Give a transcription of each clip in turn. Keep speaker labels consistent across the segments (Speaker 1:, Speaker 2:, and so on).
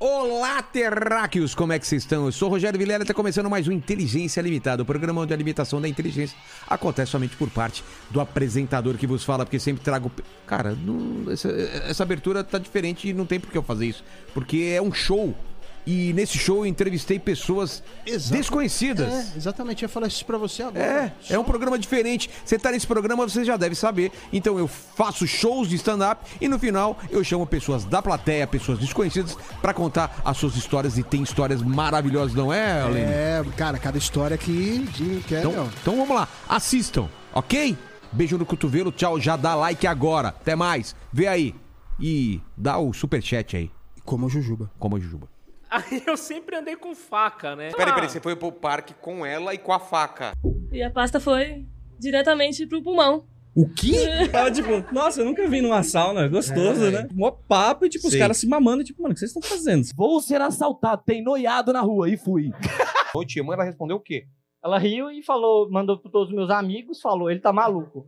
Speaker 1: Olá, terráqueos! Como é que vocês estão? Eu sou o Rogério Vilela e está começando mais um Inteligência Limitada, o programa onde a limitação da inteligência acontece somente por parte do apresentador que vos fala, porque sempre trago... Cara, não- essa, essa abertura tá diferente e não tem por que eu fazer isso, porque é um show. E nesse show eu entrevistei pessoas
Speaker 2: Exato.
Speaker 1: desconhecidas.
Speaker 2: É, exatamente, ia falar isso pra você agora.
Speaker 1: É,
Speaker 2: Só-
Speaker 1: é um programa diferente. Você tá nesse programa, você já deve saber. Então eu faço shows de stand-up e no final eu chamo pessoas da plateia, pessoas desconhecidas, pra contar as suas histórias. E tem histórias maravilhosas, não é, Aline?
Speaker 2: É, cara, cada história aqui de que é,
Speaker 1: Então,
Speaker 2: meu.
Speaker 1: então vamos lá, assistam, ok? Beijo no cotovelo, tchau, já dá like agora. Até mais, vê aí. E dá o superchat aí,
Speaker 2: Como a Jujuba.
Speaker 1: como a Jujuba.
Speaker 3: Aí eu sempre andei com faca, né?
Speaker 4: Peraí,
Speaker 3: Ah,
Speaker 4: peraí, você foi pro parque com ela e com a faca.
Speaker 5: E a pasta foi diretamente pro pulmão.
Speaker 1: O quê? É.
Speaker 6: Tava tipo, nossa, eu nunca vi numa sauna, gostoso, né? Mó papo e tipo, os
Speaker 1: Sim.
Speaker 6: caras se mamando, tipo, mano, o que vocês estão fazendo?
Speaker 7: Vou ser assaltado, tem noiado na rua, e fui.
Speaker 4: Ô, tia, mãe, ela respondeu o quê?
Speaker 7: Ela riu e falou, mandou pra todos os meus amigos, falou, ele tá maluco.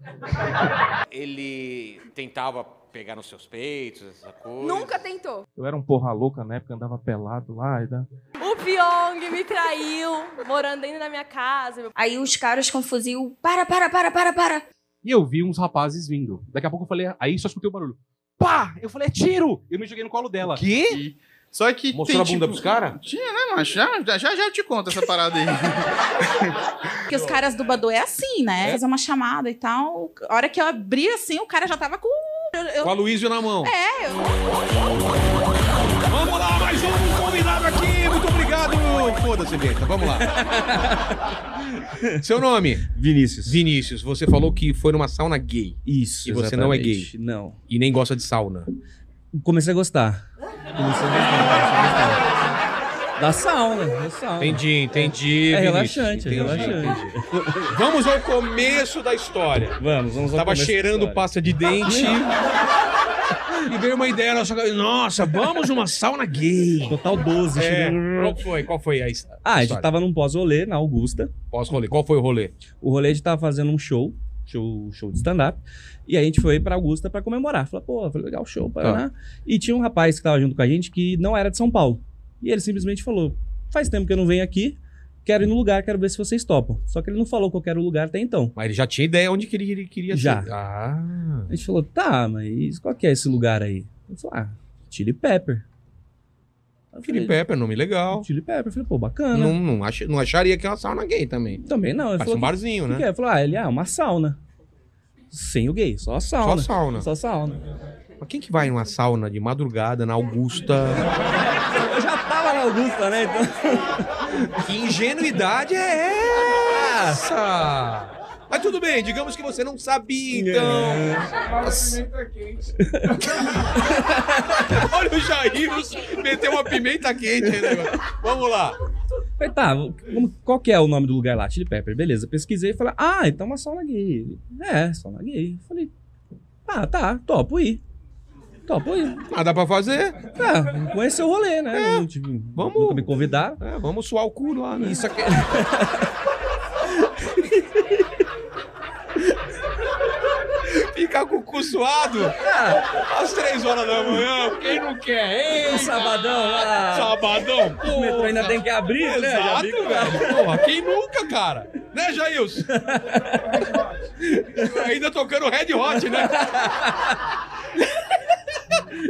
Speaker 4: Ele tentava pegar nos seus peitos, essa coisa.
Speaker 8: Nunca tentou.
Speaker 6: Eu era um porra louca na época, andava pelado lá e tal.
Speaker 8: O Pyong me traiu, morando ainda na minha casa. Aí os caras com fuzil, para, para, para, para, para.
Speaker 6: E eu vi uns rapazes vindo. Daqui a pouco eu falei, aí só escutei o barulho. Pá! Eu falei, é tiro! Eu me joguei no colo dela.
Speaker 9: Quê? Só que.
Speaker 4: Mostrou
Speaker 1: tipo,
Speaker 4: a bunda pros caras?
Speaker 1: É,
Speaker 9: Tinha, né, mano? Já, já, já eu te conto essa parada aí.
Speaker 10: Porque os caras do Badu é assim, né? Fazer uma chamada e tal. A hora que eu abri assim, o cara já tava com. Eu, eu-
Speaker 1: Com a Luísio na mão.
Speaker 10: É, eu-
Speaker 1: Vamos lá, mais um combinado aqui. Muito obrigado. Foda-se, Beta. Vamos lá. Seu nome?
Speaker 6: Vinícius.
Speaker 1: Vinícius, você falou que foi numa sauna gay
Speaker 6: Isso.
Speaker 1: E você não é
Speaker 6: exatamente. Não.
Speaker 1: e nem gosta de sauna.
Speaker 6: Comecei a gostar. Comecei a gostar. Comecei a gostar. Da sauna, da sauna.
Speaker 1: Entendi, entendi.
Speaker 6: É
Speaker 1: Vinícius.
Speaker 6: relaxante, é
Speaker 1: Entendi,
Speaker 6: relaxante.
Speaker 1: entendi. Vamos ao começo da história.
Speaker 6: Vamos, vamos ao
Speaker 1: Tava
Speaker 6: começo da
Speaker 1: cheirando
Speaker 6: história.
Speaker 1: pasta de dente. e veio uma ideia na sua cabeça. Nossa, vamos numa sauna gay.
Speaker 6: Total 12.
Speaker 1: É,
Speaker 6: cheirando-
Speaker 1: qual foi? Qual foi a his-
Speaker 6: Ah, a gente
Speaker 1: história?
Speaker 6: tava num pós-rolê na Augusta.
Speaker 1: Pós-rolê. Qual foi o rolê?
Speaker 6: O rolê de tava fazendo um show, show, show de stand-up, e a gente foi pra Augusta pra comemorar. Falei, pô, foi legal o
Speaker 1: Tá.
Speaker 6: show, Paraná. E tinha um rapaz que tava junto com a gente que não era de São Paulo. E ele simplesmente falou: faz tempo que eu não venho aqui, quero ir no lugar, quero ver se vocês topam. Só que ele não falou qual que era o lugar até então.
Speaker 1: Mas ele já tinha ideia onde que ele, ele queria
Speaker 6: Já.
Speaker 1: ser. Ah.
Speaker 6: A gente falou, tá, mas qual que é esse lugar aí? Ele falou, ah, Chili Pepper. Eu
Speaker 1: Felipe
Speaker 6: falei,
Speaker 1: Pepper, nome legal.
Speaker 6: Chili Pepper. Eu falei, pô, bacana.
Speaker 1: Não, não, ach- não acharia que é uma sauna gay também.
Speaker 6: Também não. Ele
Speaker 1: Parece
Speaker 6: falou,
Speaker 1: um barzinho,
Speaker 6: o que
Speaker 1: né?
Speaker 6: que é? Eu falei, ah, ele, ah, uma sauna. Sem o gay, só a
Speaker 1: Só
Speaker 6: sauna.
Speaker 1: sauna.
Speaker 6: Só sauna.
Speaker 1: Mas quem que vai numa sauna de madrugada, na Augusta?
Speaker 6: Eu já tava na Augusta, né? Então...
Speaker 1: Que ingenuidade é essa? Mas tudo bem, digamos que você não sabia, então.
Speaker 6: É.
Speaker 1: Nossa. Olha o Jair meteu uma pimenta quente aí, né? Vamos lá.
Speaker 6: Falei, tá, como- qual que é o nome do lugar lá? Chili Pepper, beleza. Pesquisei e falei, ah, então é uma sauna gay. Ele, É, sauna gay. Falei, ah, tá, topo ir. Topo ir.
Speaker 1: Nada Ah, pra fazer? É.
Speaker 6: Tá, conhecer o rolê, né? Não, tipo,
Speaker 1: vamos.
Speaker 6: Nunca me convidar.
Speaker 1: É, vamos suar o cu lá, né?
Speaker 6: Isso aqui...
Speaker 1: Ficar com o cu suado
Speaker 6: É.
Speaker 1: às três horas da manhã. Quem não quer,
Speaker 6: Um
Speaker 1: hein?
Speaker 6: sabadão lá.
Speaker 1: Sabadão, pô.
Speaker 6: O metrô ainda tem que abrir, né? Já
Speaker 1: Exato,
Speaker 6: vi que-
Speaker 1: velho. Porra, quem nunca, cara? Né, Jailson? Ainda tocando Red Hot, né?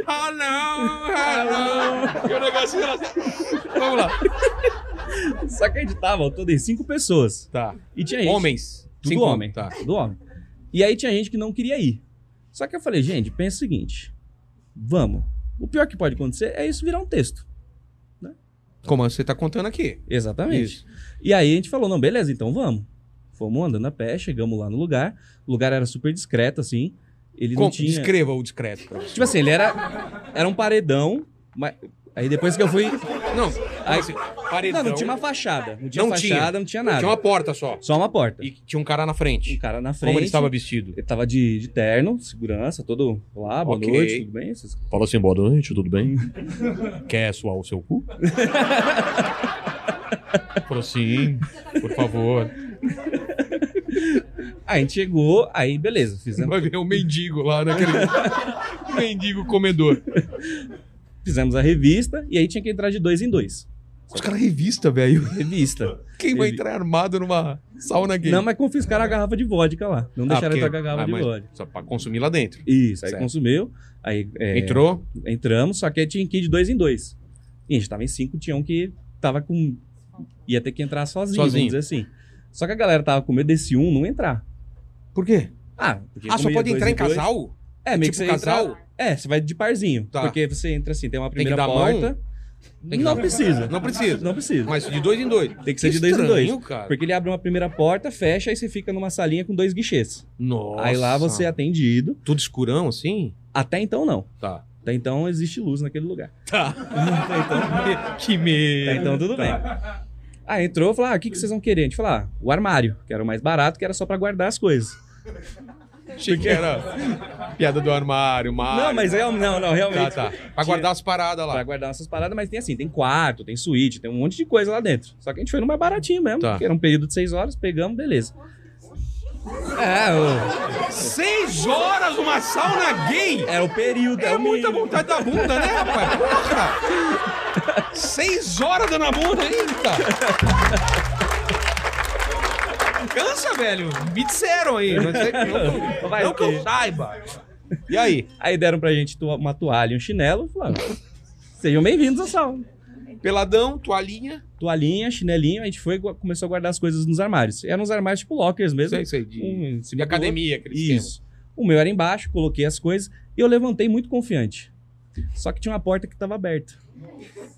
Speaker 1: ah, não! Ah, não! E o negocinho era assim. Vamos lá.
Speaker 6: Só que a gente tava, ao todo em cinco pessoas.
Speaker 1: Tá.
Speaker 6: E tinha gente.
Speaker 1: Homens.
Speaker 6: Tudo
Speaker 1: Cinco
Speaker 6: homem.
Speaker 1: Tá.
Speaker 6: do homem. E aí tinha gente que não queria ir. Só que eu falei, gente, pensa o seguinte: vamos. O pior que pode acontecer é isso virar um texto. né?
Speaker 1: Como você tá contando aqui.
Speaker 6: Exatamente. E aí a gente falou, não, beleza, então vamos. Fomos andando a pé, chegamos lá no lugar. O lugar era super discreto, assim. Ele
Speaker 1: Como?
Speaker 6: não tinha.
Speaker 1: Descreva o discreto. pra você.
Speaker 6: Tipo assim, ele era. Era um paredão, mas. Aí depois que eu fui.
Speaker 1: Não,
Speaker 6: Aí,
Speaker 1: assim,
Speaker 6: não,
Speaker 1: paredão.
Speaker 6: não tinha uma fachada. Não tinha
Speaker 1: Não tinha.
Speaker 6: fachada, não tinha nada.
Speaker 1: Tinha uma porta só.
Speaker 6: Só uma porta.
Speaker 1: E tinha um cara na
Speaker 6: Um
Speaker 1: frente.
Speaker 6: cara na frente.
Speaker 1: Como ele estava vestido?
Speaker 6: Ele tava de, de terno, segurança, todo. Olá, boa
Speaker 1: Ok.
Speaker 6: noite, tudo bem? Essas
Speaker 1: Fala assim, boa noite, tudo bem? Quer suar o seu cu? Falou sim, por favor.
Speaker 6: Aí a gente chegou, aí beleza, fizemos,
Speaker 1: um Vai ver um mendigo lá, né? aquele- mendigo comedor.
Speaker 6: fizemos a revista e aí tinha que entrar de dois em dois.
Speaker 1: Os caras revista, velho.
Speaker 6: Revista.
Speaker 1: Quem vai
Speaker 6: Revi-
Speaker 1: entrar armado numa sauna gay?
Speaker 6: Não, mas confiscaram a garrafa de vodka lá. Não
Speaker 1: Ah,
Speaker 6: deixaram
Speaker 1: porque-
Speaker 6: entrar com a garrafa
Speaker 1: ah,
Speaker 6: de
Speaker 1: mas
Speaker 6: vodka.
Speaker 1: Só pra consumir lá dentro.
Speaker 6: Isso, aí
Speaker 1: Certo.
Speaker 6: consumiu, aí é,
Speaker 1: é. Entrou?
Speaker 6: entramos, só que tinha que ir de dois em dois. E a gente tava em cinco, tinha um que tava com. ia ter que entrar sozinho,
Speaker 1: Sozinho.
Speaker 6: vamos dizer assim. Só que a galera tava com medo desse um não entrar.
Speaker 1: Por quê?
Speaker 6: Ah, porque
Speaker 11: Ah,
Speaker 6: como
Speaker 11: só
Speaker 6: ia
Speaker 11: pode
Speaker 6: dois
Speaker 11: entrar em
Speaker 6: dois-
Speaker 11: casal?
Speaker 6: É, meio que
Speaker 11: Tipo
Speaker 6: você
Speaker 11: casal?
Speaker 6: entra- É, você vai de parzinho.
Speaker 1: Tá.
Speaker 6: Porque você entra assim, tem uma
Speaker 1: Tem que
Speaker 6: primeira
Speaker 1: dar
Speaker 6: porta.
Speaker 1: Tem que
Speaker 6: Não
Speaker 1: dar-
Speaker 6: precisa.
Speaker 1: Não precisa.
Speaker 6: Não precisa.
Speaker 1: Mas de dois em dois.
Speaker 6: Tem que ser de dois em
Speaker 1: Estranho,
Speaker 6: dois.
Speaker 1: cara.
Speaker 6: Porque ele abre uma primeira porta, fecha e você fica numa salinha com dois guichês.
Speaker 1: Nossa.
Speaker 6: Aí lá você é atendido.
Speaker 1: Tudo escurão, assim?
Speaker 6: Até então, não.
Speaker 1: Tá.
Speaker 6: Até então existe luz naquele lugar.
Speaker 1: Que medo. Tá.
Speaker 6: Até então tudo bem. Aí entrou, falou: ah, o que, que vocês vão querer? A gente falou: ah, o armário, que era o mais barato, que era só pra guardar as coisas.
Speaker 1: Achei que era piada do armário, Mário.
Speaker 6: não, mas real- não, não, realmente.
Speaker 1: Tá, tá. Pra guardar as paradas lá.
Speaker 6: Pra guardar essas paradas, mas tem assim, tem quarto, tem suíte, tem um monte de coisa lá dentro. Só que a gente foi no mais baratinho mesmo,
Speaker 1: Tá.
Speaker 6: que era um período de seis horas, pegamos, beleza. É, o-
Speaker 1: Seis horas uma sauna gay?
Speaker 6: era o período,
Speaker 1: É
Speaker 6: era o
Speaker 1: muita
Speaker 6: mínimo.
Speaker 1: vontade da bunda, né, rapaz? Porra! Seis horas dando a bunda, eita!
Speaker 11: Cansa, velho. Me disseram aí. Não,
Speaker 1: é
Speaker 11: sei, não, que eu-
Speaker 6: Vai
Speaker 11: não que eu
Speaker 6: ter.
Speaker 11: saiba.
Speaker 1: E aí?
Speaker 6: Aí deram pra gente to- uma toalha e um chinelo, falaram, sejam bem-vindos ao salão.
Speaker 1: Peladão, toalhinha.
Speaker 6: Toalhinha, chinelinho, a gente foi e gu- começou a guardar as coisas nos armários. Eram uns armários tipo lockers mesmo.
Speaker 1: Sei, sei. De,
Speaker 6: um em cima
Speaker 1: de
Speaker 6: do outro.
Speaker 1: academia, aquele esquema.
Speaker 6: Isso. O meu era embaixo, coloquei as coisas e eu levantei muito confiante. Só que tinha uma porta que tava aberta.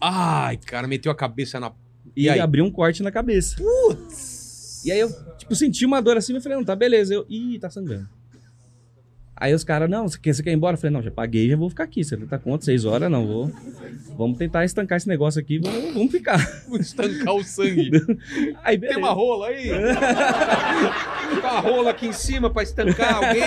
Speaker 1: Ai, cara, meteu a cabeça na.
Speaker 6: E,
Speaker 1: E aí?
Speaker 6: abriu um corte na cabeça. Putz! E aí eu, tipo, senti uma dor assim, eu falei, não, tá beleza. Eu, ih, tá sangrando. Aí os caras, não, você quer, você quer ir embora? Eu falei, não, já paguei, já vou ficar aqui. Você tá conta, seis horas, não, vou. Vamos tentar estancar esse negócio aqui, vamos, vamos ficar.
Speaker 1: Vou estancar o sangue.
Speaker 6: Aí,
Speaker 1: Tem
Speaker 6: beleza.
Speaker 1: uma rola aí? Tem uma rola aqui em cima pra estancar alguém?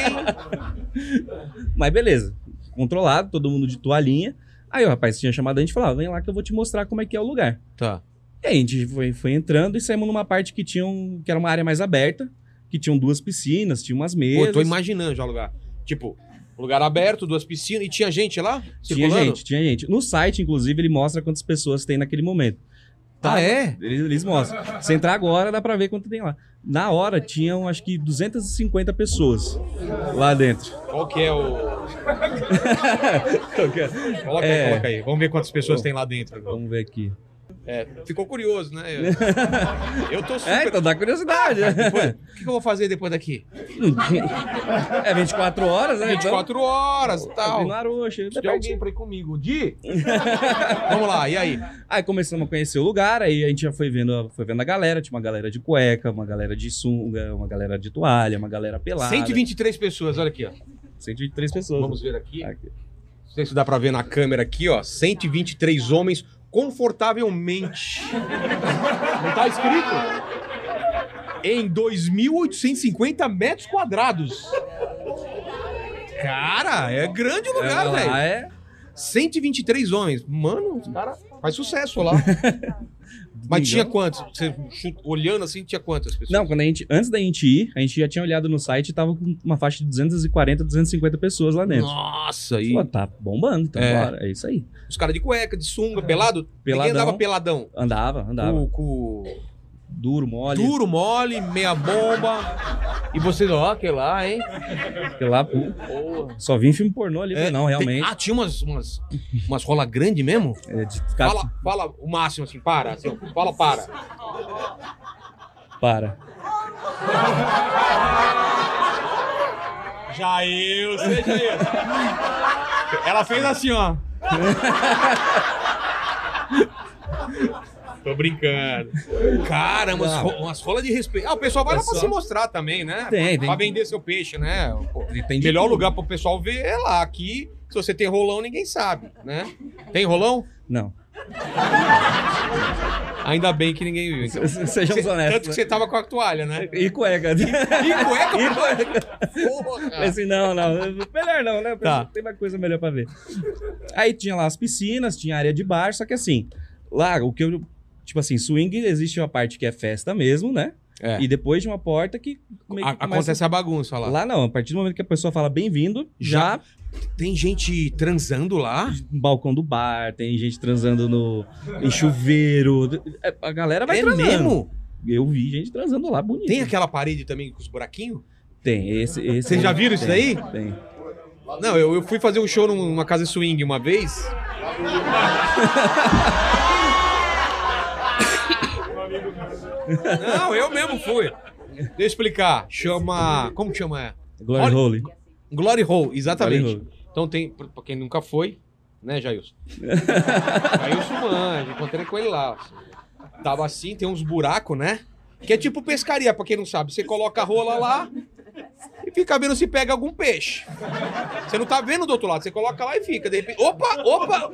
Speaker 6: Mas beleza, controlado, todo mundo de toalhinha. Aí o rapaz tinha chamado a gente e falou, ah, vem lá que eu vou te mostrar como é que é o lugar.
Speaker 1: Tá.
Speaker 6: E aí a gente foi, foi entrando e saímos numa parte que tinha um, que era uma área mais aberta, que tinham duas piscinas, tinha umas
Speaker 1: Pô,
Speaker 6: mesas.
Speaker 1: eu tô imaginando já o lugar. Tipo, lugar aberto, duas piscinas. E tinha gente lá?
Speaker 6: tinha
Speaker 1: Circulando?
Speaker 6: gente, tinha gente. No site, inclusive, ele mostra quantas pessoas tem naquele momento.
Speaker 1: Ah, é?
Speaker 6: Eles, eles mostram. Se entrar agora, dá pra ver quanto tem lá. Na hora, tinham acho que 250 pessoas lá dentro.
Speaker 1: Qual que é o. Coloca aí,
Speaker 6: É.
Speaker 1: coloca aí. Vamos ver quantas pessoas tem lá dentro. agora.
Speaker 6: Vamos ver aqui.
Speaker 1: Ficou curioso, né? Eu, eu tô
Speaker 6: É,
Speaker 1: super. Ah,
Speaker 6: então dá curiosidade.
Speaker 1: Depois- o que que eu vou fazer depois daqui?
Speaker 6: É 24 horas, né?
Speaker 1: 24 horas e
Speaker 6: então,
Speaker 1: tal.
Speaker 6: no Arocha,
Speaker 1: Tem alguém pra ir é comigo. Di? Vamos lá, e aí?
Speaker 6: Aí começamos a conhecer o lugar, aí a gente já foi vendo, a- foi vendo a galera, tinha uma galera de cueca, uma galera de sunga, uma galera de toalha, uma galera pelada.
Speaker 1: 123 pessoas, olha aqui, ó.
Speaker 6: 123 pessoas.
Speaker 1: Vamos ver aqui.
Speaker 6: Aqui.
Speaker 1: Não sei se dá pra ver na câmera aqui, ó. 123 homens confortavelmente. Não tá escrito? Em 2.850 metros quadrados. Cara, é grande o
Speaker 6: Ela
Speaker 1: lugar,
Speaker 6: lá
Speaker 1: velho.
Speaker 6: é
Speaker 1: 123 homens. Mano, os caras faz sucesso lá. Mas tinha quantos? Você chu- olhando assim, tinha quantas pessoas?
Speaker 6: Não, quando a gente, antes da gente ir, a gente já tinha olhado no site e tava com uma faixa de 240, 250 pessoas lá dentro.
Speaker 1: Nossa, e
Speaker 6: Pô, tá bombando, então
Speaker 1: É.
Speaker 6: bora, é isso aí.
Speaker 1: os caras de cueca, de sunga, pelado? Ninguém
Speaker 6: Peladão.
Speaker 1: andava peladão. Uh.
Speaker 6: Andava, andava.
Speaker 1: Com, com-
Speaker 6: Duro, mole,
Speaker 1: Duro, mole, meia bomba. E vocês, ó, que lá, hein?
Speaker 6: porque lá, pô, só vi em filme pornô ali, falei, É, não,
Speaker 1: Tem-
Speaker 6: realmente.
Speaker 1: Ah, tinha umas, umas, umas rola grande mesmo?
Speaker 6: é de ficar-
Speaker 1: Fala, fala o máximo assim, para. Assim, ó, fala, para.
Speaker 6: Para.
Speaker 1: Jair, sei Jair. Ela fez assim, ó. Tô brincando. Cara, umas,
Speaker 6: Não.
Speaker 1: ro- umas rolas de respeito. Ah, o pessoal vai lá pra
Speaker 6: Pessoal-
Speaker 1: se mostrar também, né?
Speaker 6: Tem, tem.
Speaker 1: Pra vender seu peixe, né? Pô,
Speaker 6: tem de
Speaker 1: melhor
Speaker 6: tudo.
Speaker 1: lugar pro pessoal ver é lá. Aqui, se você tem rolão, ninguém sabe, né? Tem rolão?
Speaker 6: Não.
Speaker 1: Ainda bem que ninguém viu. Então.
Speaker 6: Sejamos
Speaker 1: Cê-
Speaker 6: honestos.
Speaker 1: tanto que você tava com a toalha, né?
Speaker 6: E cueca.
Speaker 1: E cueca,
Speaker 6: E cueca.
Speaker 1: porra.
Speaker 6: Falei assim, não, não, melhor não, né?
Speaker 1: Tá.
Speaker 6: Tem uma coisa melhor pra ver. Aí tinha lá as piscinas, tinha área de bar, só que assim, lá o que eu. Tipo assim, swing existe uma parte que é festa mesmo, né?
Speaker 1: É.
Speaker 6: E depois de uma porta que. meio que
Speaker 1: A-
Speaker 6: começa-
Speaker 1: acontece a bagunça lá.
Speaker 6: Lá não, a partir do momento que a pessoa fala bem-vindo, já,
Speaker 1: Tem gente transando lá?
Speaker 6: No balcão do bar, tem gente transando no, em chuveiro. É, A galera vai
Speaker 1: é
Speaker 6: transando.
Speaker 1: mesmo?
Speaker 6: Eu vi gente transando lá, bonito.
Speaker 1: Tem aquela parede também com os buraquinhos?
Speaker 6: Tem, esse... esse
Speaker 1: Vocês já viram isso
Speaker 6: tem,
Speaker 1: daí?
Speaker 6: Tem.
Speaker 1: Não, eu, eu fui fazer um show numa casa swing uma vez. Não, eu mesmo fui. Deixa eu explicar. Chama. Como que chama?
Speaker 6: Glory
Speaker 1: Olha-
Speaker 6: Hole.
Speaker 1: Glory Hole, exatamente.
Speaker 6: Glory Hole.
Speaker 1: Então tem, pra pra quem nunca foi, né, Jailson? Jailson manja, encontrei com ele lá. Tava assim, tem uns buracos, né? Que é tipo pescaria, pra quem não sabe. Você coloca a rola lá e fica vendo se pega algum peixe. Você não tá vendo do outro lado, você coloca lá e fica. De repente, opa, opa!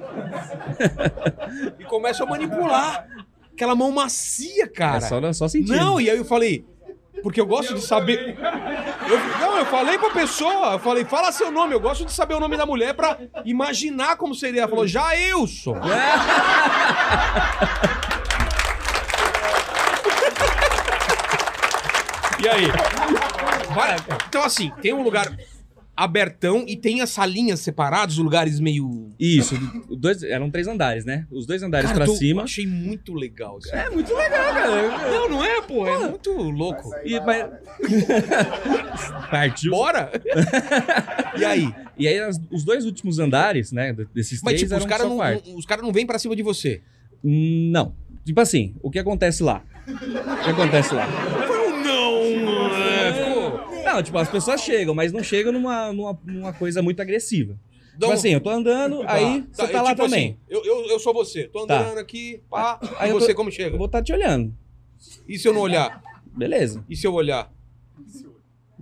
Speaker 1: E começa a manipular. Aquela mão macia, cara.
Speaker 6: É só, é só sentindo.
Speaker 1: Não, e aí eu falei, porque eu gosto de saber. Eu- não, eu falei pra pessoa, eu falei, fala seu nome, eu gosto de saber o nome da mulher pra imaginar como seria. Ela falou, Jailson. e aí? Vai- então, assim, tem um lugar abertão e tem as salinhas separadas, os lugares meio.
Speaker 6: Isso, dois, eram três andares, né? Os dois andares
Speaker 1: Cara,
Speaker 6: pra
Speaker 1: tô-
Speaker 6: cima.
Speaker 1: Achei muito legal. isso.
Speaker 6: É muito legal, cara.
Speaker 1: Não, não é, pô, é muito louco.
Speaker 6: E, mas- Partiu.
Speaker 1: Bora! e aí?
Speaker 6: E aí, as- os dois últimos andares, né? d- Desses
Speaker 1: Mas,
Speaker 6: três
Speaker 1: tipo,
Speaker 6: eram
Speaker 1: os caras
Speaker 6: só
Speaker 1: não,
Speaker 6: quarto.
Speaker 1: não- os cara não vêm pra cima de você.
Speaker 6: Não. Tipo assim, o que acontece lá? O que acontece lá?
Speaker 1: Não!
Speaker 6: Não, tipo, as pessoas chegam, mas não chegam numa, numa, numa coisa muito agressiva.
Speaker 1: Então,
Speaker 6: Tipo assim, eu tô andando, aí você tá lá também.
Speaker 1: é eu, eu, eu sou você. Tô
Speaker 6: Tá.
Speaker 1: andando aqui, tipo assim, pá.
Speaker 6: Aí
Speaker 1: e
Speaker 6: eu
Speaker 1: você
Speaker 6: tô-
Speaker 1: como
Speaker 6: Eu
Speaker 1: chega?
Speaker 6: vou estar te olhando.
Speaker 1: E se eu não olhar?
Speaker 6: Beleza.
Speaker 1: E se eu olhar?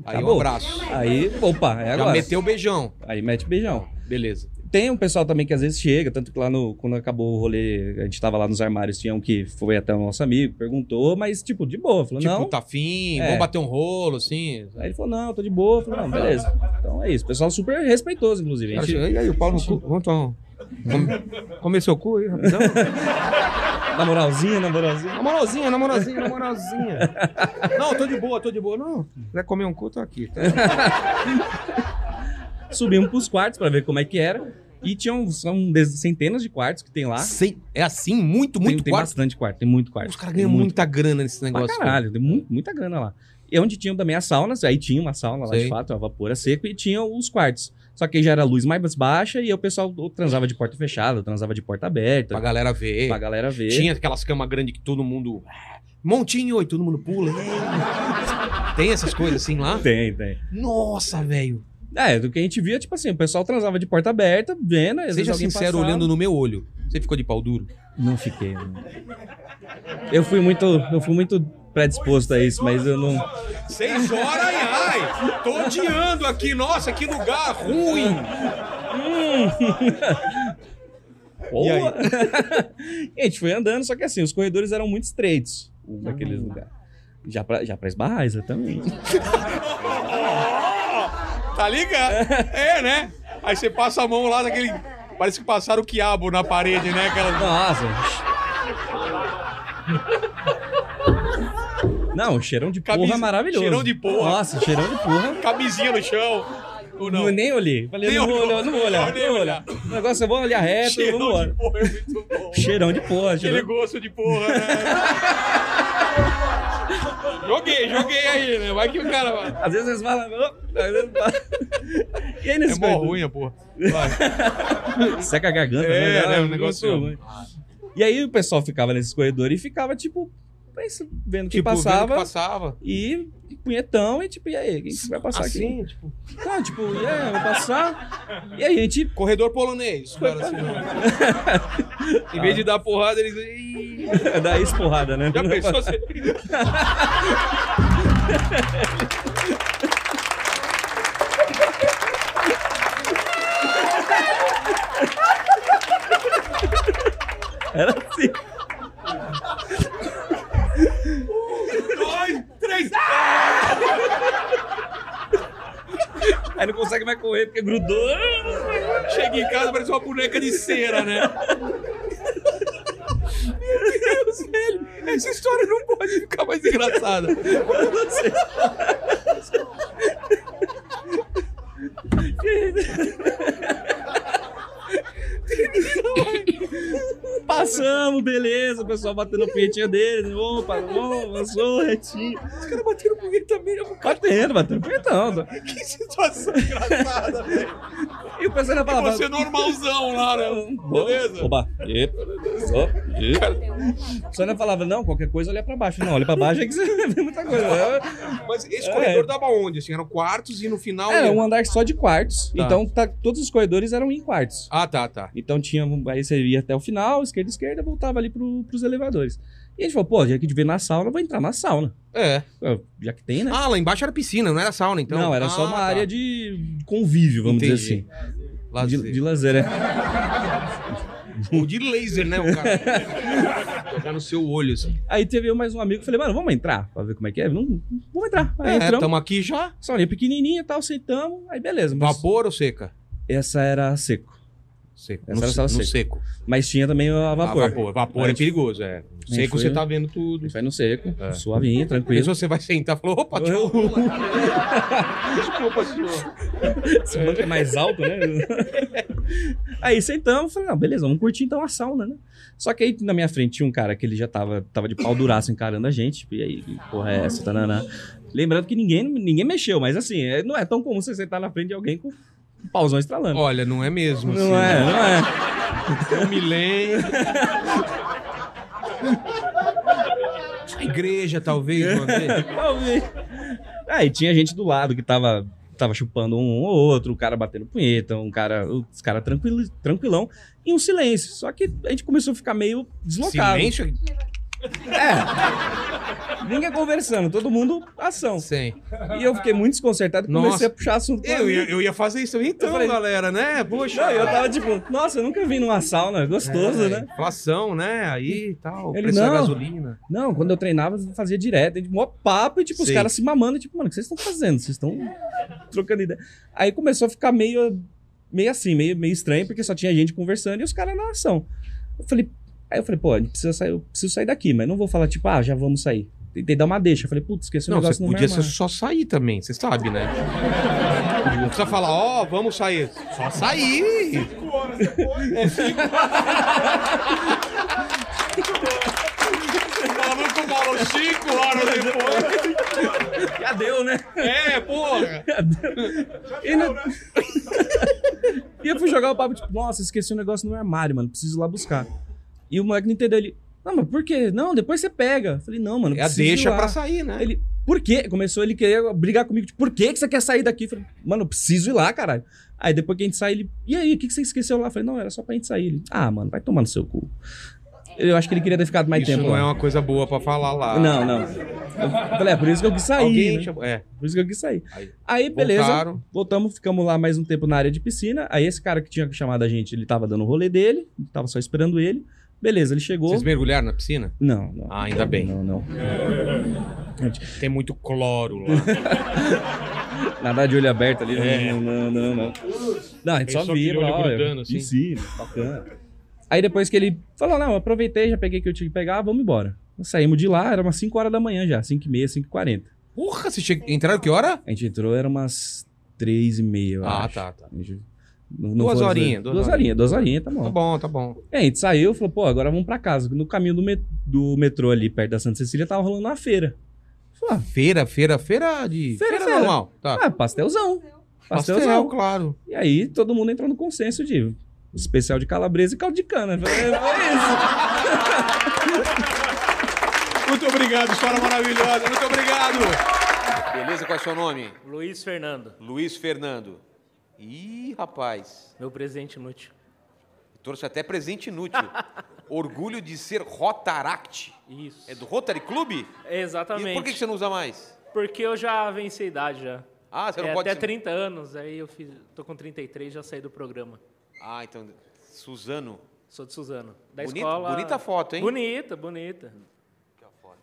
Speaker 1: Aí
Speaker 6: Acabou.
Speaker 1: um abraço.
Speaker 6: Aí, opa, é
Speaker 1: Já
Speaker 6: agora.
Speaker 1: meteu o beijão.
Speaker 6: Aí mete beijão.
Speaker 1: Beleza.
Speaker 6: Tem um pessoal também que às vezes chega, tanto que lá no. Quando acabou o rolê, a gente tava lá nos armários, tinha um que foi até o nosso amigo, perguntou, mas, tipo, de boa. Falou,
Speaker 1: Tipo,
Speaker 6: não.
Speaker 1: tá fim,
Speaker 6: É.
Speaker 1: vamos bater um rolo, assim.
Speaker 6: Aí ele falou, não, tô de boa. Eu falei, não, beleza. Então é isso. Pessoal super respeitoso, inclusive. A
Speaker 1: Cara,
Speaker 6: gente-
Speaker 1: chega- e aí, o pau no cu? Vamos tomar
Speaker 6: Então,
Speaker 1: um... Come- Comer seu cu aí, rapidão?
Speaker 6: na moralzinha, na moralzinha.
Speaker 1: Na moralzinha, na moralzinha, na moralzinha. Não, tô de boa, tô de boa. Não, quiser comer um cu, tô aqui. Tá?
Speaker 6: Subimos pros quartos pra ver como é que era. E tinham são des- centenas de quartos que tem lá.
Speaker 1: Sem- é assim? Muito,
Speaker 6: Tem-
Speaker 1: muito
Speaker 6: tem,
Speaker 1: quarto?
Speaker 6: bastante quarto, tem muito quarto.
Speaker 1: Os caras ganham
Speaker 6: Tem muito
Speaker 1: muita grana nesse
Speaker 6: Pra
Speaker 1: negócio. cara.
Speaker 6: caralho, tem mu- muita grana lá. E onde tinham também as saunas, aí tinha uma sauna lá
Speaker 1: Sei.
Speaker 6: de fato, a vapor a seco, e tinha os quartos. Só que aí já era a luz mais baixa e o pessoal transava de porta fechada, transava de porta aberta,
Speaker 1: Pra
Speaker 6: pra,
Speaker 1: galera ver.
Speaker 6: galera ver.
Speaker 1: Tinha aquelas camas grandes que todo mundo. ah, Montinho, e todo mundo pula. né? Tem essas coisas assim lá?
Speaker 6: Tem, tem.
Speaker 1: Nossa, velho.
Speaker 6: É, do que a gente via, tipo assim, o pessoal transava de porta aberta, vendo, às vezes
Speaker 1: Seja
Speaker 6: alguém
Speaker 1: sincero,
Speaker 6: passava.
Speaker 1: olhando no meu olho. Você ficou de pau duro?
Speaker 6: Não fiquei. né? não. Eu fui muito, eu fui muito predisposto a isso, mas eu não...
Speaker 1: Seis horas, ai, ai. Tô odiando aqui. Nossa, que lugar ruim. Hum. E aí?
Speaker 6: Porra! a gente foi andando, só que assim, os corredores eram muito estreitos naquele lugar. Já pra, já pra esbarrar, exatamente.
Speaker 1: Tá ligado? É, né? Aí você passa a mão lá naquele. Parece que passaram o quiabo na parede, né? Aquela...
Speaker 6: Nossa! Não, cheirão de
Speaker 1: Camisa-
Speaker 6: porra maravilhoso.
Speaker 1: cheirão de porra.
Speaker 6: Nossa, cheirão de porra.
Speaker 1: Camisinha no chão. Ou
Speaker 6: Não. nem olhei. Falei,
Speaker 1: Nem
Speaker 6: não vou
Speaker 1: olhou.
Speaker 6: olhar, não vou olhar,
Speaker 1: Nem
Speaker 6: não vou olhar. O negócio é bom olhar reto,
Speaker 1: Cheirão
Speaker 6: vamos embora.
Speaker 1: de porra é muito bom.
Speaker 6: Cheirão de porra,
Speaker 1: Aquele
Speaker 6: cheirão.
Speaker 1: gosto de porra, né? joguei, joguei aí, né? Vai que o cara. vai.
Speaker 6: Às vezes eles falam. "Ô", às vezes fala- E aí nesse
Speaker 1: É mó
Speaker 6: corredor?
Speaker 1: ruim a porra. Vai.
Speaker 6: Seca a garganta,
Speaker 1: É,
Speaker 6: né?
Speaker 1: né, um
Speaker 6: muito
Speaker 1: negócio-
Speaker 6: ruim. E aí o pessoal ficava nesses corredores e ficava, tipo, pensa- vendo que
Speaker 1: Tipo, vendo que
Speaker 6: passava
Speaker 1: passava.
Speaker 6: e punhetão e tipo, e aí, quem que vai passar aqui?
Speaker 1: tipo.
Speaker 6: Não, tipo, e aí, eu vou passar. E aí a gente.
Speaker 1: Corredor polonês. os caras assim. em vez de dar porrada, eles. Ih,
Speaker 6: É, Dá esporrada, né?
Speaker 1: Já pensou você.
Speaker 6: Era assim.
Speaker 1: Dois, três.
Speaker 6: Aí não consegue mais correr porque grudou.
Speaker 1: Chega em casa, parece uma boneca de cera, né? Meu Deus, velho. Essa história não pode ficar mais engraçada.
Speaker 6: Chegamos, beleza. O pessoal batendo a punhetinha deles. Opa, bom, lançou, retinho.
Speaker 12: Os caras bateram punheta né? mesmo, cara.
Speaker 6: Batendo, batendo punhetão.
Speaker 12: Que situação engraçada, velho.
Speaker 6: E o pessoal ainda
Speaker 12: E
Speaker 6: falava...
Speaker 12: você é normalzão lá, né? Beleza?
Speaker 6: Oba, epa, ó, epa. Só não falava, não, qualquer coisa olha pra baixo. Não, olha pra baixo é que você vê muita coisa. Era-
Speaker 1: Mas esse
Speaker 6: É.
Speaker 1: corredor dava onde? Assim, eram quartos e no final.
Speaker 6: Era um andar só de quartos.
Speaker 1: Tá.
Speaker 6: Então tá- todos os corredores eram em quartos.
Speaker 1: Ah, tá, tá.
Speaker 6: Então tinha. Aí você ia até o final, esquerda, esquerda, voltava ali pro, pros elevadores. E a gente falou, pô, já que devia ir na sauna, vou entrar na sauna.
Speaker 1: É.
Speaker 6: Eu, Já que tem, né?
Speaker 1: Ah, lá embaixo era piscina, não era sauna, então.
Speaker 6: Não, era só
Speaker 1: Ah,
Speaker 6: uma
Speaker 1: tá.
Speaker 6: área de convívio, vamos
Speaker 1: Entendi.
Speaker 6: dizer assim. De, de lazer, é.
Speaker 1: Ou de laser, né, o cara? Jogar no seu olho, assim.
Speaker 6: Aí teve eu mais um amigo, falei, mano, vamos entrar pra ver como é que é? Não, vamos entrar. Aí
Speaker 1: É,
Speaker 6: entramos.
Speaker 1: tamo aqui já.
Speaker 6: Sauninha pequenininha e tal, sentamos. Aí beleza. Mas
Speaker 1: Vapor ou seca?
Speaker 6: Essa era a seco.
Speaker 1: Seco.
Speaker 6: Essa
Speaker 1: no,
Speaker 6: era só
Speaker 1: no
Speaker 6: seco.
Speaker 1: seco.
Speaker 6: Mas tinha também a
Speaker 1: Ah,
Speaker 6: vapor.
Speaker 1: vapor. Vapor é
Speaker 6: Aí-
Speaker 1: perigoso, é. No
Speaker 6: Aí
Speaker 1: Seco
Speaker 6: foi-
Speaker 1: você tá vendo tudo.
Speaker 6: Vai no seco,
Speaker 1: É.
Speaker 6: suavinho,
Speaker 1: Mas
Speaker 6: tranquilo.
Speaker 1: você vai sentar e falou, opa, tchau. Desculpa, senhor.
Speaker 6: Esse banco é mais alto, né? aí sentamos, falei, não, beleza, vamos curtir então a sauna, né? Só que aí na minha frente tinha um cara que ele já tava, tava de pau duraço encarando a gente. Tipo, e aí, que porra é essa? Tananã. Lembrando que ninguém, ninguém mexeu, mas assim, é- não é tão comum você sentar na frente de alguém com um pauzão estralando.
Speaker 1: Olha, não é mesmo.
Speaker 6: não
Speaker 1: assim,
Speaker 6: é,
Speaker 1: né?
Speaker 6: não é.
Speaker 1: Eu me lembro. A igreja, talvez, uma vez.
Speaker 6: Talvez. Aí tinha gente do lado que tava, tava chupando um ou outro, o cara batendo punheta, um cara, os caras tranquilo, tranquilão, e um silêncio. Só que a gente começou a ficar meio deslocado.
Speaker 1: Silêncio?
Speaker 6: É. Ninguém conversando, todo mundo ação.
Speaker 1: Sim.
Speaker 6: E eu fiquei muito desconcertado e comecei
Speaker 1: Nossa.
Speaker 6: a puxar assunto. com
Speaker 1: Eu,
Speaker 6: a
Speaker 1: ia-
Speaker 6: mina.
Speaker 1: eu ia fazer isso. Então,
Speaker 6: Eu falei-
Speaker 1: galera, né? Poxa.
Speaker 6: Não, eu tava tipo, nossa, eu nunca vim numa sauna, gostoso,
Speaker 1: É,
Speaker 6: né?
Speaker 1: Inflação, né? Aí e tal.
Speaker 6: Ele,
Speaker 1: preço da
Speaker 6: não.
Speaker 1: gasolina.
Speaker 6: Não, quando eu treinava, eu fazia direto. A gente mó papo e, tipo, os
Speaker 1: Sei.
Speaker 6: caras se mamando. Tipo, mano, o que vocês estão fazendo? Vocês estão trocando ideia. Aí começou a ficar meio, meio assim, meio, meio estranho, porque só tinha gente conversando e os caras na ação. Eu falei, aí eu falei, pô, a gente precisa sair, eu preciso sair daqui, mas não vou falar, tipo, ah, já vamos sair. Tentei dar uma deixa. Eu falei, putz, esqueci o
Speaker 1: Não,
Speaker 6: negócio
Speaker 1: você
Speaker 6: no meu
Speaker 1: podia ser
Speaker 6: armário.
Speaker 1: só sair também, você sabe, né? Não precisa falar, ó, vamos sair. Só sair. É Cinco horas depois. É cinco. O maluco falou cinco horas depois.
Speaker 6: Já deu, né?
Speaker 1: É, porra.
Speaker 6: E, não- E eu fui jogar o papo, tipo, nossa, esqueci um negócio no meu armário, mano, preciso ir lá buscar. E o moleque não entendeu, ele, não, mas por quê? Não, depois você pega. Eu falei, não, mano,
Speaker 1: É a
Speaker 6: preciso ir
Speaker 1: deixa
Speaker 6: lá.
Speaker 1: pra sair, né?
Speaker 6: Ele, por quê? Começou ele querer brigar comigo, tipo, por que, que você quer sair daqui? Eu falei, mano, eu preciso ir lá, caralho. Aí depois que a gente sai, ele, e aí, o que, que você esqueceu lá? Eu falei, não, era só pra gente sair. Ele, ah, mano, vai tomar no seu cu. Eu acho que ele queria ter ficado mais
Speaker 1: Isso
Speaker 6: tempo
Speaker 1: não é
Speaker 6: lá.
Speaker 1: uma coisa boa pra falar lá.
Speaker 6: Não, não. Eu falei, é por isso que eu quis sair,
Speaker 1: Alguém
Speaker 6: né?
Speaker 1: chamou- É,
Speaker 6: Por isso que eu quis sair.
Speaker 1: Aí,
Speaker 6: Aí, beleza.
Speaker 1: voltaram.
Speaker 6: Voltamos, ficamos lá mais um tempo na área de piscina. Aí esse cara que tinha chamado a gente, ele tava dando o rolê dele, tava só esperando ele. Beleza, ele chegou.
Speaker 1: Vocês mergulharam na piscina?
Speaker 6: Não, não.
Speaker 1: Ah, ainda bem.
Speaker 6: Não, não.
Speaker 1: Tem muito cloro lá.
Speaker 6: Nadar de olho aberto ali.
Speaker 1: É.
Speaker 6: Não, não, não, não. Não, a gente só
Speaker 1: Pensou
Speaker 6: via,
Speaker 1: aquele olho
Speaker 6: olha,
Speaker 1: grudando, assim.
Speaker 6: piscina, bacana. Aí depois que ele falou, não, aproveitei, já peguei o que eu tinha que pegar, vamos embora. Saímos de lá, era umas 5 horas da manhã já, 5 e meia, 5 e 40.
Speaker 1: Porra, vocês che- entraram que hora?
Speaker 6: A gente entrou, era umas 3 e meia, eu
Speaker 1: Ah,
Speaker 6: acho.
Speaker 1: tá, tá.
Speaker 6: A gente- não- não
Speaker 1: Duas
Speaker 6: foram-
Speaker 1: horinhas, duas
Speaker 6: Duas horinhas, duas horinhas, tá bom.
Speaker 1: Tá bom, tá bom.
Speaker 6: É, a gente saiu, falou, pô, agora vamos pra casa. No caminho do, met- do metrô ali, perto da Santa Cecília, tava rolando uma feira. Falei,
Speaker 1: Feira, feira, feira de.
Speaker 6: Feira, feira.
Speaker 1: normal. Tá.
Speaker 6: ah, ah, pastelzão.
Speaker 1: Pastel,
Speaker 6: Pastelzão.
Speaker 1: claro.
Speaker 6: E aí todo mundo entrou no consenso de especial de calabresa e caldo de cana. "É, Foi isso.
Speaker 1: Muito obrigado, história maravilhosa. Muito obrigado. Beleza, qual é o seu nome?
Speaker 3: Luiz Fernando,
Speaker 1: Luiz Fernando. Ih, rapaz.
Speaker 3: meu presente inútil.
Speaker 1: Trouxe até presente inútil. Orgulho de ser Rotaract.
Speaker 3: Isso.
Speaker 1: É do Rotary Clube?
Speaker 3: Exatamente.
Speaker 1: E por que que você não usa mais?
Speaker 3: Porque eu já venci a idade já.
Speaker 1: Ah, você não
Speaker 3: é,
Speaker 1: pode.
Speaker 3: até
Speaker 1: se-
Speaker 3: 30 anos, aí eu fiz, tô com 33, já saí do programa.
Speaker 1: Ah, então. Suzano.
Speaker 3: Sou de Suzano. Da
Speaker 1: Bonita-
Speaker 3: escola.
Speaker 1: bonita foto, hein?
Speaker 3: Bonita, bonita.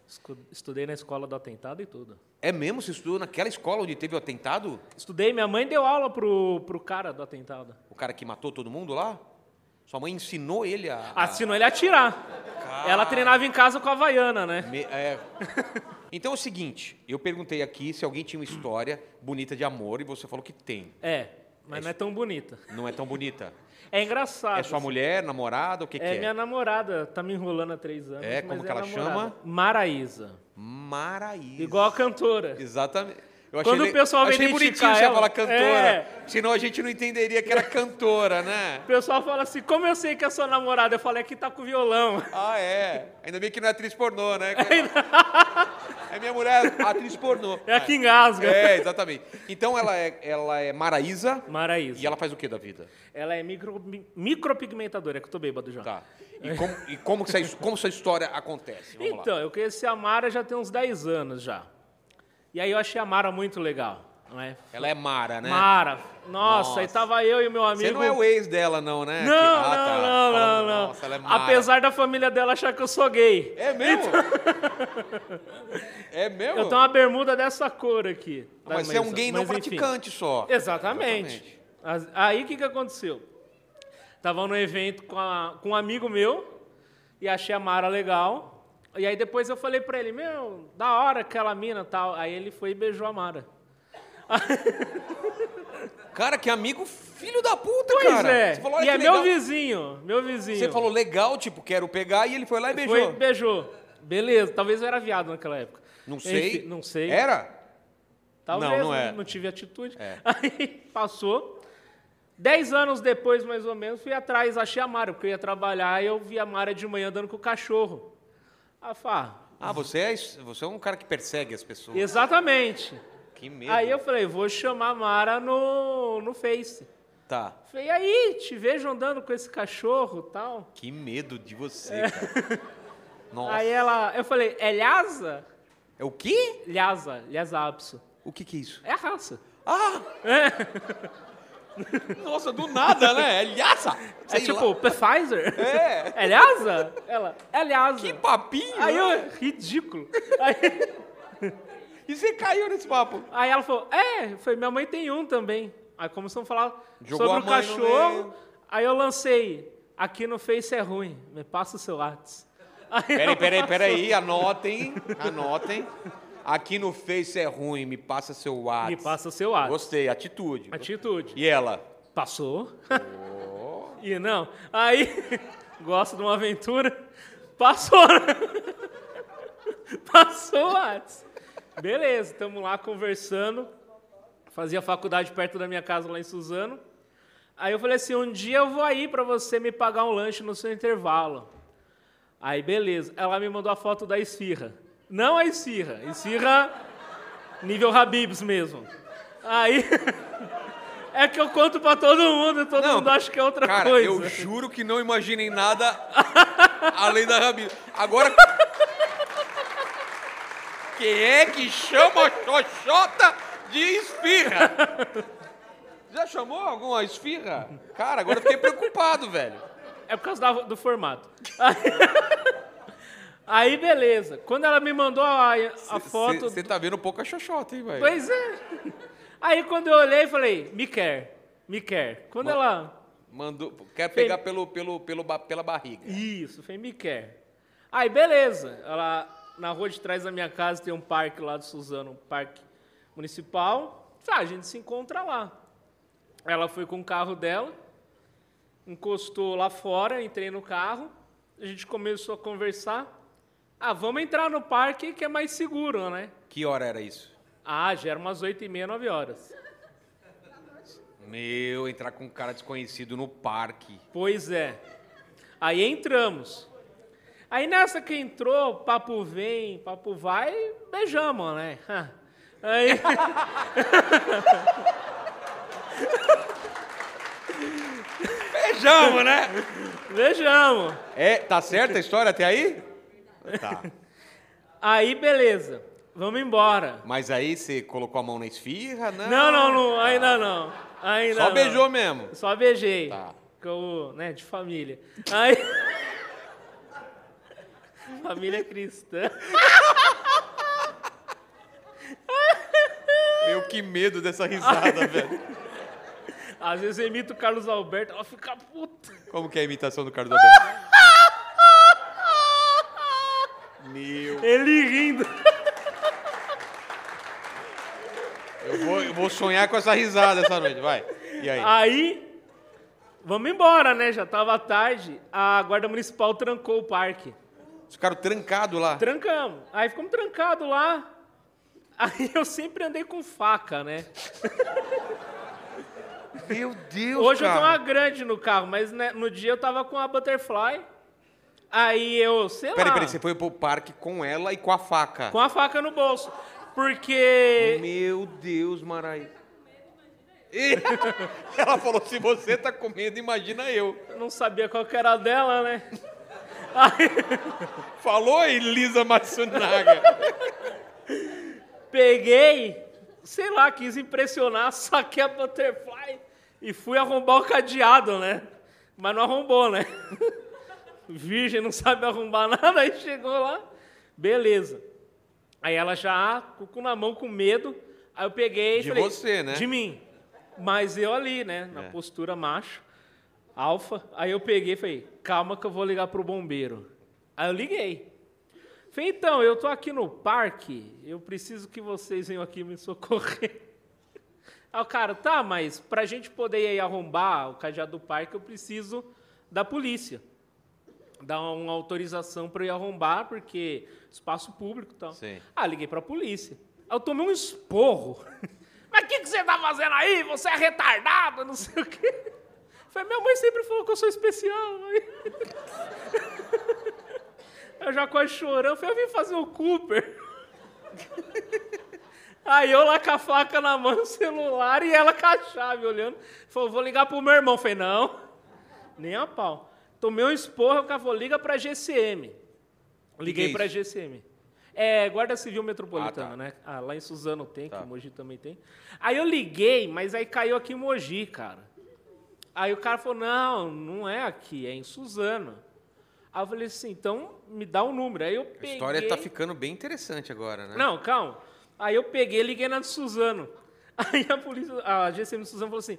Speaker 3: Escu- Estudei na escola do atentado e tudo.
Speaker 1: É mesmo? Você estudou naquela escola onde teve o atentado?
Speaker 3: Estudei, minha mãe deu aula pro, pro cara do atentado.
Speaker 1: O cara que matou todo mundo lá? Sua mãe ensinou ele a. a-
Speaker 3: Assinou ele a atirar. Ela treinava em casa com a Havaiana, né?
Speaker 1: me- é. Então é o seguinte, eu perguntei aqui se alguém tinha uma história bonita de amor e você falou que tem.
Speaker 3: É. Mas não é tão bonita.
Speaker 1: Não é tão bonita.
Speaker 3: É engraçado.
Speaker 1: É sua mulher, namorada, o que, que
Speaker 3: é
Speaker 1: é?
Speaker 3: minha namorada, tá me enrolando há três anos.
Speaker 1: É,
Speaker 3: mas
Speaker 1: como que ela
Speaker 3: namorada.
Speaker 1: chama?
Speaker 3: Maraísa.
Speaker 1: Maraísa.
Speaker 3: Igual a cantora.
Speaker 1: Exatamente. Eu
Speaker 3: Quando
Speaker 1: achei
Speaker 3: o pessoal vem
Speaker 1: achei
Speaker 3: identificar
Speaker 1: bonitinho você
Speaker 3: ela.
Speaker 1: falar cantora.
Speaker 3: É.
Speaker 1: Senão a gente não entenderia que era cantora, né?
Speaker 3: O pessoal fala assim, como eu sei que é sua namorada? Eu falei, é que tá com violão.
Speaker 1: Ah, é. Ainda bem que não é atriz pornô, né? É minha mulher, atriz pornô.
Speaker 3: É a que engasga.
Speaker 1: É, exatamente. Então ela é, ela é Maraísa.
Speaker 3: Maraísa.
Speaker 1: E ela faz o que da vida?
Speaker 3: Ela é micro, mi- micropigmentadora, é que eu tô bêbado já.
Speaker 1: Tá. E como, e como que essa, como sua história acontece? Vamos
Speaker 3: Então,
Speaker 1: lá.
Speaker 3: eu conheci a Mara já tem uns 10 anos já. E aí eu achei a Mara muito legal, não é?
Speaker 1: Ela é Mara, né?
Speaker 3: Mara. Nossa, aí tava eu e meu amigo.
Speaker 1: Você não é o ex dela, não, né?
Speaker 3: Não,
Speaker 1: Que-
Speaker 3: não,
Speaker 1: ah, tá.
Speaker 3: não, não,
Speaker 1: Falando,
Speaker 3: não.
Speaker 1: Nossa, ela é Mara.
Speaker 3: Apesar da família dela achar que eu sou gay. Então-
Speaker 1: É mesmo? É mesmo?
Speaker 3: Eu tenho uma bermuda dessa cor aqui. da
Speaker 1: Mas você é um
Speaker 3: mesa,
Speaker 1: gay não
Speaker 3: mas enfim.
Speaker 1: praticante só.
Speaker 3: Exatamente. As- Aí o que, que aconteceu? Tava no evento com, a- com um amigo meu e achei a Mara legal. E aí depois eu falei pra ele, meu, da hora aquela mina e tal. Aí ele foi e beijou a Mara.
Speaker 1: Cara, que amigo filho da puta,
Speaker 3: Pois
Speaker 1: cara.
Speaker 3: é.
Speaker 1: Você falou, olha
Speaker 3: e
Speaker 1: que
Speaker 3: é meu
Speaker 1: legal.
Speaker 3: vizinho, meu vizinho.
Speaker 1: Você falou legal, tipo, quero pegar, e ele foi lá e beijou.
Speaker 3: Foi, beijou. Beleza, talvez eu era viado naquela época.
Speaker 1: Não sei.
Speaker 3: Enfim, não sei.
Speaker 1: Era?
Speaker 3: Talvez,
Speaker 1: Não, não
Speaker 3: né?
Speaker 1: era.
Speaker 3: não tive atitude.
Speaker 1: É.
Speaker 3: Aí passou. Dez anos depois, mais ou menos, fui atrás, achei a Mara, porque eu ia trabalhar e eu vi a Mara de manhã andando com o cachorro. Aí eu falei, Ah,
Speaker 1: Ah, você é, você é um cara que persegue as pessoas.
Speaker 3: exatamente.
Speaker 1: Que medo.
Speaker 3: Aí eu falei, vou chamar a Mara no, no Face.
Speaker 1: Tá.
Speaker 3: Falei, e aí, te vejo andando com esse cachorro e tal.
Speaker 1: Que medo de você, cara. Nossa.
Speaker 3: É. Aí ela, eu falei, é Lhasa?
Speaker 1: É o quê?
Speaker 3: Lhasa, Lhasa Apso.
Speaker 1: O que, que é isso?
Speaker 3: É a raça.
Speaker 1: Ah!
Speaker 3: É.
Speaker 1: Nossa, do nada, né? É Lhasa.
Speaker 3: É
Speaker 1: Sei
Speaker 3: tipo,
Speaker 1: lá.
Speaker 3: Pfizer?
Speaker 1: É.
Speaker 3: É Lhasa? Ela, é Lhasa. Que
Speaker 1: papinho. né?
Speaker 3: Aí eu, ridículo. Aí-
Speaker 1: E você caiu nesse papo.
Speaker 3: Aí ela falou, é, foi minha mãe tem um também. Aí começamos a falar
Speaker 1: Jogou
Speaker 3: sobre o
Speaker 1: a mãe no
Speaker 3: cachorro.
Speaker 1: meio.
Speaker 3: Aí eu lancei, aqui no Face é ruim, me passa o seu Whats. Aí
Speaker 1: Peraí,
Speaker 3: ela
Speaker 1: peraí, peraí.
Speaker 3: passou.
Speaker 1: Anotem, anotem. Aqui no Face é ruim, me passa seu WhatsApp. Me passa
Speaker 3: seu WhatsApp.
Speaker 1: Gostei, atitude.
Speaker 3: Atitude.
Speaker 1: E ela?
Speaker 3: Passou. E não, aí, gosta de uma aventura, passou, né? Passou o Whats. Beleza, estamos lá conversando. Fazia faculdade perto da minha casa, lá em Suzano. Aí eu falei assim: um dia eu vou aí para você me pagar um lanche no seu intervalo. Aí, beleza. Ela me mandou a foto da esfirra. Não a esfirra, esfirra nível Habibs mesmo. Aí. É que eu conto pra todo mundo, todo mundo acha que é outra
Speaker 1: Cara,
Speaker 3: coisa.
Speaker 1: eu juro que não imaginei nada além da Rabi. Agora. Quem é que chama a Xoxota de esfirra? Já chamou alguma esfirra? Cara, agora eu fiquei preocupado, velho.
Speaker 3: É por causa da- do formato. Aí, beleza. Quando ela me mandou a, a foto.
Speaker 1: Você tá vendo pouca Xoxota, hein, velho?
Speaker 3: Pois é. Aí quando eu olhei, falei, me quer, me quer. Quando
Speaker 1: Ma-
Speaker 3: ela.
Speaker 1: Mandou, quer pegar pelo, pelo, pelo, ba- pela barriga.
Speaker 3: Isso, falei, me quer. Aí, beleza. Ela, na rua de trás da minha casa tem um parque lá do Suzano, um parque municipal. Tá, a gente se encontra lá. Ela foi com o carro dela, encostou lá fora, entrei no carro, a gente começou a conversar. Ah, vamos entrar no parque que é mais seguro, né?
Speaker 1: Que hora era isso?
Speaker 3: Ah, já era umas 8 e meia, 9 horas.
Speaker 1: Meu, entrar com um cara desconhecido no parque.
Speaker 3: Pois é. Aí entramos. Aí nessa que entrou, papo vem, papo vai, beijamos, né? Aí.
Speaker 1: Beijamos, né?
Speaker 3: Beijamos.
Speaker 1: É, tá certa a história até aí? Tá.
Speaker 3: Aí, beleza. Vamos embora.
Speaker 1: Mas aí você colocou a mão na esfirra, né?
Speaker 3: Não, não, não, ainda não. Ainda
Speaker 1: Só
Speaker 3: não.
Speaker 1: beijou mesmo. Tá.
Speaker 3: Só beijei. Que eu, né, de família. Aí. família cristã.
Speaker 1: Meu, que medo dessa risada, velho.
Speaker 3: Às vezes eu imito o Carlos Alberto, ela fica puta.
Speaker 1: Como que é a imitação do Carlos Alberto? Meu.
Speaker 3: Ele rindo.
Speaker 1: Eu vou, eu vou sonhar com essa risada essa noite, vai. E aí?
Speaker 3: Aí, vamos embora, né? Já tava tarde. A guarda municipal trancou o parque.
Speaker 1: Ficaram trancados lá?
Speaker 3: Trancamos. Aí ficamos trancados lá. Aí eu sempre andei com faca, né?
Speaker 1: Meu Deus,
Speaker 3: Hoje eu
Speaker 1: cara.
Speaker 3: tenho uma grande no carro, mas né, no dia eu tava com a Butterfly. Aí eu, sei
Speaker 1: Peraí,
Speaker 3: lá,
Speaker 1: peraí, você foi pro parque com ela e com a faca.
Speaker 3: com a faca no bolso. Porque...
Speaker 1: Meu Deus, Maraí. E ela falou: se você tá com medo, imagina eu.
Speaker 3: Não sabia qual que era a dela, né?
Speaker 1: Falou Elisa Matsunaga.
Speaker 3: Peguei, sei lá, quis impressionar, saquei a butterfly e fui arrombar o cadeado, né? Mas não arrombou, né? Virgem não sabe arrombar nada, aí chegou lá, beleza. Aí ela já, ah, com o cu na mão, com medo, aí eu peguei e
Speaker 1: De
Speaker 3: falei...
Speaker 1: você, né?
Speaker 3: De mim. Mas eu ali, né, na
Speaker 1: É.
Speaker 3: postura macho, alfa. Aí eu peguei e falei, calma que eu vou ligar pro bombeiro. Aí eu liguei. Falei, então, eu tô aqui no parque, eu preciso que vocês venham aqui me socorrer. Aí o cara, tá, mas pra gente poder ir aí arrombar o cadeado do parque, eu preciso da polícia. Dar uma autorização pra eu ir arrombar, porque espaço público e tal.
Speaker 1: Sim.
Speaker 3: Ah, liguei pra polícia. Aí eu tomei um esporro. Mas o que, que você tá fazendo aí? Você é retardado, não sei o quê. Falei, minha mãe sempre falou que eu sou especial. Aí- Eu já quase chorando. Falei, eu vim fazer o Cooper. Aí eu lá com a faca na mão, o celular, e ela com a chave olhando. Falou, vou ligar pro meu irmão. Falei, não, nem a pau. Tomei um esporro, o cara falou, liga pra GCM. Liguei
Speaker 1: Que que é
Speaker 3: pra
Speaker 1: isso?
Speaker 3: GCM. É, Guarda Civil Metropolitana,
Speaker 1: Ah, tá.
Speaker 3: né? Ah, lá em Suzano tem, que Mogi também tem. Aí eu liguei, mas aí caiu aqui em Mogi, cara. Aí o cara falou, não, não é aqui, é em Suzano. Aí eu falei assim, então me dá o número. Aí eu
Speaker 1: A
Speaker 3: peguei...
Speaker 1: história tá ficando bem interessante agora, né?
Speaker 3: Não, calma. Aí eu peguei e liguei na de Suzano. Aí a polícia, a GCM de Suzano falou assim: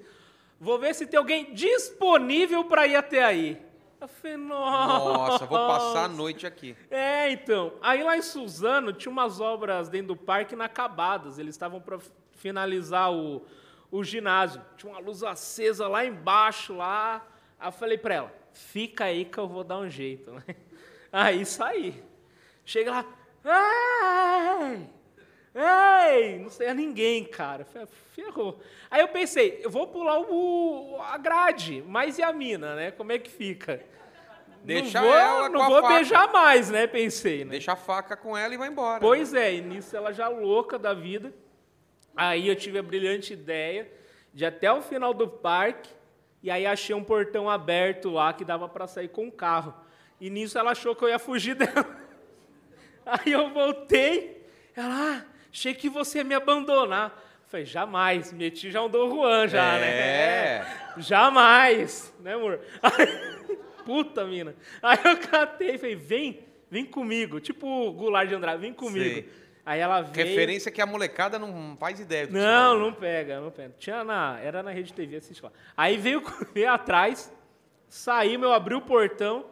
Speaker 3: vou ver se tem alguém disponível para ir até aí. Eu falei, nossa.
Speaker 1: Nossa, vou passar a noite aqui.
Speaker 3: É, então. Aí lá em Suzano tinha umas obras dentro do parque inacabadas. Eles estavam para finalizar o, o ginásio. Tinha uma luz acesa lá embaixo, lá. Aí eu falei para ela: fica aí que eu vou dar um jeito. né? Aí saí. Chega lá. Ai! Ei, não saía ninguém, cara. Fe- Ferrou. Aí eu pensei, eu vou pular o, a grade, mas e a mina, né? Como é que fica?
Speaker 1: Deixa
Speaker 3: não vou,
Speaker 1: ela
Speaker 3: não
Speaker 1: com a
Speaker 3: vou
Speaker 1: faca.
Speaker 3: beijar mais, né? Pensei. Né?
Speaker 1: Deixa a faca com ela e vai embora.
Speaker 3: Pois é, e nisso ela já louca da vida. Aí eu tive a brilhante ideia de ir até o final do parque e aí achei um portão aberto lá que dava para sair com o carro. E nisso ela achou que eu ia fugir dela. Aí eu voltei, ela, ah, achei que você ia me abandonar. Falei, jamais, meti já um Dom Juan já,
Speaker 1: É.
Speaker 3: né? Jamais, né, amor? Aí, puta, mina. Aí eu catei e falei, vem, vem comigo. Tipo o Goulart de Andrade, vem comigo.
Speaker 1: Sei.
Speaker 3: Aí ela veio...
Speaker 1: Referência que a molecada não faz ideia do que é.
Speaker 3: Não, não pega, não pega. Tinha na, era na rede TV, assiste lá. Aí veio, veio atrás, saímos, eu abri o portão,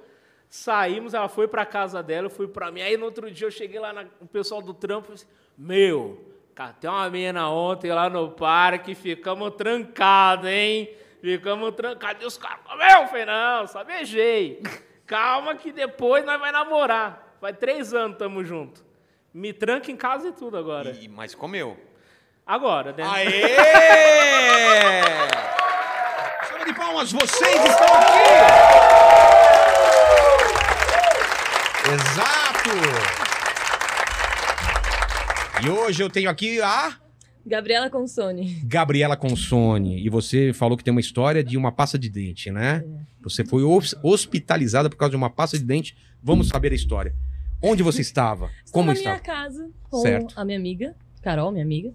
Speaker 3: saímos, ela foi pra casa dela, eu fui pra mim. Aí no outro dia eu cheguei lá, na, o pessoal do trampo, falei assim, meu, catei uma mina ontem lá no parque, ficamos trancados, hein? Ficamos trancados. E os caras falaram, meu, eu falei, não, só beijei. Calma que depois nós vai namorar. Faz três anos tamo junto. Me tranca em casa e tudo agora.
Speaker 1: E, mas comeu.
Speaker 3: Agora, né?
Speaker 1: Aê!
Speaker 13: Salva de palmas, vocês estão aqui! Exato! E hoje eu tenho aqui a
Speaker 5: Gabriela Consone.
Speaker 1: Gabriela Consone. E você falou que tem uma história de uma pasta de dente,
Speaker 5: É.
Speaker 1: né? Você foi hos- hospitalizada por causa de uma pasta de dente. Vamos saber a história. Onde você estava?
Speaker 5: Estou
Speaker 1: Como
Speaker 5: na
Speaker 1: estava?
Speaker 5: minha casa com
Speaker 1: Certo.
Speaker 5: a minha amiga, Carol, minha amiga.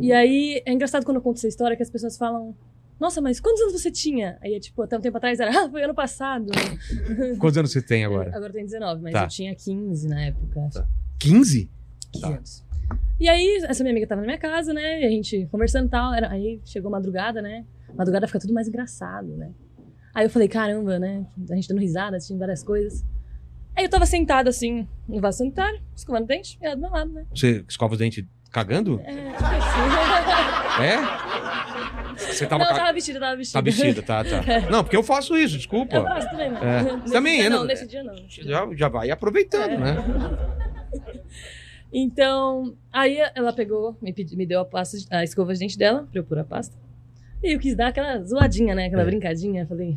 Speaker 5: E aí, é engraçado quando eu conto essa história que as pessoas falam... Nossa, mas quantos anos você tinha? Aí, é tipo, até um tempo atrás era... Ah, foi ano passado.
Speaker 1: Quantos anos você tem agora?
Speaker 5: Agora eu tenho 19, mas é
Speaker 1: Tá.
Speaker 5: eu tinha 15 na época.
Speaker 1: 15? Tá.
Speaker 5: E aí, essa minha amiga tava na minha casa, né? E a gente conversando e tal. Era, aí chegou madrugada, né? Madrugada fica tudo mais engraçado, né? Aí eu falei, caramba, né? A gente dando risada, assistindo várias coisas. Aí eu tava sentada assim, no vaso sanitário, escovando o dente, e ela do meu lado, né? tipo
Speaker 1: Você escova os dentes cagando?
Speaker 5: É, esqueci.
Speaker 1: É? Você tava
Speaker 5: não,
Speaker 1: ca-
Speaker 5: tava vestida, tava vestida.
Speaker 1: Tá vestida, tá, tá. Não, porque eu faço isso, desculpa.
Speaker 5: Eu faço também, mas
Speaker 1: É.
Speaker 5: nesse
Speaker 1: Também
Speaker 5: dia
Speaker 1: é,
Speaker 5: não,
Speaker 1: não-
Speaker 5: nesse dia não.
Speaker 1: Já, já vai aproveitando,
Speaker 5: É.
Speaker 1: né?
Speaker 5: Então, aí ela pegou, me, pedi- me deu a, pasta, de- a escova de dente dela, pra eu pôr a pasta. E eu quis dar aquela zoadinha, né?
Speaker 1: É.
Speaker 5: Aquela brincadinha. Falei,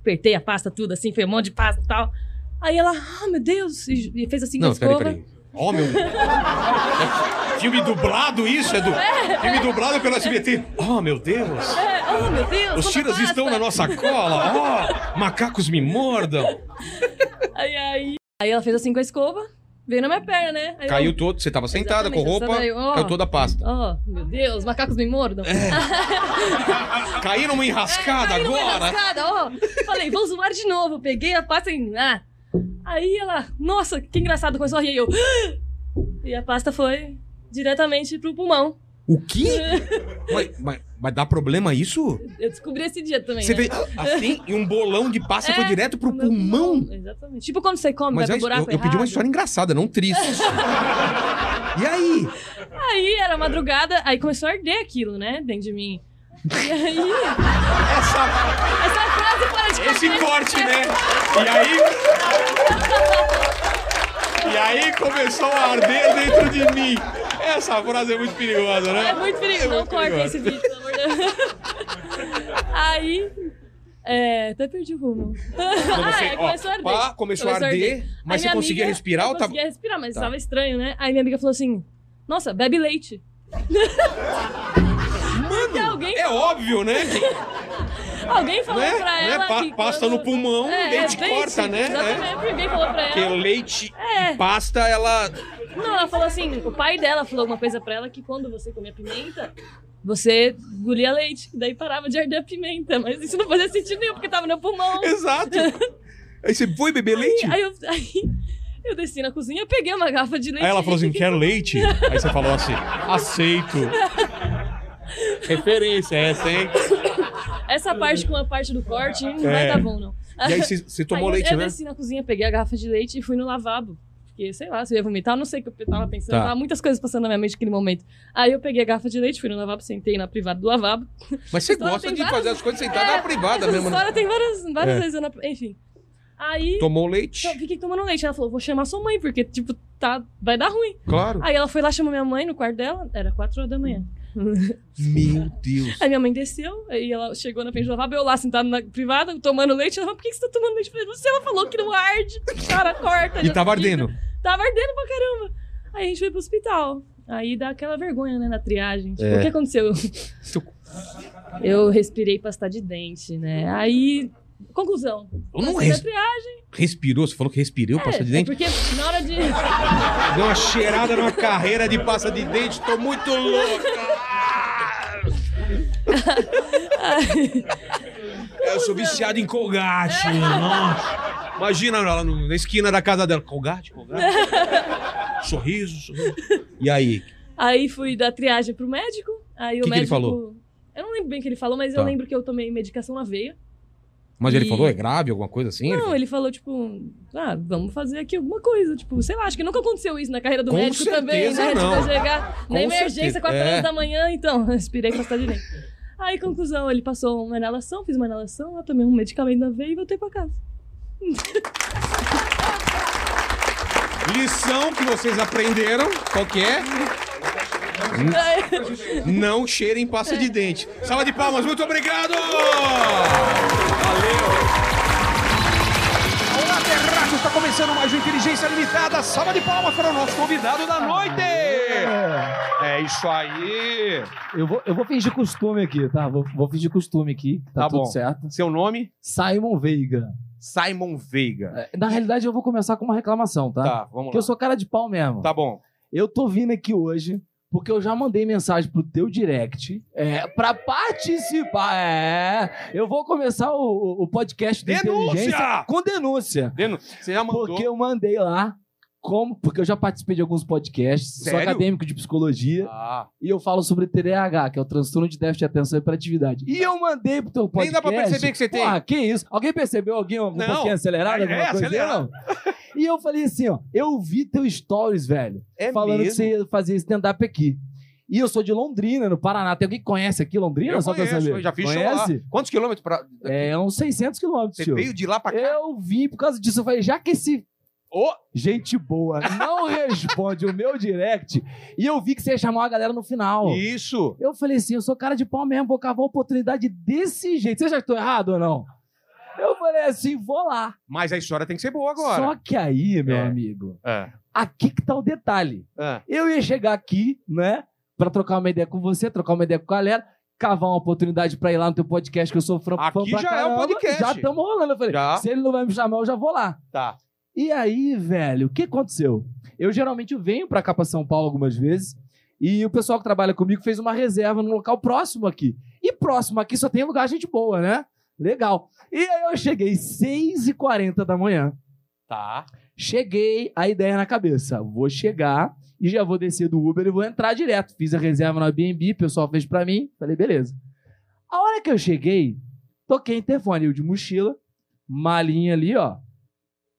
Speaker 5: apertei a pasta tudo assim, foi um monte de pasta e tal. Aí ela, ah, meu Deus, e e fez assim com a
Speaker 1: não, peraí,
Speaker 5: escova.
Speaker 1: peraí. Ó, meu. É filme dublado isso? É do...
Speaker 5: É.
Speaker 1: Filme dublado pelo SBT. Oh, meu Deus.
Speaker 5: É, oh, meu Deus,
Speaker 1: Os
Speaker 5: quanta
Speaker 1: tiras
Speaker 5: pasta.
Speaker 1: estão na nossa cola. Ó, macacos me mordam.
Speaker 5: Aí, aí, aí ela fez assim com a escova, veio na minha perna, né? Aí eu-
Speaker 1: Caiu todo, você tava sentada com
Speaker 5: Exatamente, eu
Speaker 1: roupa,
Speaker 5: tava aí, ó.
Speaker 1: caiu toda a pasta. É.
Speaker 5: Ó, meu Deus, macacos me mordam.
Speaker 1: Caiu numa enrascada
Speaker 5: É, Caiu numa
Speaker 1: agora.
Speaker 5: enrascada, ó. Falei, vou zoar de novo. Peguei a pasta e... Ah. Aí ela, nossa, que engraçado, começou a rir. E eu... "Ah!" E a pasta foi diretamente pro pulmão.
Speaker 1: O quê?
Speaker 5: É.
Speaker 1: mas, mas- mas dá problema isso?
Speaker 5: Eu descobri esse dia também,
Speaker 1: Você
Speaker 5: né?
Speaker 1: veio assim e um bolão de pasta
Speaker 5: É,
Speaker 1: foi direto pro
Speaker 5: meu
Speaker 1: pulmão?
Speaker 5: Exatamente. Tipo quando você come,
Speaker 1: Mas
Speaker 5: vai
Speaker 1: eu,
Speaker 5: pro buraco
Speaker 1: eu- eu pedi uma
Speaker 5: errado.
Speaker 1: história engraçada, não triste. e aí?
Speaker 5: Aí era madrugada, aí começou a arder aquilo, né? Dentro de mim. E aí... Essa frase para de
Speaker 13: Esse corte, né?
Speaker 1: E aí. E aí começou a arder dentro de mim. Essa frase é muito perigosa, né?
Speaker 5: É muito perigoso. Não cortem
Speaker 1: perigoso.
Speaker 5: esse vídeo, pelo amor de Deus. Aí. É, até perdi o rumo.
Speaker 1: Quando você-
Speaker 5: ah, é,
Speaker 1: assim, ó,
Speaker 5: começou a arder.
Speaker 1: pá, começou a arder, mas
Speaker 5: Aí
Speaker 1: você
Speaker 5: minha
Speaker 1: conseguia
Speaker 5: amiga-
Speaker 1: respirar
Speaker 5: Eu
Speaker 1: ou tava-
Speaker 5: conseguia respirar, mas
Speaker 1: Tá.
Speaker 5: estava estranho, né? Aí minha amiga falou assim: Nossa, bebe leite. Mano, alguém,
Speaker 1: É óbvio, né?
Speaker 5: alguém falou
Speaker 1: né?
Speaker 5: pra
Speaker 1: Né?
Speaker 5: ela.
Speaker 1: Pa-
Speaker 5: que
Speaker 1: pasta
Speaker 5: quando- É, assim,
Speaker 1: no pulmão, leite corta, né?
Speaker 5: Exatamente, alguém falou pra
Speaker 1: Porque
Speaker 5: ela.
Speaker 1: leite
Speaker 5: É.
Speaker 1: e pasta, ela.
Speaker 5: Não, ela falou assim: o pai dela falou uma coisa pra ela que quando você comia pimenta, você engolia leite, que daí parava de arder a pimenta. Mas isso não fazia sentido nenhum, porque tava no pulmão.
Speaker 1: Exato. Aí você foi beber leite?
Speaker 5: Aí eu, aí eu desci na cozinha, peguei uma garrafa de leite.
Speaker 1: Aí ela falou assim: quer leite? Aí você falou assim: aceito. Referência essa, hein?
Speaker 5: Essa parte com a parte do corte hein, não vai
Speaker 1: É.
Speaker 5: dar bom, não.
Speaker 1: E aí você- você tomou
Speaker 5: Aí eu-
Speaker 1: leite,
Speaker 5: eu
Speaker 1: né?
Speaker 5: desci na cozinha, peguei a garrafa de leite e fui no lavabo. Porque, sei lá, se eu ia vomitar, eu não sei o que eu tava pensando.
Speaker 1: Tá.
Speaker 5: Tava muitas coisas passando na minha mente naquele momento. Aí eu peguei a garrafa de leite, fui no lavabo, sentei na privada do lavabo.
Speaker 1: Mas você
Speaker 5: Essa história
Speaker 1: gosta
Speaker 5: tem
Speaker 1: de fazer as coisas sentada na privada
Speaker 5: essa
Speaker 1: mesmo, né?
Speaker 5: história tem várias, várias
Speaker 1: É.
Speaker 5: vezes. eu na- Enfim. Aí.
Speaker 1: Tomou leite?
Speaker 5: Eu fiquei tomando leite. Ela falou: vou chamar sua mãe, porque, tipo, tá, vai dar ruim.
Speaker 1: Claro.
Speaker 5: Aí ela foi lá, chamou minha mãe no quarto dela, era 4 horas da manhã.
Speaker 1: Meu Deus.
Speaker 5: Aí minha mãe desceu, aí ela chegou na frente do lavabo, eu lá sentado tá na privada, tomando leite. Ela falou: por que que você tá tomando leite? Eu falei: você, ela falou que não arde, cara, corta.
Speaker 1: E
Speaker 5: já
Speaker 1: tava
Speaker 5: fica."
Speaker 1: ardendo.
Speaker 5: Tava ardendo pra caramba. Aí a gente foi pro hospital. Aí dá aquela vergonha, né, na triagem. Tipo,
Speaker 1: É.
Speaker 5: o que aconteceu? Eu respirei pasta de dente, né? Aí, conclusão.
Speaker 1: Eu não
Speaker 5: Passei na
Speaker 1: res-
Speaker 5: triagem.
Speaker 1: Respirou? Você falou que respirou, pasta de
Speaker 5: é,
Speaker 1: dente?
Speaker 5: é porque na hora de...
Speaker 1: Deu uma cheirada numa carreira de pasta de dente, tô muito louca. Eu sou viciado em Colgate,
Speaker 5: É.
Speaker 1: nossa. Imagina ela no- na esquina da casa dela. Colgate, Colgate. Sorriso, sorriso. E aí?
Speaker 5: Aí fui da triagem pro médico. Aí o
Speaker 1: Que que ele
Speaker 5: médico.
Speaker 1: falou?
Speaker 5: Eu não lembro bem o que ele falou, mas eu
Speaker 1: Tá.
Speaker 5: lembro que eu tomei medicação na veia.
Speaker 1: Mas ele
Speaker 5: E-
Speaker 1: falou, é grave, alguma coisa assim? Ele
Speaker 5: não,
Speaker 1: falou,
Speaker 5: ele falou, tipo, ah, vamos fazer aqui alguma coisa. Tipo, sei lá, acho que nunca aconteceu isso na carreira do
Speaker 1: Com
Speaker 5: médico também,
Speaker 1: certeza
Speaker 5: né?
Speaker 1: não.
Speaker 5: Tipo, chegar
Speaker 1: Com
Speaker 5: na emergência,
Speaker 1: certeza,
Speaker 5: 4
Speaker 1: é.
Speaker 5: horas da manhã, então, respirei com essa direita. Aí, conclusão, ele passou uma inalação, fiz uma inalação, eu tomei um medicamento na veia e voltei pra casa.
Speaker 1: Lição que vocês aprenderam, qual que é? N- Não cheirem pasta de dente. Salva de palmas, muito obrigado!
Speaker 13: Olá, Terráqueos! Está começando mais um Inteligência Limitada. Salva de palmas para o nosso convidado da noite!
Speaker 1: É isso aí!
Speaker 2: Eu vou, eu vou fingir costume aqui, tá? Vou, vou fingir costume aqui, tá,
Speaker 1: Tá
Speaker 2: tudo
Speaker 1: bom.
Speaker 2: certo.
Speaker 1: Seu nome?
Speaker 2: Simon Veiga.
Speaker 1: Simon Veiga.
Speaker 13: É,
Speaker 2: Na realidade, eu vou começar com uma reclamação, tá?
Speaker 1: Tá, vamos lá.
Speaker 2: Porque eu sou cara de pau mesmo.
Speaker 1: Tá bom.
Speaker 2: Eu tô vindo aqui hoje porque eu já mandei mensagem pro teu direct é, pra participar. É, eu vou começar o, o- o podcast do
Speaker 1: Denúncia!
Speaker 2: Inteligência com denúncia.
Speaker 1: Denúncia. Você já mandou?
Speaker 2: Porque eu mandei lá como... Porque eu já participei de alguns podcasts. Sou
Speaker 1: Sério?
Speaker 2: acadêmico de psicologia.
Speaker 1: Ah.
Speaker 2: E eu falo sobre TDAH, que é o transtorno de déficit de atenção e hiperatividade. E eu mandei pro teu podcast.
Speaker 1: Nem dá pra perceber que você tem.
Speaker 2: Ah, que isso? Alguém percebeu? Alguém um
Speaker 1: Não.
Speaker 2: pouquinho acelerado?
Speaker 1: É,
Speaker 2: alguma
Speaker 1: é,
Speaker 2: coisa?
Speaker 1: acelerado.
Speaker 2: Não. E eu falei assim, ó. Eu vi teu stories, velho.
Speaker 1: É
Speaker 2: falando
Speaker 1: mesmo?
Speaker 2: que você ia fazer stand-up aqui. E eu sou de Londrina, no Paraná. Tem alguém que conhece aqui Londrina?
Speaker 1: Eu
Speaker 2: só pra
Speaker 1: conheço,
Speaker 2: saber.
Speaker 1: eu já fiz show
Speaker 2: conhece?
Speaker 1: lá. Quantos quilômetros pra...
Speaker 2: É, uns 600 quilômetros,
Speaker 1: Você
Speaker 2: tio.
Speaker 1: veio de lá pra cá?
Speaker 2: Eu vim por causa disso. Eu falei, já que esse... Gente boa, não responde o meu direct. E eu vi que você ia chamar a galera no final.
Speaker 1: Isso.
Speaker 2: Eu falei assim, eu sou cara de pau mesmo, vou cavar a oportunidade desse jeito. Você já estou errado ou não? Eu falei assim, vou lá.
Speaker 1: Mas a história tem que ser boa agora.
Speaker 2: Só que aí, meu
Speaker 1: É.
Speaker 2: amigo,
Speaker 1: É.
Speaker 2: aqui que tá o detalhe. Eu ia chegar aqui, né, pra trocar uma ideia com você, trocar uma ideia com a galera, cavar uma oportunidade pra ir lá no teu podcast, que eu sou fã, fã
Speaker 1: Aqui
Speaker 2: pra
Speaker 1: já é um
Speaker 2: caramba,
Speaker 1: podcast.
Speaker 2: Já estamos rolando. Eu falei,
Speaker 1: Já.
Speaker 2: se ele não vai me chamar, eu já vou lá.
Speaker 1: Tá.
Speaker 2: E aí, velho, o que aconteceu? Eu geralmente venho pra cá pra São Paulo algumas vezes e o pessoal que trabalha comigo fez uma reserva num local próximo aqui. E próximo aqui só tem lugar gente boa, né? Legal. E aí eu cheguei 6h40 da manhã.
Speaker 1: Tá.
Speaker 2: Cheguei, a ideia na cabeça. Vou chegar e já vou descer do Uber e vou entrar direto. Fiz a reserva no Airbnb, o pessoal fez pra mim. Falei, beleza. A hora que eu cheguei, toquei interfone. Eu de mochila, malinha ali, ó.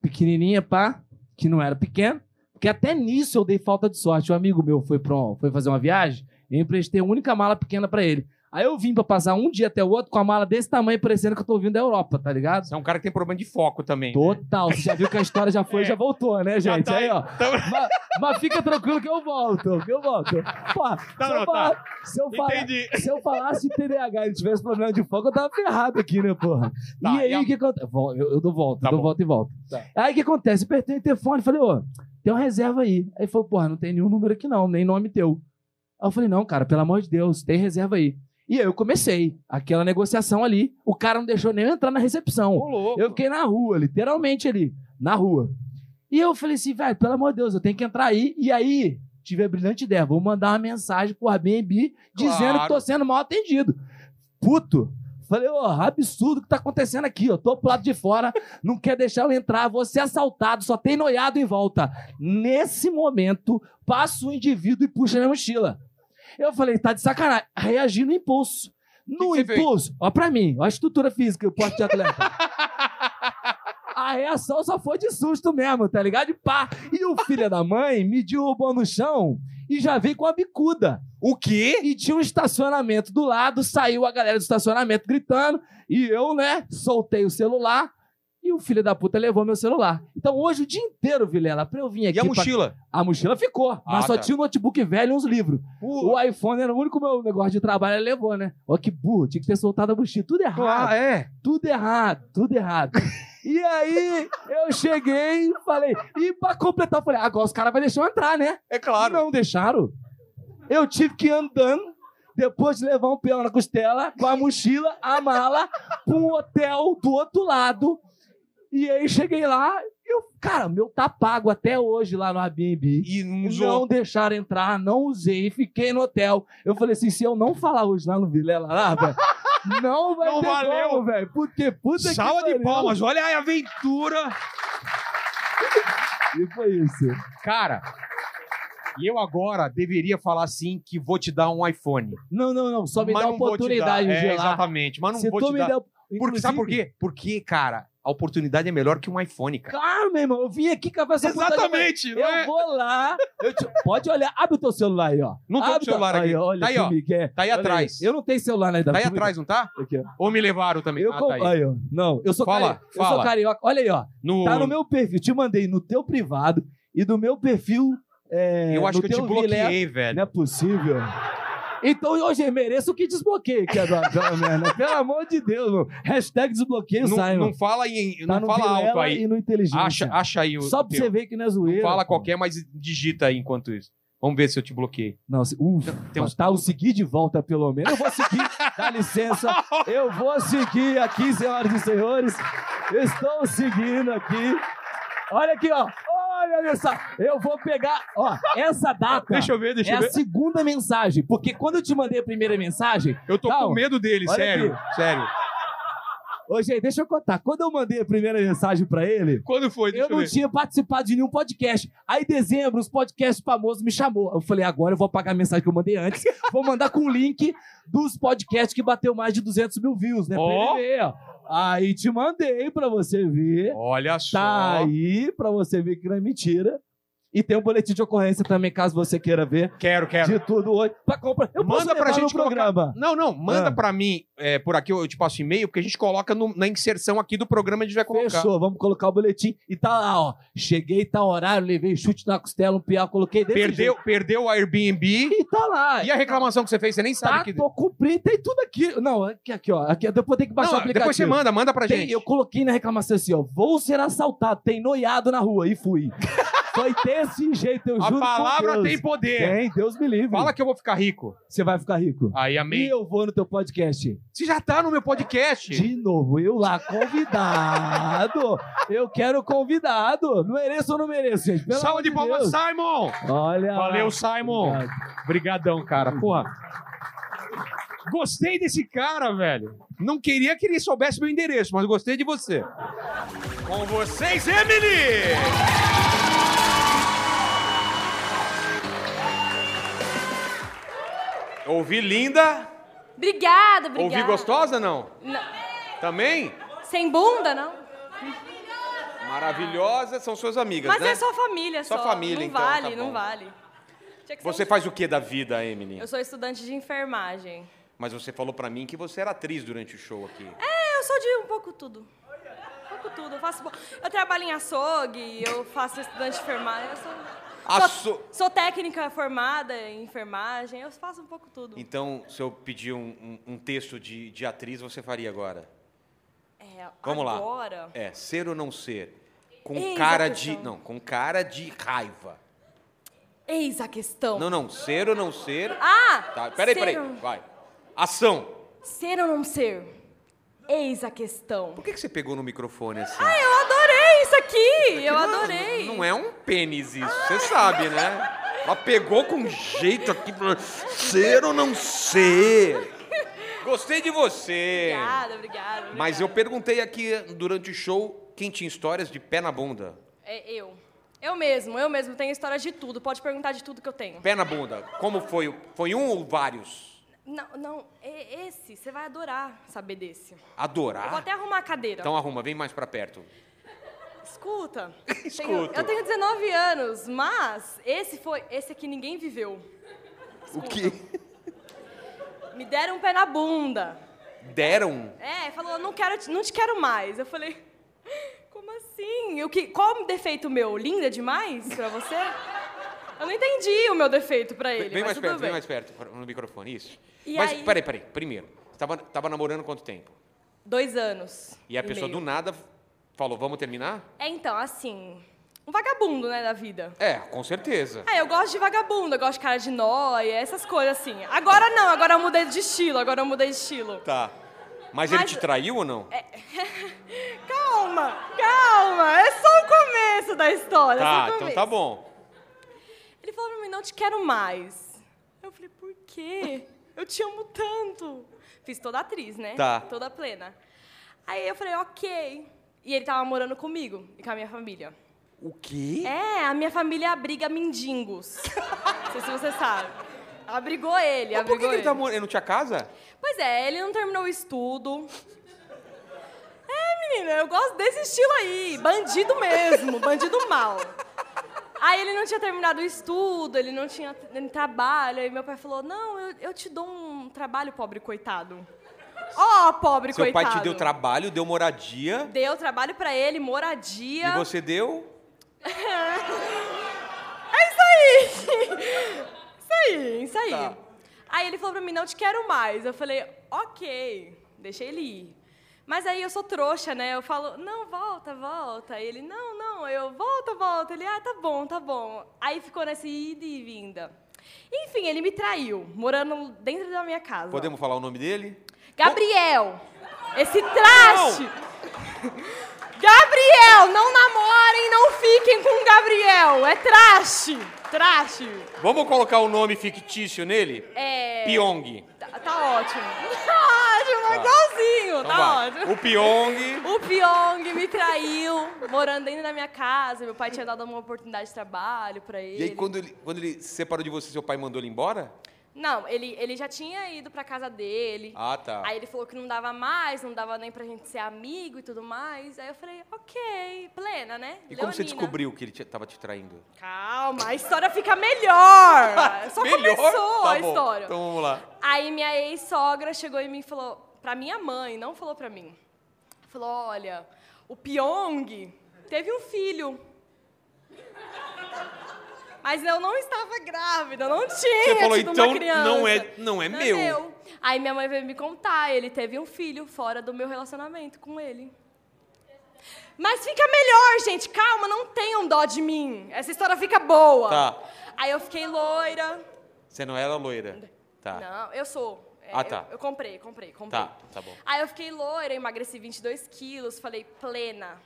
Speaker 2: Pequenininha, pá. Que não era pequeno. Porque até nisso eu dei falta de sorte. Um amigo meu foi, pra, um- foi fazer uma viagem. Eu emprestei a única mala pequena pra ele. Aí eu vim pra passar um dia até o outro com a mala desse tamanho, parecendo que eu tô vindo da Europa, tá ligado?
Speaker 1: Você é um cara que tem problema de foco também. né?
Speaker 2: Total. Você já viu que a história já foi e já voltou, né,
Speaker 1: É. Já
Speaker 2: gente?
Speaker 1: tá
Speaker 2: aí,
Speaker 1: aí.
Speaker 2: ó. Mas, mas fica tranquilo que eu volto, que eu volto. Pô, se, eu
Speaker 1: não,
Speaker 2: falar-
Speaker 1: tá.
Speaker 2: se eu falar-
Speaker 1: Entendi.
Speaker 2: se eu falasse TDAH e não tivesse problema de foco, eu tava ferrado aqui, né, porra?
Speaker 1: Tá,
Speaker 2: e aí, o que acontece? Vol- Eu, eu dou volta, dou volta e volta. Aí, o que acontece? Eu apertei o interfone e falei, ô, tem uma reserva aí. Aí, ele falou, porra, não tem nenhum número aqui não, nem nome teu. Aí eu falei, não, cara, pelo amor de Deus, tem reserva aí. E aí eu comecei aquela negociação ali. O cara não deixou nem eu entrar na recepção. Eu fiquei na rua, literalmente ali, na rua. E eu falei assim, velho, pelo amor de Deus, eu tenho que entrar aí. E aí, tive a brilhante ideia, vou mandar uma mensagem pro Airbnb dizendo que tô sendo mal atendido. Puto. Falei, ô, absurdo o que tá acontecendo aqui, ó. Tô pro lado de fora, não quer deixar eu entrar, vou ser assaltado, só tem noiado em volta. Nesse momento, passa o indivíduo e puxa minha mochila. Eu falei, tá de sacanagem. Reagi no impulso. No impulso, ó pra mim, ó a estrutura física, o porte de atleta. A reação só foi de susto mesmo, tá ligado? E pá! E o filho da mãe me derrubou no chão e já veio com a bicuda.
Speaker 1: O quê?
Speaker 2: E tinha um estacionamento do lado, saiu a galera do estacionamento gritando e eu, né, soltei o celular e o filho da puta levou meu celular. Então hoje o dia inteiro, Vilela, pra eu vir aqui...
Speaker 1: a
Speaker 2: pra-
Speaker 1: mochila?
Speaker 2: A mochila ficou, mas
Speaker 1: Ah,
Speaker 2: só
Speaker 1: tá.
Speaker 2: tinha um notebook velho e uns livros. O iPhone era o único meu negócio de trabalho, ele levou, né? Ó que burro, tinha que ter soltado a mochila. Tudo errado.
Speaker 1: Ah, é?
Speaker 2: Tudo errado, tudo errado. E aí, eu cheguei e falei... E pra completar, eu falei, agora os caras vão deixar eu entrar, né?
Speaker 1: É claro.
Speaker 2: Não deixaram. Eu tive que ir andando, depois de levar um peão na costela, com a mochila, a mala, pra um hotel do outro lado. E aí cheguei lá, eu, cara, meu tá pago até hoje lá no Airbnb.
Speaker 1: E não,
Speaker 2: não deixaram entrar, não usei, fiquei no hotel. Eu falei assim, se eu não falar hoje lá no Vilela, lá, velho, não vai
Speaker 1: Não
Speaker 2: ter
Speaker 1: valeu.
Speaker 2: como, velho. Porque puta que
Speaker 1: Salva de
Speaker 2: pariu.
Speaker 1: palmas, olha a aventura.
Speaker 2: E foi isso.
Speaker 1: Cara, e eu agora deveria falar assim que vou te dar um iPhone.
Speaker 2: Não, não, não, só me
Speaker 1: Mas
Speaker 2: dá a
Speaker 1: não vou te
Speaker 2: oportunidade
Speaker 1: dar.
Speaker 2: de
Speaker 1: É,
Speaker 2: gelar.
Speaker 1: Exatamente, mas não
Speaker 2: Se
Speaker 1: vou
Speaker 2: tu
Speaker 1: te
Speaker 2: me
Speaker 1: dar.
Speaker 2: der-
Speaker 1: Porque, sabe por
Speaker 2: Inclusive-
Speaker 1: quê? Porque, cara, a oportunidade é melhor que um iPhone, cara.
Speaker 2: Claro, meu irmão, eu vim aqui cavar essa puta de-
Speaker 1: Exatamente,
Speaker 2: Eu
Speaker 1: não é?
Speaker 2: vou lá. eu te- Pode olhar, abre o teu celular aí, ó.
Speaker 1: Não tô
Speaker 2: abre
Speaker 1: com o celular
Speaker 2: teu-
Speaker 1: aqui.
Speaker 2: Aí, olha
Speaker 1: tá aí,
Speaker 2: que
Speaker 1: ó.
Speaker 2: migué.
Speaker 1: Tá aí
Speaker 2: Olha
Speaker 1: atrás.
Speaker 2: Eu não tenho celular, né?
Speaker 1: Tá aí atrás, não tá?
Speaker 2: Aqui, ó.
Speaker 1: Ou me levaram também?
Speaker 2: Eu
Speaker 1: Ah,
Speaker 2: com-
Speaker 1: tá aí.
Speaker 2: aí, ó. Não, eu sou
Speaker 1: Fala,
Speaker 2: carioca. Eu
Speaker 1: fala.
Speaker 2: sou carioca. Olha aí, ó.
Speaker 1: No-
Speaker 2: Tá no meu perfil. Te mandei no teu privado e do meu perfil. é,
Speaker 1: Eu acho
Speaker 2: no
Speaker 1: que eu te
Speaker 2: teu
Speaker 1: bloqueei,
Speaker 2: Vilela.
Speaker 1: velho.
Speaker 2: Não é possível. Então hoje eu mereço que desbloqueie aqui agora, pelo menos. né? Pelo amor de Deus, mano. Hashtag desbloqueio
Speaker 1: Não-
Speaker 2: Simon.
Speaker 1: não fala em-
Speaker 2: Tá
Speaker 1: não
Speaker 2: no
Speaker 1: fala
Speaker 2: Vilela
Speaker 1: alto aí.
Speaker 2: E no inteligência.
Speaker 1: Acha- acha aí o
Speaker 2: Só pra
Speaker 1: teu.
Speaker 2: você ver que não é zoeira.
Speaker 1: Fala qualquer, mas digita aí enquanto isso. Vamos ver se eu te bloqueei.
Speaker 2: Não, se- ufa, tá o seguir de volta pelo menos. Eu vou seguir, dá licença. Eu vou seguir aqui, senhoras e senhores. Estou seguindo aqui. Olha aqui, ó. Olha essa. Eu vou pegar, ó, essa data.
Speaker 1: Deixa eu ver, deixa
Speaker 2: é
Speaker 1: eu ver.
Speaker 2: a segunda mensagem, porque quando eu te mandei a primeira mensagem,
Speaker 1: Eu tô com medo dele,
Speaker 2: olha
Speaker 1: sério.
Speaker 2: aqui.
Speaker 1: Sério.
Speaker 2: Ô, gente, deixa eu contar. Quando eu mandei a primeira mensagem pra ele.
Speaker 1: Quando foi? Deixa
Speaker 2: eu não
Speaker 1: eu ver.
Speaker 2: tinha participado de nenhum podcast. Aí, em dezembro, os podcasts famosos me chamou. Eu falei, agora eu vou apagar a mensagem que eu mandei antes. Vou mandar com o link dos podcasts que bateu mais de 200 mil views, né? Pra
Speaker 1: Ó.
Speaker 2: ele ver, ó. Aí te mandei pra você ver.
Speaker 1: Olha só.
Speaker 2: Tá aí pra você ver que não é mentira. E tem um boletim de ocorrência também, caso você queira ver.
Speaker 1: Quero, quero.
Speaker 2: De tudo hoje. Pra comprar. Eu posso
Speaker 1: Manda pra
Speaker 2: levar
Speaker 1: gente
Speaker 2: tá no programa.
Speaker 1: colocar- Não, não, manda
Speaker 2: Ah.
Speaker 1: pra mim é, por aqui, eu eu te passo e-mail, porque a gente coloca no- na inserção aqui do programa, a gente vai colocar.
Speaker 2: Fechou, vamos colocar o boletim. E tá lá, ó. Cheguei, tá horário, levei chute na costela, um piá, coloquei desse
Speaker 1: Perdeu,
Speaker 2: jeito.
Speaker 1: perdeu o Airbnb.
Speaker 2: E tá lá.
Speaker 1: E a reclamação que você fez, você nem sabe
Speaker 2: Tá,
Speaker 1: que.
Speaker 2: tô cumprindo, tem tudo aqui. Não, aqui, aqui ó. Aqui, depois tem que baixar
Speaker 1: Não,
Speaker 2: o aplicativo.
Speaker 1: depois você manda, manda pra
Speaker 2: Tem-
Speaker 1: gente.
Speaker 2: Eu coloquei na reclamação assim, ó. Vou ser assaltado, tem noiado na rua. E fui. Foi desse jeito, eu
Speaker 1: A
Speaker 2: juro por
Speaker 1: palavra
Speaker 2: Deus.
Speaker 1: tem poder.
Speaker 2: Tem, Deus me livre.
Speaker 1: Fala que eu vou ficar rico.
Speaker 2: Você vai ficar rico.
Speaker 1: Aí, amém.
Speaker 2: E eu vou no teu podcast.
Speaker 1: Você já tá no meu podcast?
Speaker 2: De novo, eu lá, convidado. eu quero convidado. Não mereço ou não mereço, gente? Pelo
Speaker 1: Salva
Speaker 2: amor
Speaker 1: de palmas,
Speaker 2: Deus.
Speaker 1: Simon!
Speaker 2: Olha lá. Uhum.
Speaker 13: Valeu, Simon.
Speaker 1: Obrigadão, cara. Porra. Gostei desse cara, velho. Não queria que ele soubesse meu endereço, mas gostei de você.
Speaker 13: Com vocês, Emily!
Speaker 1: Ouvi linda.
Speaker 14: Obrigada, obrigada.
Speaker 1: Ouvi gostosa, não?
Speaker 14: Não.
Speaker 1: Também?
Speaker 14: Sem bunda, não?
Speaker 1: Maravilhosa, são suas amigas,
Speaker 14: Mas
Speaker 1: né?
Speaker 14: é só família,
Speaker 1: Só
Speaker 14: só.
Speaker 1: família,
Speaker 14: não
Speaker 1: então, tá
Speaker 14: vale,
Speaker 1: bom.
Speaker 14: não vale. Tinha que ser
Speaker 1: Você
Speaker 14: um-
Speaker 1: faz o que da vida, Emily?
Speaker 14: Eu sou estudante de enfermagem.
Speaker 1: Mas você falou pra mim que você era atriz durante o show aqui.
Speaker 14: É, eu sou de um pouco tudo. Um pouco tudo. Eu faço. bo- Eu trabalho em açougue, eu faço estudante de enfermagem. Eu sou.
Speaker 1: Aço-
Speaker 14: Sou técnica formada em enfermagem, eu faço um pouco tudo.
Speaker 1: Então, se eu pedir um, um- um texto de, de atriz, você faria agora?
Speaker 14: É,
Speaker 1: Vamos
Speaker 14: agora,
Speaker 1: lá. É, ser ou não ser? Com
Speaker 14: Eis a
Speaker 1: cara de.
Speaker 14: questão.
Speaker 1: Não, com cara de raiva.
Speaker 14: Eis a questão.
Speaker 1: Não, não, ser ou não ser.
Speaker 14: Ah!
Speaker 1: Tá, peraí,
Speaker 14: ser
Speaker 1: peraí.
Speaker 14: ou-
Speaker 1: Vai. Ação.
Speaker 14: Ser ou não ser? Eis a questão.
Speaker 1: Por que, que você pegou no microfone assim?
Speaker 14: Ah, eu adorei isso aqui! Eu
Speaker 1: Não,
Speaker 14: adorei!
Speaker 1: Não é um pênis isso, você sabe, né? Ela pegou com jeito aqui, falou, ser ou não ser. Gostei de você.
Speaker 14: Obrigada, obrigada.
Speaker 1: Mas eu perguntei aqui durante o show quem tinha histórias de pé na bunda.
Speaker 14: É eu. Eu mesmo, eu mesmo tenho história de tudo. Pode perguntar de tudo que eu tenho.
Speaker 1: Pé na bunda, como foi? Foi um ou vários?
Speaker 14: Não, não, é esse, você vai adorar saber desse. Eu vou
Speaker 1: Adorar?
Speaker 14: até arrumar a cadeira.
Speaker 1: Então arruma, vem mais pra perto.
Speaker 14: Escuta. Tenho,
Speaker 1: Escuto.
Speaker 14: eu tenho 19 anos, mas esse foi, esse aqui ninguém viveu.
Speaker 1: O que?
Speaker 14: Me deram um pé na bunda.
Speaker 1: Deram?
Speaker 14: É, falou, não quero, te- não te quero mais. Eu falei, como assim? O que, qual o defeito meu? Linda demais pra você? Eu não entendi o meu defeito pra ele.
Speaker 1: Vem
Speaker 14: mas
Speaker 1: mais
Speaker 14: tudo
Speaker 1: perto,
Speaker 14: bem.
Speaker 1: vem mais perto pro- no microfone, isso.
Speaker 14: E
Speaker 1: Mas
Speaker 14: aí-
Speaker 1: peraí, peraí, primeiro, você tava, tava namorando quanto tempo?
Speaker 14: Dois anos.
Speaker 1: E a pessoa
Speaker 14: meio.
Speaker 1: do nada falou, vamos terminar?
Speaker 14: É, então, assim, um vagabundo, né, da vida.
Speaker 1: É, com certeza.
Speaker 14: Ah, eu gosto de vagabundo, eu gosto de cara de nóia, essas coisas assim. Agora não, agora eu mudei de estilo, agora eu mudei de estilo.
Speaker 1: Tá. Mas,
Speaker 14: Mas- É,
Speaker 1: ele te traiu ou não?
Speaker 14: Calma, calma, é só o começo da história, é
Speaker 1: tá,
Speaker 14: só o
Speaker 1: então
Speaker 14: começo.
Speaker 1: tá bom.
Speaker 14: Ele falou pra mim, não te quero mais. Eu falei, por quê? Eu te amo tanto. Fiz toda atriz, né?
Speaker 1: Tá.
Speaker 14: Toda plena. Aí eu falei, ok. E ele tava morando comigo e com a minha família.
Speaker 1: O quê?
Speaker 14: É, a minha família abriga mendigos. não sei se você sabe. Abrigou ele,
Speaker 1: Mas por que,
Speaker 14: abrigou
Speaker 1: que ele
Speaker 14: ele.
Speaker 1: tá morando? Ele não tinha casa?
Speaker 14: Pois é, ele não terminou o estudo. É, menina, eu gosto desse estilo aí. Bandido mesmo, bandido mal. Aí ele não tinha terminado o estudo, ele não tinha ele trabalho. Aí meu pai falou: Não, eu, eu te dou um trabalho, pobre coitado. Ó, pobre
Speaker 1: Seu
Speaker 14: coitado.
Speaker 1: pai te deu trabalho, deu moradia.
Speaker 14: Deu trabalho pra ele, moradia.
Speaker 1: E você deu?
Speaker 14: É isso aí! Isso aí, isso aí. Aí ele falou pra mim, não te quero mais. Eu falei, ok, deixei ele ir. Mas aí eu sou trouxa, né? Eu falo, não, volta, volta. Aí ele, não, não, eu, volta, volta. Ele, ah, tá bom, tá bom. Aí ficou nesse ida e vinda. Enfim, ele me traiu, morando dentro da minha casa.
Speaker 1: Podemos falar o nome dele?
Speaker 14: Gabriel, esse traste! Gabriel, não namorem, não fiquem com o Gabriel. É traste, traste.
Speaker 1: Vamos colocar o nome fictício nele?
Speaker 14: É...
Speaker 1: Pyong.
Speaker 14: Tá, tá ótimo. Tá ótimo,
Speaker 1: Tá.
Speaker 14: igualzinho,
Speaker 1: Então
Speaker 14: tá
Speaker 1: vai.
Speaker 14: ótimo.
Speaker 1: O Pyong.
Speaker 14: O Pyong me traiu, morando dentro da minha casa. Meu pai tinha dado uma oportunidade de trabalho pra ele.
Speaker 1: E aí, quando ele, quando ele se separou de você, seu pai mandou ele embora?
Speaker 14: Não, ele, ele já tinha ido pra casa dele.
Speaker 12: Ah, tá.
Speaker 14: Aí ele falou que não dava mais, não dava nem pra gente ser amigo e tudo mais. Aí eu falei, ok, plena, né?
Speaker 12: E como você
Speaker 14: Leonina.
Speaker 12: descobriu que ele te- tava te traindo?
Speaker 14: Calma, a história fica melhor. Só
Speaker 12: Melhor?
Speaker 14: começou
Speaker 12: Tá
Speaker 14: a
Speaker 12: bom,
Speaker 14: história.
Speaker 12: Então vamos lá.
Speaker 14: Aí minha ex-sogra chegou em mim e falou, pra minha mãe, não falou pra mim. Falou, olha, o Pyong teve um filho. Mas eu não estava grávida, eu não tinha.
Speaker 12: Você falou,
Speaker 14: tido tipo,
Speaker 12: então
Speaker 14: uma criança.
Speaker 12: não é, não é
Speaker 14: Não
Speaker 12: meu.
Speaker 14: Aí minha mãe veio me contar, ele teve um filho fora do meu relacionamento com ele. Mas fica melhor, gente, calma, não tenham dó de mim. Essa história fica boa.
Speaker 12: Tá.
Speaker 14: Aí eu fiquei loira.
Speaker 12: Você não era loira. Tá.
Speaker 14: Não, eu sou. É,
Speaker 12: Ah,
Speaker 14: eu-
Speaker 12: tá.
Speaker 14: Eu, comprei, comprei, comprei.
Speaker 12: Tá, tá bom.
Speaker 14: Aí eu fiquei loira, emagreci 22 quilos, falei, plena.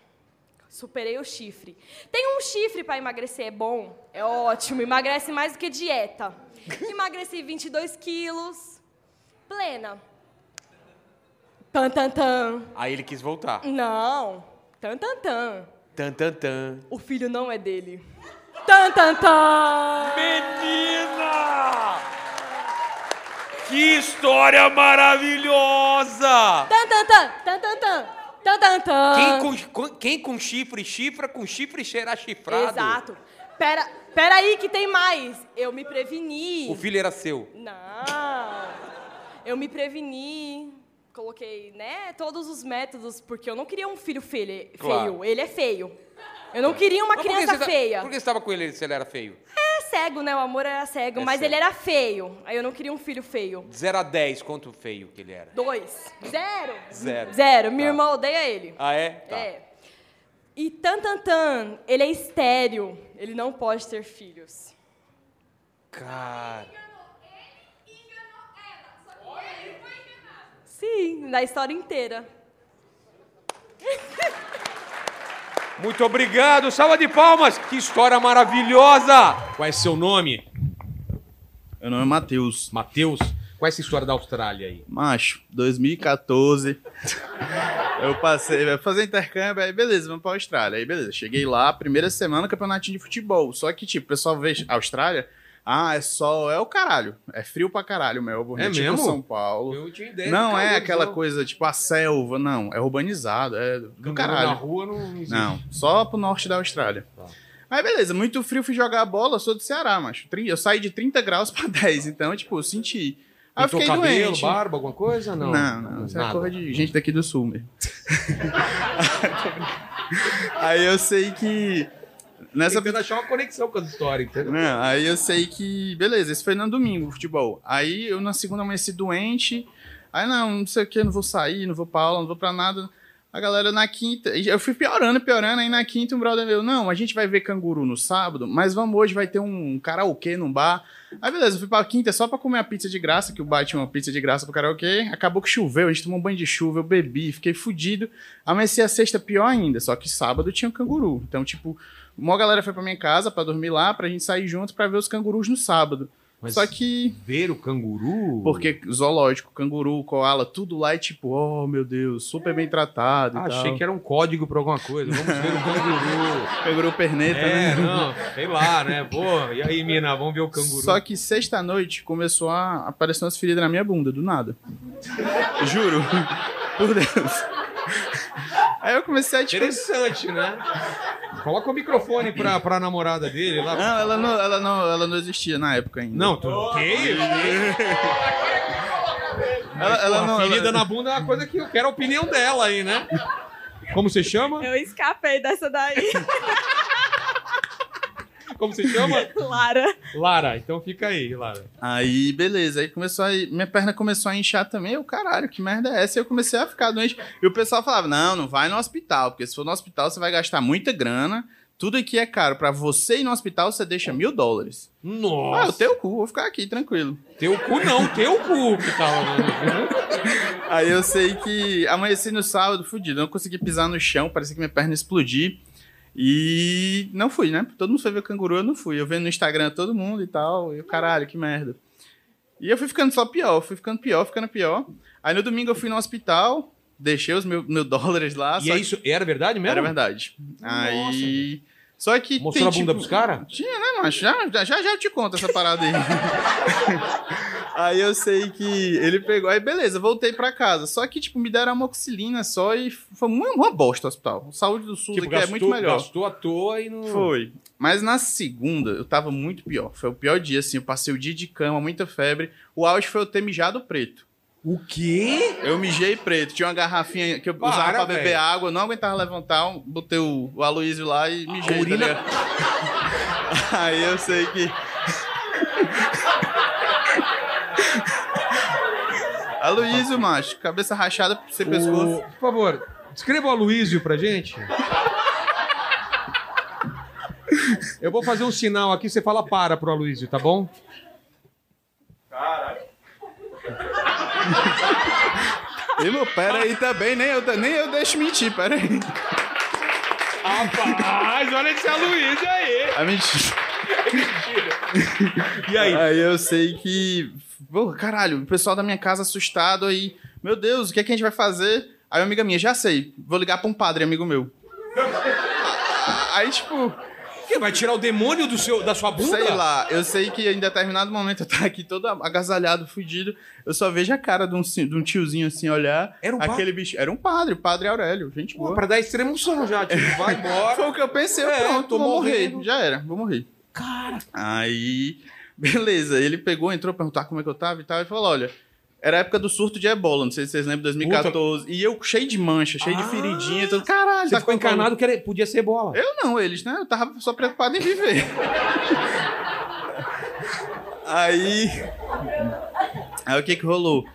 Speaker 14: Superei o chifre. Tem um chifre pra emagrecer, é bom, é ótimo, emagrece mais do que dieta. Emagreci 22 quilos, plena. Tan, tan, tan.
Speaker 12: Aí ele quis voltar.
Speaker 14: Não, tan, tan, tan.
Speaker 12: Tan, tan, tan.
Speaker 14: O filho não é dele. Tan, tan, tan.
Speaker 12: Menina! Que história maravilhosa!
Speaker 14: Tan, tan, tan, tan, tan, tan. Tan, tan, tan.
Speaker 12: Quem com, com- quem com chifre chifra, com chifre será chifrado.
Speaker 14: Exato. Pera, pera aí que tem mais. Eu me preveni.
Speaker 12: O filho era seu.
Speaker 14: Não. Eu me preveni. Coloquei, né, todos os métodos, porque eu não queria um filho feio.
Speaker 12: Claro.
Speaker 14: feio. Ele é feio. Eu não queria uma
Speaker 12: Mas por que
Speaker 14: criança
Speaker 12: você tá-
Speaker 14: feia.
Speaker 12: Por que você tava com ele se ele era feio?
Speaker 14: É cego, né? O amor era cego,
Speaker 12: É
Speaker 14: mas
Speaker 12: cego.
Speaker 14: ele era feio. Aí eu não queria um filho feio.
Speaker 12: De 0 a 10, quanto feio que ele era?
Speaker 14: Dois. Zero.
Speaker 12: Zero.
Speaker 14: Zero. Minha
Speaker 12: Tá.
Speaker 14: irmã odeia ele.
Speaker 12: Ah, é? Tá.
Speaker 14: É. E tan tan tan, ele é estéreo. Ele não pode ter filhos.
Speaker 12: Cara.
Speaker 14: Sim, da história inteira.
Speaker 12: Muito obrigado, salva de palmas! Que história maravilhosa! Qual é seu nome?
Speaker 9: Meu nome é Matheus.
Speaker 1: Matheus? Qual é essa história da Austrália aí?
Speaker 9: Macho, 2014. eu passei, vai fazer intercâmbio, aí beleza, vamos pra Austrália. Aí beleza, cheguei lá, primeira semana, campeonatinho de futebol. Só que, tipo, o pessoal vê a Austrália, ah, é sol, é o caralho. É frio pra caralho, Melbourne.
Speaker 1: É
Speaker 9: tipo
Speaker 1: mesmo?
Speaker 9: São Paulo.
Speaker 1: Eu tinha ideia de
Speaker 9: Não é
Speaker 1: calorzão.
Speaker 9: aquela coisa, tipo, a selva, não. É urbanizado, é do caralho.
Speaker 1: Na rua não não existe.
Speaker 9: Não, só pro norte da Austrália.
Speaker 1: Tá.
Speaker 9: Aí beleza, muito frio, fui jogar a bola, sou do Ceará, macho. Trin- Eu saí de 30 graus pra 10, então, tipo, eu senti. Aí eu
Speaker 1: Pintou
Speaker 9: fiquei
Speaker 1: cabelo,
Speaker 9: doente.
Speaker 1: barba, alguma coisa? Não.
Speaker 9: Não, não, isso é
Speaker 1: Nada.
Speaker 9: coisa de gente daqui do sul mesmo. aí eu sei que. Nessa...
Speaker 1: Tentando achar uma conexão com a história, entendeu?
Speaker 9: Não, aí eu sei que. Beleza, isso foi no domingo, futebol. Aí eu na segunda amanheci doente. Aí não, não sei o que, não vou sair, não vou pra aula, não vou pra nada. A galera na quinta. e Eu fui piorando, piorando. Aí na quinta um brother meu, não, a gente vai ver canguru no sábado, mas vamos hoje, vai ter um karaokê num bar. Aí beleza, eu fui pra quinta só pra comer a pizza de graça, que o bar tinha uma pizza de graça pro karaokê. Acabou que choveu, a gente tomou um banho de chuva, eu bebi, fiquei fudido. Amanheci a sexta pior ainda, só que sábado tinha um canguru. Então, tipo, uma galera foi pra minha casa pra dormir lá, pra gente sair junto pra ver os cangurus no sábado. Só que.
Speaker 1: Ver o canguru?
Speaker 9: Porque zoológico, canguru, koala, tudo lá é tipo, oh meu Deus, super bem tratado. e
Speaker 1: Ah, achei
Speaker 9: tal.
Speaker 1: que era um código pra alguma coisa. Vamos ver o canguru.
Speaker 9: Canguru perneta,
Speaker 1: é,
Speaker 9: né?
Speaker 1: não, sei lá, né? Pô, e aí, mina, vamos ver o canguru.
Speaker 9: Só que sexta-noite começou a aparecer umas feridas na minha bunda, do nada. Juro. Por Deus. Aí eu comecei a tipo.
Speaker 1: Interessante, né? Coloca o microfone pra, pra namorada dele lá.
Speaker 9: Não, ela não, ela não, ela não existia na época ainda.
Speaker 1: Não, tu. Que isso?
Speaker 9: Ela- ela
Speaker 1: Porra,
Speaker 9: não- ela-
Speaker 1: ferida na bunda é uma coisa que eu quero a opinião dela aí, né? Como você chama?
Speaker 15: Eu escapei dessa daí.
Speaker 1: Como você chama?
Speaker 15: Lara.
Speaker 1: Lara, então fica aí, Lara.
Speaker 9: Aí, beleza. Aí começou a. Minha perna começou a inchar também. Eu, caralho, que merda é essa? Aí eu comecei a ficar doente. E o pessoal falava: não, não vai no hospital, porque se for no hospital, você vai gastar muita grana. Tudo aqui é caro. Pra você ir no hospital, você deixa mil dólares.
Speaker 1: Nossa.
Speaker 9: Ah, o teu cu, vou ficar aqui, tranquilo.
Speaker 1: Teu cu não, teu cu que tá tava.
Speaker 9: Aí eu sei que amanheci no sábado, fudido. Eu Não consegui pisar no chão, parecia que minha perna ia explodir. E não fui, né? Todo mundo foi ver canguru, eu não fui. Eu vendo no Instagram todo mundo e tal. E eu, caralho, que merda. E eu fui ficando só pior, fui ficando pior, ficando pior. Aí no domingo eu fui no hospital, deixei os meus, meus dólares lá.
Speaker 1: E é isso- era verdade mesmo?
Speaker 9: Era verdade. Aí. Só que. tipo,
Speaker 1: Mostrou a bunda pros caras?
Speaker 9: Tinha, né, macho? Já, já, já eu te conto essa parada aí. Aí eu sei que ele pegou. Aí beleza, voltei pra casa. Só que, tipo, me deram amoxicilina só e foi uma, uma bosta o hospital. Saúde do Sul
Speaker 1: Tipo,
Speaker 9: aqui é
Speaker 1: gastou-
Speaker 9: muito melhor.
Speaker 1: gastou à toa e não-
Speaker 9: Foi. Mas na segunda eu tava muito pior. Foi o pior dia, assim. Eu passei o dia de cama, muita febre. O auge foi eu ter mijado preto.
Speaker 1: O quê?
Speaker 9: Eu mijei preto. Tinha uma garrafinha que eu
Speaker 1: Para,
Speaker 9: usava pra beber
Speaker 1: velho.
Speaker 9: água, eu não aguentava levantar. eu Botei o, o Aloysio lá e mijei. tá
Speaker 1: urina-
Speaker 9: ligado? Aí eu sei que. Aloysio, macho, cabeça rachada pra você pescoço.
Speaker 1: Por favor, escreva o Aloysio pra gente. Eu vou fazer um sinal aqui, você fala para pro Aloysio, tá bom?
Speaker 9: E, meu, pera aí também, nem eu, nem eu deixo mentir, pera aí.
Speaker 12: Rapaz, olha esse Aloysio aí.
Speaker 9: A mentira.
Speaker 12: E aí?
Speaker 9: eu sei que. Pô, caralho, o pessoal da minha casa assustado aí. Meu Deus, o que, é que a gente vai fazer? Aí, uma amiga minha, já sei, vou ligar pra um padre, amigo meu. Aí, tipo.
Speaker 1: Que vai tirar o demônio do seu, da sua bunda?
Speaker 9: Sei lá, eu sei que em determinado momento eu tava aqui todo agasalhado, fudido. Eu só vejo a cara de um, ci- de um tiozinho assim olhar.
Speaker 1: Era um
Speaker 9: aquele
Speaker 1: padre?
Speaker 9: bicho. Era um padre, o padre Aurélio, gente boa.
Speaker 1: pra dar extremo sono já, tipo, vai embora.
Speaker 9: Foi o que eu pensei,
Speaker 1: É,
Speaker 9: pronto,
Speaker 1: tô
Speaker 9: vou morrer.
Speaker 1: morrendo.
Speaker 9: Já era, vou morrer. Cara. Aí, beleza, ele pegou, entrou, perguntar como é que eu tava e tal, e falou: olha. Era a época do surto de ebola, não sei se vocês lembram, 2014. E eu cheio de mancha, cheio de feridinha, todo Ah, caralho.
Speaker 1: Você
Speaker 9: tá
Speaker 1: ficou
Speaker 9: com a bola.
Speaker 1: encarnado que era- podia ser bola.
Speaker 9: Eu não, eles, né? Eu tava só preocupado em viver. Aí. Aí o que que rolou?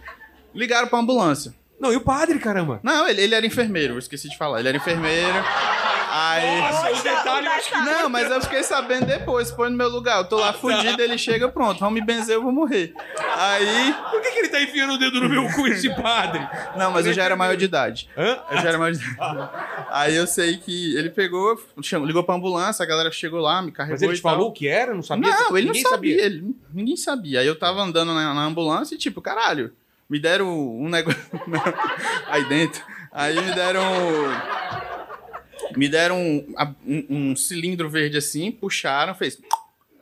Speaker 9: Ligaram pra ambulância.
Speaker 1: Não, e o padre, caramba?
Speaker 9: Não, ele, ele era enfermeiro, eu esqueci de falar. Ele era enfermeiro. Aí.
Speaker 12: Nossa, o
Speaker 1: é
Speaker 12: detalhe eu acho que-
Speaker 9: Não, mas eu fiquei sabendo depois, põe no meu lugar. Eu tô
Speaker 1: Ah, tá.
Speaker 9: lá fudido, ele chega, pronto, vão me benzer, eu vou morrer. Aí.
Speaker 1: Por que, que ele tá enfiando o dedo no meu cu, esse padre?
Speaker 9: Não, mas eu já era maior de idade. Eu já era maior de idade. Aí eu sei que ele pegou, chamou, ligou pra ambulância, a galera chegou lá, me carregou.
Speaker 1: Mas ele
Speaker 9: e
Speaker 1: te falou
Speaker 9: tal.
Speaker 1: o que era? Não sabia?
Speaker 9: Não, ele não
Speaker 1: Ninguém
Speaker 9: sabia. ele- ninguém sabia. Aí eu tava andando na, na ambulância e, tipo, caralho, me deram um negócio. aí dentro. Aí me deram. Me deram um, a- um- um cilindro verde assim, puxaram, fez.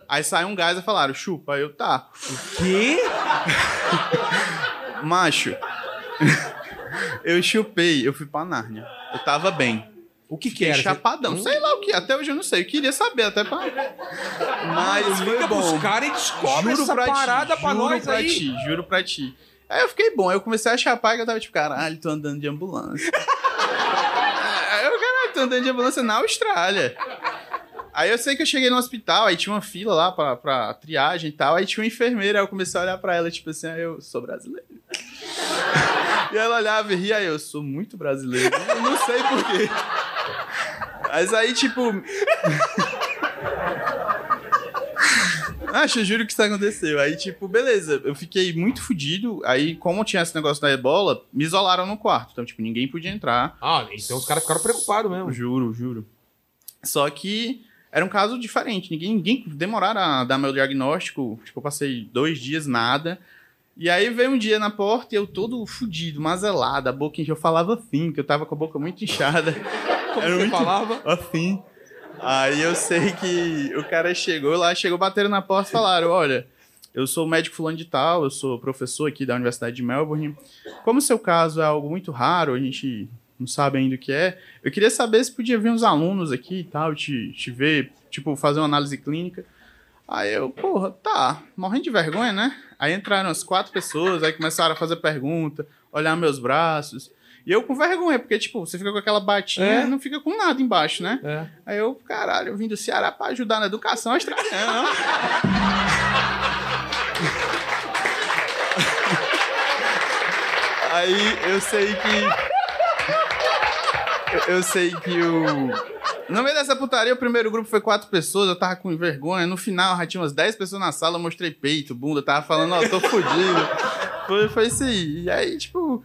Speaker 9: Aí saiu um gás e falaram, chupa. Aí eu, tá. O
Speaker 1: quê?
Speaker 9: Macho. eu chupei, eu fui pra Nárnia. Eu tava bem.
Speaker 1: O que que
Speaker 9: Fiquei
Speaker 1: era?
Speaker 9: Chapadão,
Speaker 1: Hum?
Speaker 9: sei lá o que. Até hoje eu não sei. Eu queria saber, até pra. Mas
Speaker 1: Liga
Speaker 9: foi bom.
Speaker 1: pros caras e descobre
Speaker 9: Juro
Speaker 1: essa
Speaker 9: pra ti,
Speaker 1: parada pra nós
Speaker 9: Juro pra
Speaker 1: aí.
Speaker 9: ti, juro pra ti. Aí eu fiquei bom. Aí eu comecei a chapar e eu tava tipo, caralho, tô andando de ambulância. aí eu, caralho, tô andando de ambulância na Austrália. Aí eu sei que eu cheguei no hospital, aí tinha uma fila lá pra, pra triagem e tal, aí tinha uma enfermeira, aí eu comecei a olhar pra ela, tipo assim, ah, eu sou brasileiro. e ela olhava e ria, aí eu sou muito brasileiro. Eu não sei porquê. Mas aí, tipo,
Speaker 8: É.
Speaker 9: Acho, eu juro que isso aconteceu. Aí, tipo, beleza, eu fiquei muito fudido. Aí, como tinha esse negócio da ebola, me isolaram no quarto. Então, tipo, ninguém podia entrar.
Speaker 1: Ah, então os caras ficaram preocupados mesmo.
Speaker 9: Juro, juro. Só que era um caso diferente. Ninguém, ninguém demoraram a dar meu diagnóstico. Tipo, eu passei dois dias, nada. E aí veio um dia na porta e eu todo fudido, mazelado, a boca encheu. Eu falava assim, que eu tava com a boca muito inchada.
Speaker 1: Como você falava?
Speaker 9: Assim. Aí eu sei que o cara chegou lá, chegou, bateram na porta e falaram: olha, eu sou médico fulano de tal, eu sou professor aqui da Universidade de Melbourne. Como o seu caso é algo muito raro, a gente não sabe ainda o que é, eu queria saber se podia vir uns alunos aqui e tal, te, te ver, tipo, fazer uma análise clínica. Aí eu, porra, tá, morrendo de vergonha, né? Aí entraram as quatro pessoas, aí começaram a fazer pergunta, olhar meus braços. E eu com vergonha, porque, tipo, você fica com aquela batinha
Speaker 1: É.
Speaker 9: e não fica com nada embaixo, né? Aí eu, caralho, eu vim do Ceará pra ajudar na educação australiana. Aí eu sei que. Eu sei que o. No meio dessa putaria, o primeiro grupo foi quatro pessoas, eu tava com vergonha. No final, já tinha umas dez pessoas na sala, eu mostrei peito, bunda, eu tava falando, ó, tô fudido. Foi, foi isso aí. E aí, tipo.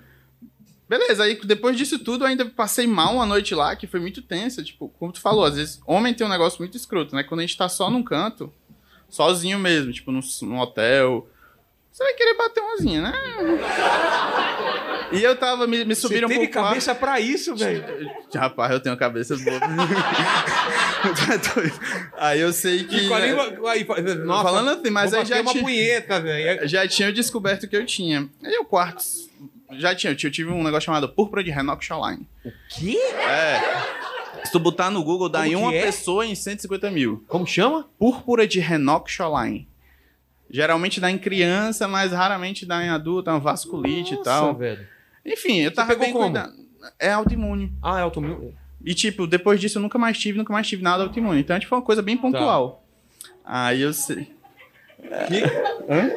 Speaker 9: Beleza, aí depois disso tudo, eu ainda passei mal uma noite lá, que foi muito tensa. Tipo, como tu falou, às vezes homem tem um negócio muito escroto, né? Quando a gente tá só num canto, sozinho mesmo, tipo, num, num hotel, Você vai querer bater umazinha, né? E eu tava, me, um me subiram
Speaker 12: teve
Speaker 9: pro quarto.
Speaker 12: cabeça pra isso, velho?
Speaker 9: Rapaz, eu tenho a cabeça boa. aí eu sei que.
Speaker 12: E com a língua- aí, fa- nossa,
Speaker 9: falando assim, mas
Speaker 12: vou
Speaker 9: aí já
Speaker 12: bater uma
Speaker 9: tinha.
Speaker 12: punheta, velho.
Speaker 9: Já tinha descoberto o que eu tinha. Aí eu quarto. Já tinha, eu tinha- eu tive um negócio chamado Púrpura de Renox Shoreline. O
Speaker 1: quê?
Speaker 9: É. Se tu botar no Google, dá
Speaker 1: Como
Speaker 9: em
Speaker 1: que
Speaker 9: uma
Speaker 1: é?
Speaker 9: pessoa em 150 mil.
Speaker 1: Como chama?
Speaker 9: Púrpura de Renox Shoreline. Geralmente dá em criança, mas raramente dá em adulto, é uma vasculite e tal.
Speaker 1: velho.
Speaker 9: Enfim, eu tava
Speaker 1: pegou
Speaker 9: bem
Speaker 1: como?
Speaker 9: cuidado. É autoimune.
Speaker 1: Ah, é autoimune.
Speaker 9: E tipo, depois disso eu nunca mais tive, nunca mais tive nada autoimune. Então, tipo, foi uma coisa
Speaker 1: Tá.
Speaker 9: bem pontual. Aí eu sei. Hã?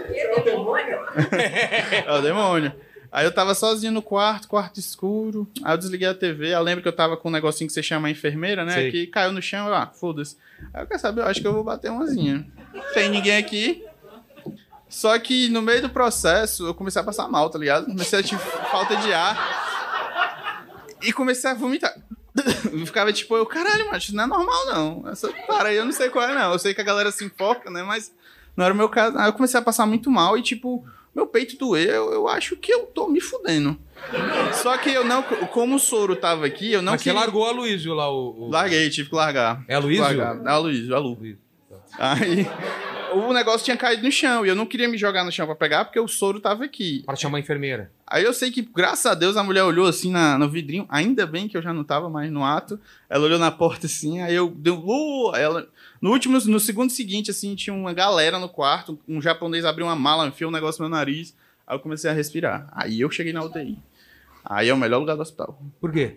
Speaker 9: É o demônio. Aí eu tava sozinho no quarto, quarto escuro. Aí eu desliguei a TV. Eu lembro que eu tava com um negocinho que você chama a enfermeira, né?
Speaker 13: Sei.
Speaker 9: Que caiu no chão. Eu, ah, foda-se. Aí eu quero saber, eu acho que eu vou bater umazinha. Tem ninguém aqui. Só que no meio do processo eu comecei a passar mal, tá ligado? Comecei a ter falta de ar. E comecei a vomitar. Eu ficava tipo, eu, caralho, macho, isso não é normal não. Essa para aí eu não sei qual é, não. Eu sei que a galera se enfoca, né? Mas não era o meu caso. Aí eu comecei a passar muito mal e, tipo, meu peito doeu. Eu, eu acho que eu tô me fudendo. Só que eu não. Como o soro tava aqui, eu não
Speaker 12: Mas você largou a Luísio lá, o. o-
Speaker 9: Larguei, tive que largar.
Speaker 12: É Aloysio?
Speaker 9: Largar. É Aloysio, é Lu. Aí o negócio tinha caído no chão e eu não queria me jogar no chão pra pegar porque o soro tava aqui.
Speaker 1: Para chamar a enfermeira.
Speaker 9: Aí eu sei que, graças a Deus, a mulher olhou assim na, no vidrinho, ainda bem que eu já não tava mais no ato. Ela olhou na porta assim, aí eu deu Lu! Ela. No último, no segundo seguinte, assim, tinha uma galera no quarto, um japonês abriu uma mala, enfiou um negócio no meu nariz. Aí eu comecei a respirar. Aí eu cheguei na UTI. Aí é o melhor lugar do hospital.
Speaker 1: Por quê?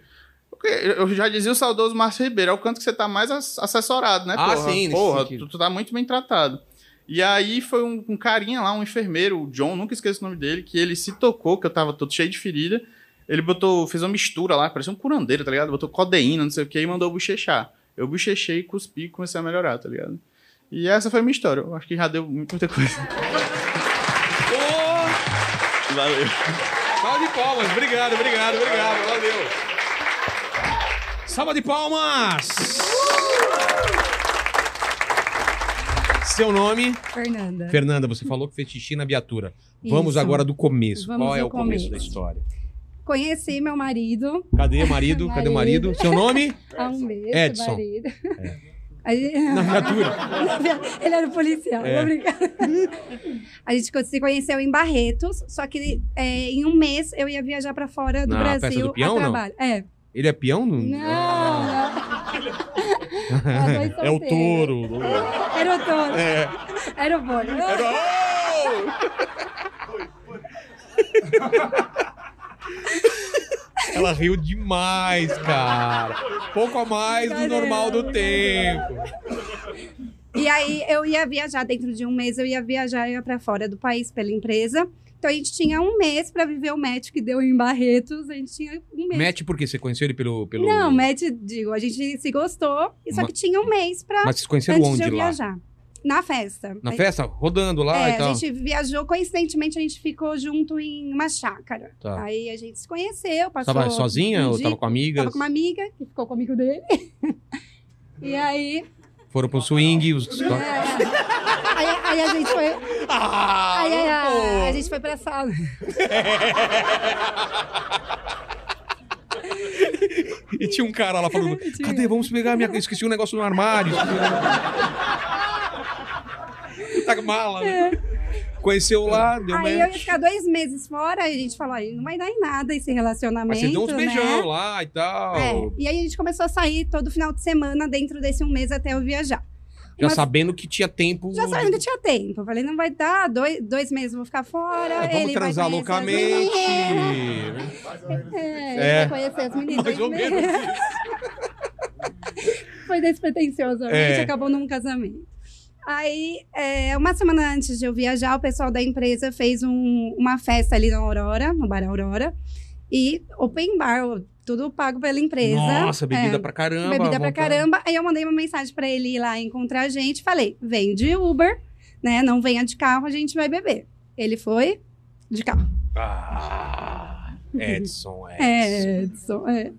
Speaker 9: Porque eu já dizia o saudoso Márcio Ribeiro, é o canto que você tá mais ass- assessorado, né?
Speaker 1: Ah,
Speaker 9: porra?
Speaker 1: sim, nesse
Speaker 9: Porra,
Speaker 1: sentido.
Speaker 9: tu, tu tá muito bem tratado. E aí foi um, um carinha lá, um enfermeiro, o John, nunca esqueço o nome dele, que ele se tocou, que eu tava todo cheio de ferida. Ele botou, fez uma mistura lá, parecia um curandeiro, tá ligado? Botou codeína, não sei o que, e mandou eu bochechar. Eu bochechei, cuspi e comecei a melhorar, tá ligado? E essa foi a minha história. Eu acho que já deu muita coisa. Valeu.
Speaker 12: Salve de palmas. Obrigado, obrigado, obrigado. Valeu.
Speaker 1: Salva de palmas! Seu nome?
Speaker 16: Fernanda.
Speaker 1: Fernanda, você falou que fez xixi na viatura. Vamos
Speaker 16: Isso.
Speaker 1: agora do começo.
Speaker 16: Vamos
Speaker 1: Qual é
Speaker 16: ao
Speaker 1: o começo
Speaker 16: começo.
Speaker 1: da história?
Speaker 16: Conheci meu marido.
Speaker 1: Cadê o marido? Cadê o marido? Seu nome?
Speaker 16: Há um mês,
Speaker 1: Edson. É.
Speaker 16: marido. Aí-
Speaker 1: Na viatura.
Speaker 16: Ele era policial,
Speaker 1: É.
Speaker 16: obrigada. A gente se conheceu em Barretos, só que é, em um mês eu ia viajar pra fora do
Speaker 1: Na
Speaker 16: Brasil
Speaker 1: festa do peão,
Speaker 16: a
Speaker 1: não?
Speaker 16: trabalho. É.
Speaker 1: Ele é peão? Não.
Speaker 16: Não, não. dois
Speaker 1: é o
Speaker 16: solteiros.
Speaker 1: touro.
Speaker 16: Era o touro.
Speaker 1: É.
Speaker 16: Era o bolo.
Speaker 1: Ela riu demais, cara. Pouco a mais do normal do tempo.
Speaker 16: E aí eu ia viajar dentro de um mês, eu ia viajar, eu ia para fora do país pela empresa. Então a gente tinha um mês para viver o match que deu em Barretos. A gente tinha um mês.
Speaker 1: Mete por quê? Você conheceu ele pelo. pelo...
Speaker 16: Não, match, digo, a gente se gostou, e só
Speaker 1: Ma-
Speaker 16: que tinha um mês pra.
Speaker 1: Mas vocês conheceram
Speaker 16: antes de
Speaker 1: onde
Speaker 16: eu
Speaker 1: lá?
Speaker 16: viajar. Na festa.
Speaker 1: Na
Speaker 16: A-
Speaker 1: festa? Rodando lá
Speaker 16: é,
Speaker 1: e tal.
Speaker 16: a gente viajou, coincidentemente, a gente ficou junto em uma chácara.
Speaker 1: Tá.
Speaker 16: Aí a gente se conheceu, passou.
Speaker 1: Tava sozinha
Speaker 16: um
Speaker 1: ou
Speaker 16: dia-
Speaker 1: tava com amigas?
Speaker 16: Tava com uma amiga que ficou comigo dele. e aí.
Speaker 1: Foram pro swing. Os...
Speaker 16: É. Aí, aí a gente foi.
Speaker 1: Ah,
Speaker 16: aí a-
Speaker 1: Lu!
Speaker 16: a, gente foi pra sala.
Speaker 1: E tinha um cara lá falando: Cadê? Vamos pegar minha. Esqueci um negócio no armário. esqueci um negócio." tá com mala, né? Conheceu lá, deu
Speaker 16: É. aí eu ia
Speaker 1: match.
Speaker 16: ficar dois meses fora, aí a gente falou, aí não vai dar em nada esse relacionamento.
Speaker 1: Mas você deu uns beijão
Speaker 16: né?
Speaker 1: lá e tal.
Speaker 16: É, e aí a gente começou a sair todo final de semana dentro desse um mês até eu viajar.
Speaker 1: Já
Speaker 16: Mas-
Speaker 1: sabendo que tinha tempo.
Speaker 16: Já sabendo que tinha tempo. Eu falei, não vai dar, dois, dois meses eu vou ficar fora.
Speaker 1: Ah, Vamos
Speaker 16: ele vai
Speaker 1: transar
Speaker 16: conhecer as
Speaker 1: loucamente.
Speaker 16: meninas. É, ele
Speaker 1: É.
Speaker 16: vai conhecer as meninas.
Speaker 1: Mais ou
Speaker 16: né?
Speaker 1: menos
Speaker 16: Foi despretensioso, a
Speaker 17: É.
Speaker 16: gente acabou num casamento. Aí, é, uma semana antes de eu viajar, o pessoal da empresa fez um- uma festa ali na Aurora, no Bar Aurora. E open bar, tudo pago pela empresa.
Speaker 1: Nossa, bebida
Speaker 16: É,
Speaker 1: pra caramba.
Speaker 16: Bebida pra
Speaker 1: vontade.
Speaker 16: caramba. Aí eu mandei uma mensagem pra ele ir lá encontrar a gente. Falei, vem de Uber, né? Não venha de carro, a gente vai beber. Ele foi de carro.
Speaker 1: Ah, Edson, é.
Speaker 16: É, Edson, é.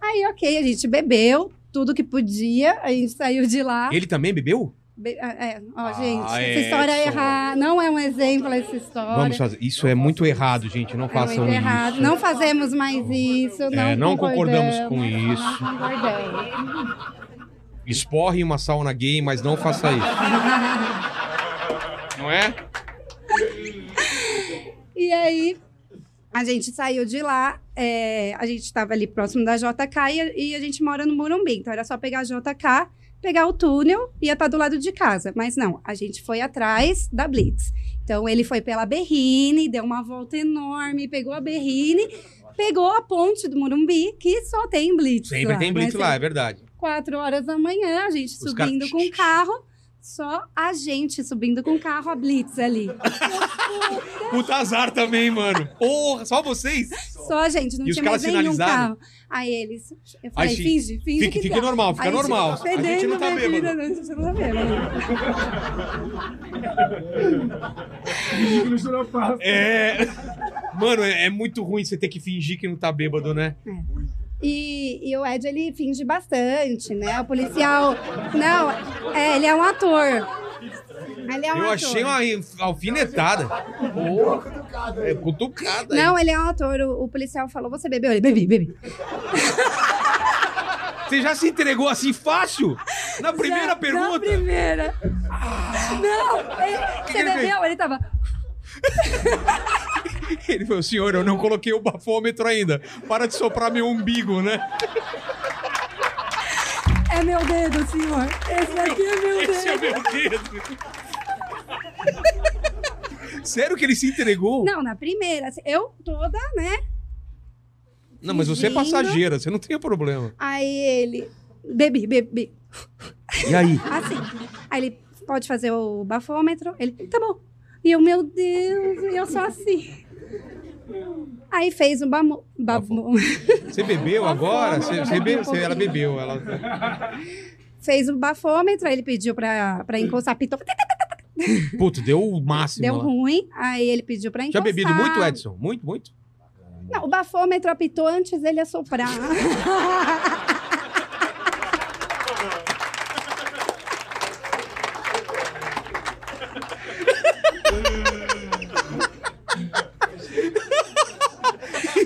Speaker 16: Aí, ok, a gente bebeu tudo que podia. A gente saiu de lá.
Speaker 1: Ele também bebeu?
Speaker 16: Be- ah, É, ó, gente, essa
Speaker 1: é,
Speaker 16: história é
Speaker 1: Edson.
Speaker 16: errada. Não é um exemplo essa história.
Speaker 1: Vamos um fazer. Isso é muito errado, gente. Não
Speaker 16: É muito
Speaker 1: façam
Speaker 16: errado.
Speaker 1: isso.
Speaker 16: Não fazemos mais isso. Não,
Speaker 1: É, não concordamos com isso.
Speaker 16: Não concordamos.
Speaker 1: Esporre uma sauna gay, mas não faça isso. Não é?
Speaker 16: E aí, a gente saiu de lá, é, a gente estava ali próximo da JK e a- e, a gente mora no Morumbi. Então era só pegar a JK, pegar o túnel e ia estar do lado de casa. Mas não, a gente foi atrás da Blitz. Então ele foi pela Berrine, deu uma volta enorme, pegou a Berrine, pegou a ponte do Morumbi, que só tem Blitz.
Speaker 1: Sempre
Speaker 16: lá,
Speaker 1: tem blitz
Speaker 16: mas
Speaker 1: lá, é verdade.
Speaker 16: quatro horas da manhã, a gente
Speaker 1: Os caras-
Speaker 16: subindo com o carro. Só a gente subindo com o carro, a Blitz ali.
Speaker 1: Puta azar também, mano. Porra, só vocês?
Speaker 16: Só a gente, não
Speaker 1: E os
Speaker 16: tinha
Speaker 1: caras
Speaker 16: mais nenhum
Speaker 1: sinalizaram?
Speaker 16: carro. Aí eles. Eu falei,
Speaker 1: Aí,
Speaker 16: finge, finge.
Speaker 1: fica-
Speaker 16: que
Speaker 1: fica
Speaker 16: tá.
Speaker 1: normal, fica
Speaker 16: Aí eu, tipo,
Speaker 1: normal. A gente
Speaker 16: Perdendo
Speaker 1: não tá
Speaker 16: minha
Speaker 1: bêbado.
Speaker 16: vida, não, você não tá bêbado.
Speaker 1: É. Mano, é, é muito ruim você ter que fingir que não tá bêbado, né?
Speaker 16: É. E, e o Ed, ele finge bastante, né? O policial. Não, é, ele é um ator. Ele é um
Speaker 1: Eu
Speaker 16: ator.
Speaker 1: achei uma alfinetada. Porra. É cutucada.
Speaker 16: Não, ele é um ator. O, o policial falou: você bebeu? Ele, bebi, bebi.
Speaker 1: Você já se entregou assim fácil? Na primeira pergunta? Na
Speaker 16: primeira. Não, ele,
Speaker 1: que
Speaker 16: você
Speaker 1: ele fez?
Speaker 16: bebeu? Ele tava.
Speaker 1: Ele falou, senhor, eu não coloquei o bafômetro ainda. Para de soprar meu umbigo, né?
Speaker 16: É meu dedo, senhor. Esse daqui é meu
Speaker 1: Esse é
Speaker 16: dedo.
Speaker 1: meu dedo. Sério que ele se entregou?
Speaker 16: Não, na primeira. assim, Eu toda, né?
Speaker 1: Não, mas você é
Speaker 16: fingindo.
Speaker 1: passageira, você não tem problema.
Speaker 16: Aí ele. Bebi, bebi.
Speaker 1: E aí?
Speaker 16: Assim. Aí ele pode fazer o bafômetro. Ele, tá bom. E eu, meu Deus, e eu só assim. Aí fez um bamu. babu-
Speaker 1: né? Você bebeu agora? Você, você be- você- ela bebeu. Ela...
Speaker 16: fez o bafômetro, aí ele pediu pra, pra encostar. Pitou,
Speaker 1: Puta, deu o máximo.
Speaker 16: deu
Speaker 1: lá.
Speaker 16: ruim. Aí ele pediu pra
Speaker 1: Já
Speaker 16: encostar.
Speaker 1: bebido muito, Edson? Muito, muito?
Speaker 16: Não, o bafômetro apitou antes dele assoprar.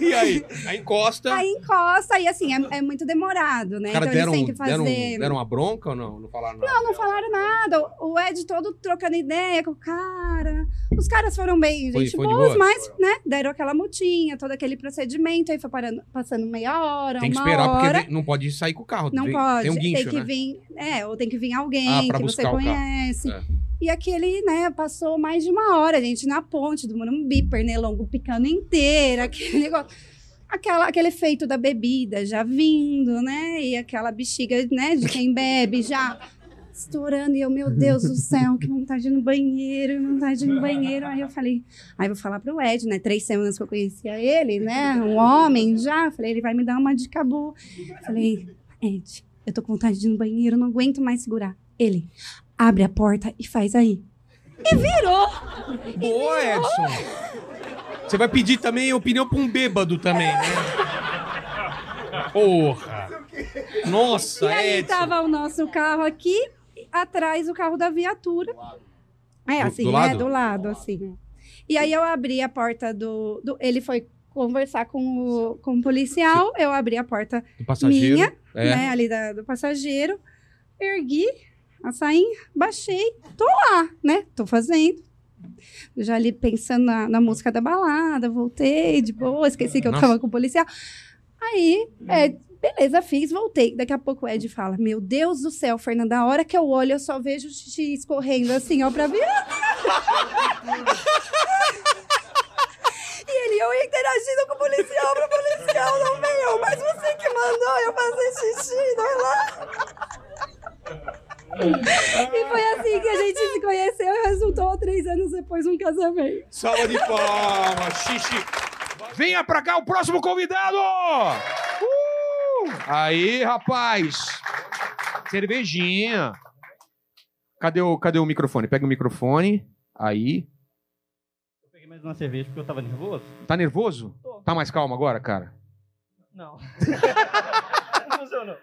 Speaker 1: E aí? Aí encosta.
Speaker 16: Aí encosta e assim, é, é muito demorado, né?
Speaker 1: Os caras
Speaker 16: então
Speaker 1: deram, um-
Speaker 16: eles têm que
Speaker 1: deram,
Speaker 16: fazer.
Speaker 1: deram uma bronca ou não? Não falaram nada.
Speaker 16: Não, não falaram nada. O Ed todo trocando ideia com o cara. Os caras foram bem,
Speaker 1: Foi-
Speaker 16: gente,
Speaker 1: foi de
Speaker 16: boas,
Speaker 1: boa?
Speaker 16: mas, né? Deram aquela multinha, todo aquele procedimento. Aí foi parando, passando meia hora,
Speaker 1: Tem que
Speaker 16: uma
Speaker 1: esperar,
Speaker 16: hora.
Speaker 1: porque vem- não pode sair com o carro.
Speaker 16: Não
Speaker 1: tem,
Speaker 16: pode.
Speaker 1: Tem um guincho,
Speaker 16: que
Speaker 1: né?
Speaker 16: vir. É, ou tem que vir alguém
Speaker 1: Ah, pra
Speaker 16: que você
Speaker 1: buscar o
Speaker 16: conhece.
Speaker 1: carro. É.
Speaker 16: E aquele, né, passou mais de uma hora, gente, na ponte do Morumbi, pernilongo picando inteira, aquele negócio. Aquela, aquele efeito da bebida já vindo, né? E aquela bexiga, né, de quem bebe já estourando. E eu, meu Deus do céu, que vontade de ir no banheiro, que vontade de ir no banheiro. Aí eu falei, aí vou falar pro Ed, né? Três semanas que eu conhecia ele, né? Um homem já. Falei, ele vai me dar uma dica boa. Falei, Ed, eu tô com vontade de ir no banheiro, não aguento mais segurar. Ele, abre a porta e faz aí. E virou!
Speaker 1: Boa, Edson. Você vai pedir também opinião pra um bêbado também, né? Porra. Nossa,
Speaker 16: e aí
Speaker 1: Edson.
Speaker 16: tava o nosso carro aqui, e atrás o carro da viatura. É,
Speaker 1: Do-
Speaker 16: assim,
Speaker 1: do
Speaker 16: né?
Speaker 1: lado?
Speaker 16: Do lado, assim. E aí eu abri a porta do. do- ele foi conversar com o, com o policial, eu abri a porta
Speaker 1: Do passageiro,
Speaker 16: minha,
Speaker 1: é.
Speaker 16: né? Ali da- do passageiro, ergui a sainha, baixei, tô lá, né? Tô fazendo. Já ali pensando na, na música da balada, voltei de boa, esqueci que eu
Speaker 17: Nossa.
Speaker 16: tava com o policial. Aí, é, beleza, fiz, voltei. Daqui a pouco o Ed fala: Meu Deus do céu, Fernanda, a hora que eu olho, eu só vejo o xixi escorrendo assim, ó, pra mim. E ele, eu interagindo com o policial, pro policial, não veio, mas você que mandou eu fazer xixi, não é lá? E foi assim que a gente se conheceu e resultou três anos depois um casamento.
Speaker 1: Salva de palmas, xixi.
Speaker 13: Venha pra cá o próximo convidado! Uh!
Speaker 1: Aí, rapaz. Cervejinha. Cadê o, cadê o microfone? Pega o microfone. Aí.
Speaker 7: Peguei mais uma cerveja porque eu tava nervoso?
Speaker 1: Tá nervoso? Tá mais calmo agora, cara?
Speaker 7: Não. Não funcionou.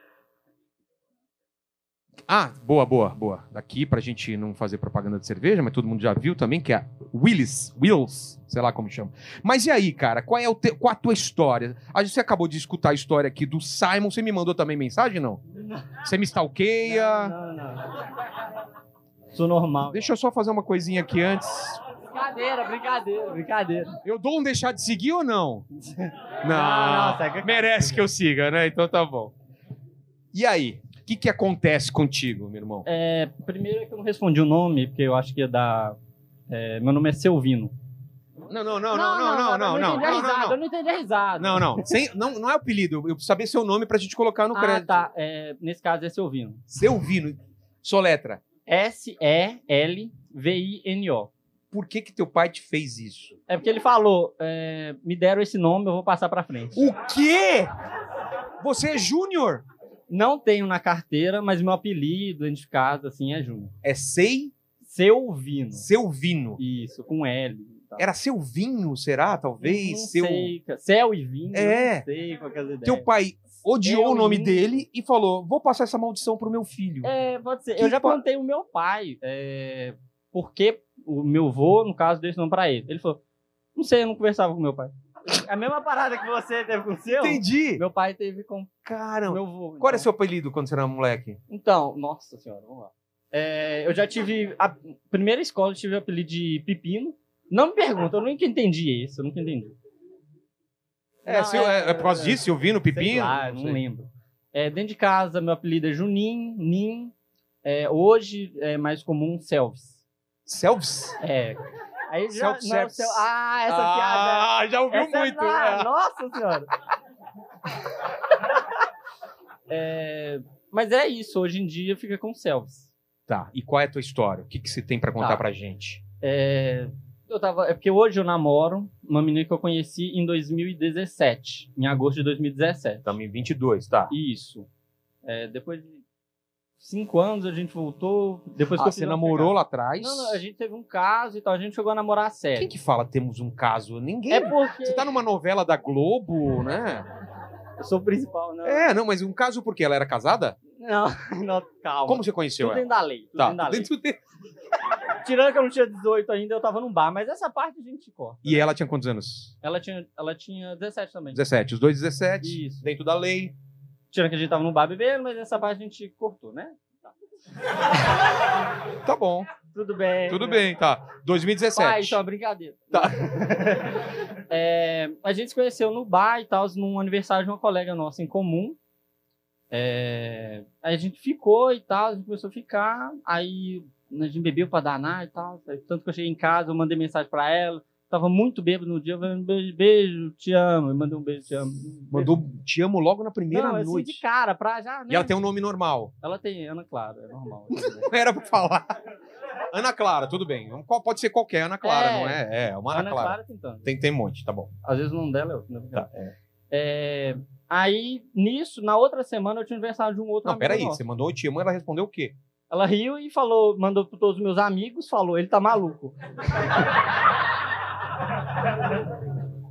Speaker 1: Ah, boa, boa, boa. Daqui pra gente não fazer propaganda de cerveja, mas todo mundo já viu também, que é a Willis, Wills, sei lá como chama. Mas e aí, cara, qual é o teu- qual a tua história? A gente acabou de escutar a história aqui do Simon, você me mandou também mensagem, não? Você me
Speaker 9: Ah.
Speaker 1: stalkeia? Não, não,
Speaker 7: Sou normal.
Speaker 1: Deixa eu só fazer uma coisinha aqui antes.
Speaker 7: Brincadeira, brincadeira, brincadeira.
Speaker 1: Eu dou um deixar de seguir ou não? Não,
Speaker 7: Não, não,
Speaker 1: merece que eu siga, né? Então tá bom. E aí, o que que acontece contigo, meu irmão?
Speaker 7: É, primeiro é que eu não respondi o nome, porque eu acho que ia dar. é, meu nome é Selvino.
Speaker 1: Não, não, não, não, não, não, não, não, não, não, não.
Speaker 7: Eu não entendi a risada.
Speaker 1: Não, não. Sem- não, não é apelido. Eu preciso saber seu nome pra gente colocar no
Speaker 7: Ah,
Speaker 1: crédito.
Speaker 7: tá. É, nesse caso é Selvino.
Speaker 1: Selvino. Soletra.
Speaker 7: S-E-L-V-I-N-O.
Speaker 1: Por que que teu pai te fez isso?
Speaker 7: É porque ele falou, é, me deram esse nome, eu vou passar pra frente.
Speaker 1: O quê? Você é Júnior?
Speaker 7: Não tenho na carteira, mas meu apelido identificado assim é Júnior.
Speaker 1: É Sei?
Speaker 7: Selvino.
Speaker 1: Selvino.
Speaker 7: Isso, com L. e tal.
Speaker 1: Era seu vinho, será? Talvez?
Speaker 7: Não
Speaker 1: seu...
Speaker 7: sei, cara. Céu e vinho.
Speaker 1: É.
Speaker 7: Não sei qual que é as ideias.
Speaker 1: Teu pai odiou
Speaker 7: Eu
Speaker 1: o nome
Speaker 7: não-
Speaker 1: dele e falou: vou passar essa maldição pro meu filho.
Speaker 7: É, pode ser.
Speaker 1: Que
Speaker 7: eu já
Speaker 1: pa-
Speaker 7: perguntei o meu pai, é, porque o meu avô, no caso, deu esse nome pra ele. Ele falou, não sei, eu não conversava com meu pai. A mesma parada que você teve com o seu?
Speaker 1: Entendi.
Speaker 7: Meu pai teve com
Speaker 1: Caramba.
Speaker 7: meu avô.
Speaker 1: Qual era seu apelido quando você era moleque?
Speaker 7: Então, nossa senhora, vamos lá. É, eu já tive. A primeira escola eu tive o apelido de Pepino. Não me pergunta, eu nunca entendi isso, eu nunca entendi.
Speaker 1: É,
Speaker 7: Não,
Speaker 1: seu- é- é por causa disso, Silvino,
Speaker 7: Sei
Speaker 1: Pepino?
Speaker 7: lá, não,
Speaker 1: sei.
Speaker 7: lembro. É, dentro de casa, meu apelido é Juninho, Nin. É, hoje é mais comum Selves.
Speaker 1: Selves?
Speaker 7: É. Aí já,
Speaker 13: Selves,
Speaker 7: não,
Speaker 13: Selves.
Speaker 7: Sel- ah, essa
Speaker 13: Ah,
Speaker 7: piada.
Speaker 13: já ouviu
Speaker 7: Essa-
Speaker 13: muito,
Speaker 7: ah,
Speaker 13: é.
Speaker 7: Nossa senhora. É, mas é isso, hoje em dia fica com Selves.
Speaker 1: Tá. E qual é a tua história? O que, que você tem pra contar
Speaker 7: Tá.
Speaker 1: pra gente?
Speaker 7: É, eu tava, é porque hoje eu namoro uma menina que eu conheci em 2017, em agosto de 2017.
Speaker 1: Estamos em 22, tá?
Speaker 7: Isso. É, depois de cinco anos a gente voltou. Depois
Speaker 1: Ah,
Speaker 7: que eu
Speaker 1: você
Speaker 7: fiz uma
Speaker 1: namorou
Speaker 7: pegada.
Speaker 1: lá atrás?
Speaker 7: é Não, não, a gente teve um caso e tal, a gente chegou a namorar a sério.
Speaker 1: Quem que fala temos um caso? Ninguém.
Speaker 7: É porque-
Speaker 1: Você tá numa novela da Globo, né?
Speaker 7: Eu sou o principal, né?
Speaker 1: É, não, mas um caso por quê? Ela era casada?
Speaker 7: Não, não, calma.
Speaker 1: Como você conheceu
Speaker 7: Tudo
Speaker 1: ela?
Speaker 7: dentro da lei. Tudo
Speaker 1: Tá,
Speaker 7: dentro da
Speaker 1: tudo
Speaker 7: lei. Tirando que eu não tinha 18 ainda, eu tava num bar, mas essa parte a gente corta.
Speaker 1: E ela tinha quantos anos?
Speaker 7: Ela tinha, ela tinha 17 também.
Speaker 1: 17. Os dois 17.
Speaker 7: Isso.
Speaker 1: Dentro da lei.
Speaker 7: Tirando que a gente tava num bar bebendo, mas essa parte a gente cortou, né?
Speaker 1: Tá bom.
Speaker 7: Tudo bem.
Speaker 1: Tudo
Speaker 7: né?
Speaker 1: bem, tá. 2017.
Speaker 7: Ah, isso é uma brincadeira.
Speaker 1: Tá.
Speaker 7: É, a gente se conheceu no bar e tal, num aniversário de uma colega nossa em comum. É, aí a gente ficou e tal, a gente começou a ficar. Aí a gente bebeu pra danar e tal. Aí, Tanto que eu cheguei em casa, eu mandei mensagem pra ela. Tava muito bêbado no dia, eu falei, beijo, beijo, te amo. Eu mandei um beijo, te amo.
Speaker 1: Mandou te amo logo na primeira
Speaker 7: Não, assim,
Speaker 1: noite.
Speaker 7: de cara, pra já, né?
Speaker 1: E ela tem um nome normal.
Speaker 7: Ela tem Ana Clara, é normal.
Speaker 1: Não era pra falar. Ana Clara, tudo bem. Qual- Pode ser qualquer Ana Clara,
Speaker 7: É.
Speaker 1: não é? É, uma Ana,
Speaker 7: Ana
Speaker 1: Clara.
Speaker 7: Clara tem tanto.
Speaker 1: Tem, tem um monte, tá bom.
Speaker 7: Às vezes o nome dela é outro. né?
Speaker 1: Tá, é.
Speaker 7: É, aí, nisso, na outra semana, eu tinha aniversário de um outro
Speaker 1: Não,
Speaker 7: amigo
Speaker 1: peraí,
Speaker 7: nosso.
Speaker 1: você mandou o te amo, ela respondeu o quê?
Speaker 7: Ela riu e falou, mandou para todos os meus amigos, falou, ele tá maluco.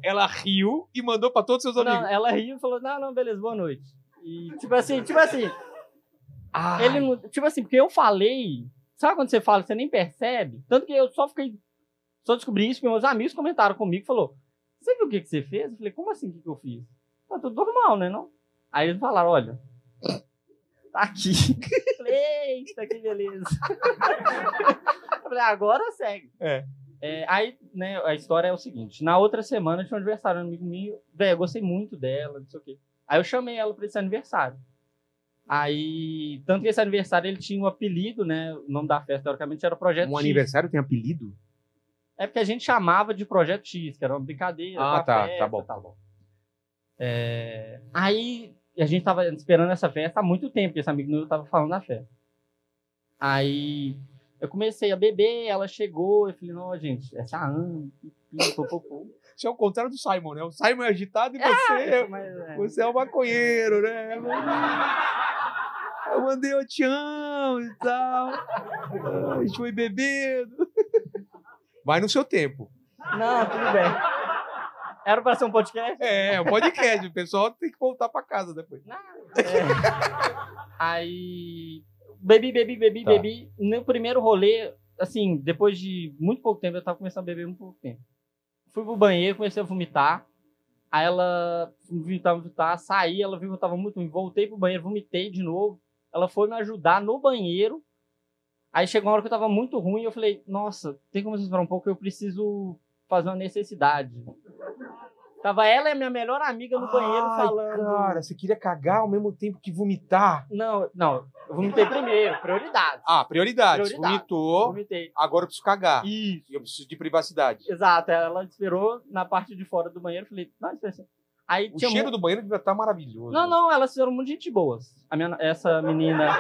Speaker 1: Ela riu e mandou pra todos os seus
Speaker 7: Não,
Speaker 1: amigos.
Speaker 7: ela riu e falou, não, não, beleza, boa noite. E tipo assim, tipo assim.
Speaker 1: Ah.
Speaker 7: Ele não- tipo assim, porque eu falei, sabe quando você fala, você nem percebe? Tanto que eu só fiquei. Só descobri isso, porque meus amigos comentaram comigo e falou: Você viu o que, que você fez? Eu falei, como assim o que, que eu fiz? Tá tudo normal, né? Não? Aí eles falaram, olha. Tá aqui. Eu falei, Eita, que beleza. Eu falei, agora segue.
Speaker 1: É.
Speaker 7: É, aí, né, a história é o seguinte: na outra semana tinha um aniversário de um amigo meu, velho, eu gostei muito dela, não sei o quê. Aí eu chamei ela pra esse aniversário. Aí, tanto que esse aniversário ele tinha um apelido, né? O nome da festa, teoricamente, era Projeto
Speaker 1: Um
Speaker 7: X.
Speaker 1: aniversário tem apelido?
Speaker 7: É porque a gente chamava de Projeto X, que era uma brincadeira. com
Speaker 1: Ah,
Speaker 7: a
Speaker 1: tá,
Speaker 7: festa,
Speaker 1: tá bom.
Speaker 7: Tá bom. É, Aí a gente tava esperando essa festa há muito tempo, porque esse amigo meu tava falando da festa. Aí eu comecei a beber, ela chegou, eu falei, não, gente, essa Ana. pipi, popopô."
Speaker 1: Isso é o contrário do Simon, né? O Simon é agitado e você,
Speaker 7: Ah, eu sou mais- é.
Speaker 1: você é um maconheiro, né? Eu mandei- Eu mandei eu te amo e tal. A gente foi bebendo. Vai no seu tempo.
Speaker 7: Não, tudo bem. Era pra ser um podcast?
Speaker 1: É, é um podcast. O pessoal tem que voltar pra casa depois.
Speaker 7: É. Aí bebi, bebi, bebi,
Speaker 1: Tá.
Speaker 7: bebi. No primeiro rolê, assim, depois de muito pouco tempo, eu tava começando a beber muito pouco tempo. Fui pro banheiro, comecei a vomitar. Aí ela vomitar, vomitar, saí, ela viu que eu tava muito ruim, voltei pro banheiro, vomitei de novo. Ela foi me ajudar no banheiro. Aí chegou uma hora que eu tava muito ruim, eu falei, nossa, tem como você esperar um pouco, eu preciso fazer uma necessidade. Tava ela e a minha melhor amiga no banheiro
Speaker 1: Ai,
Speaker 7: falando.
Speaker 1: Cara, você queria cagar ao mesmo tempo que vomitar?
Speaker 7: Não, não. Eu vomitei primeiro, prioridade.
Speaker 1: Ah, prioridade.
Speaker 7: Prioridade.
Speaker 1: Vomitou.
Speaker 7: Vomitei.
Speaker 1: Agora eu preciso cagar.
Speaker 7: Isso.
Speaker 1: Eu preciso de privacidade.
Speaker 7: Exato, ela esperou na parte de fora do banheiro, eu falei, não, espera assim. Aí
Speaker 1: O
Speaker 7: tinha
Speaker 1: cheiro
Speaker 7: mu-
Speaker 1: do banheiro devia estar maravilhoso.
Speaker 7: Não, não, elas fizeram muito gente boas. A minha, essa menina.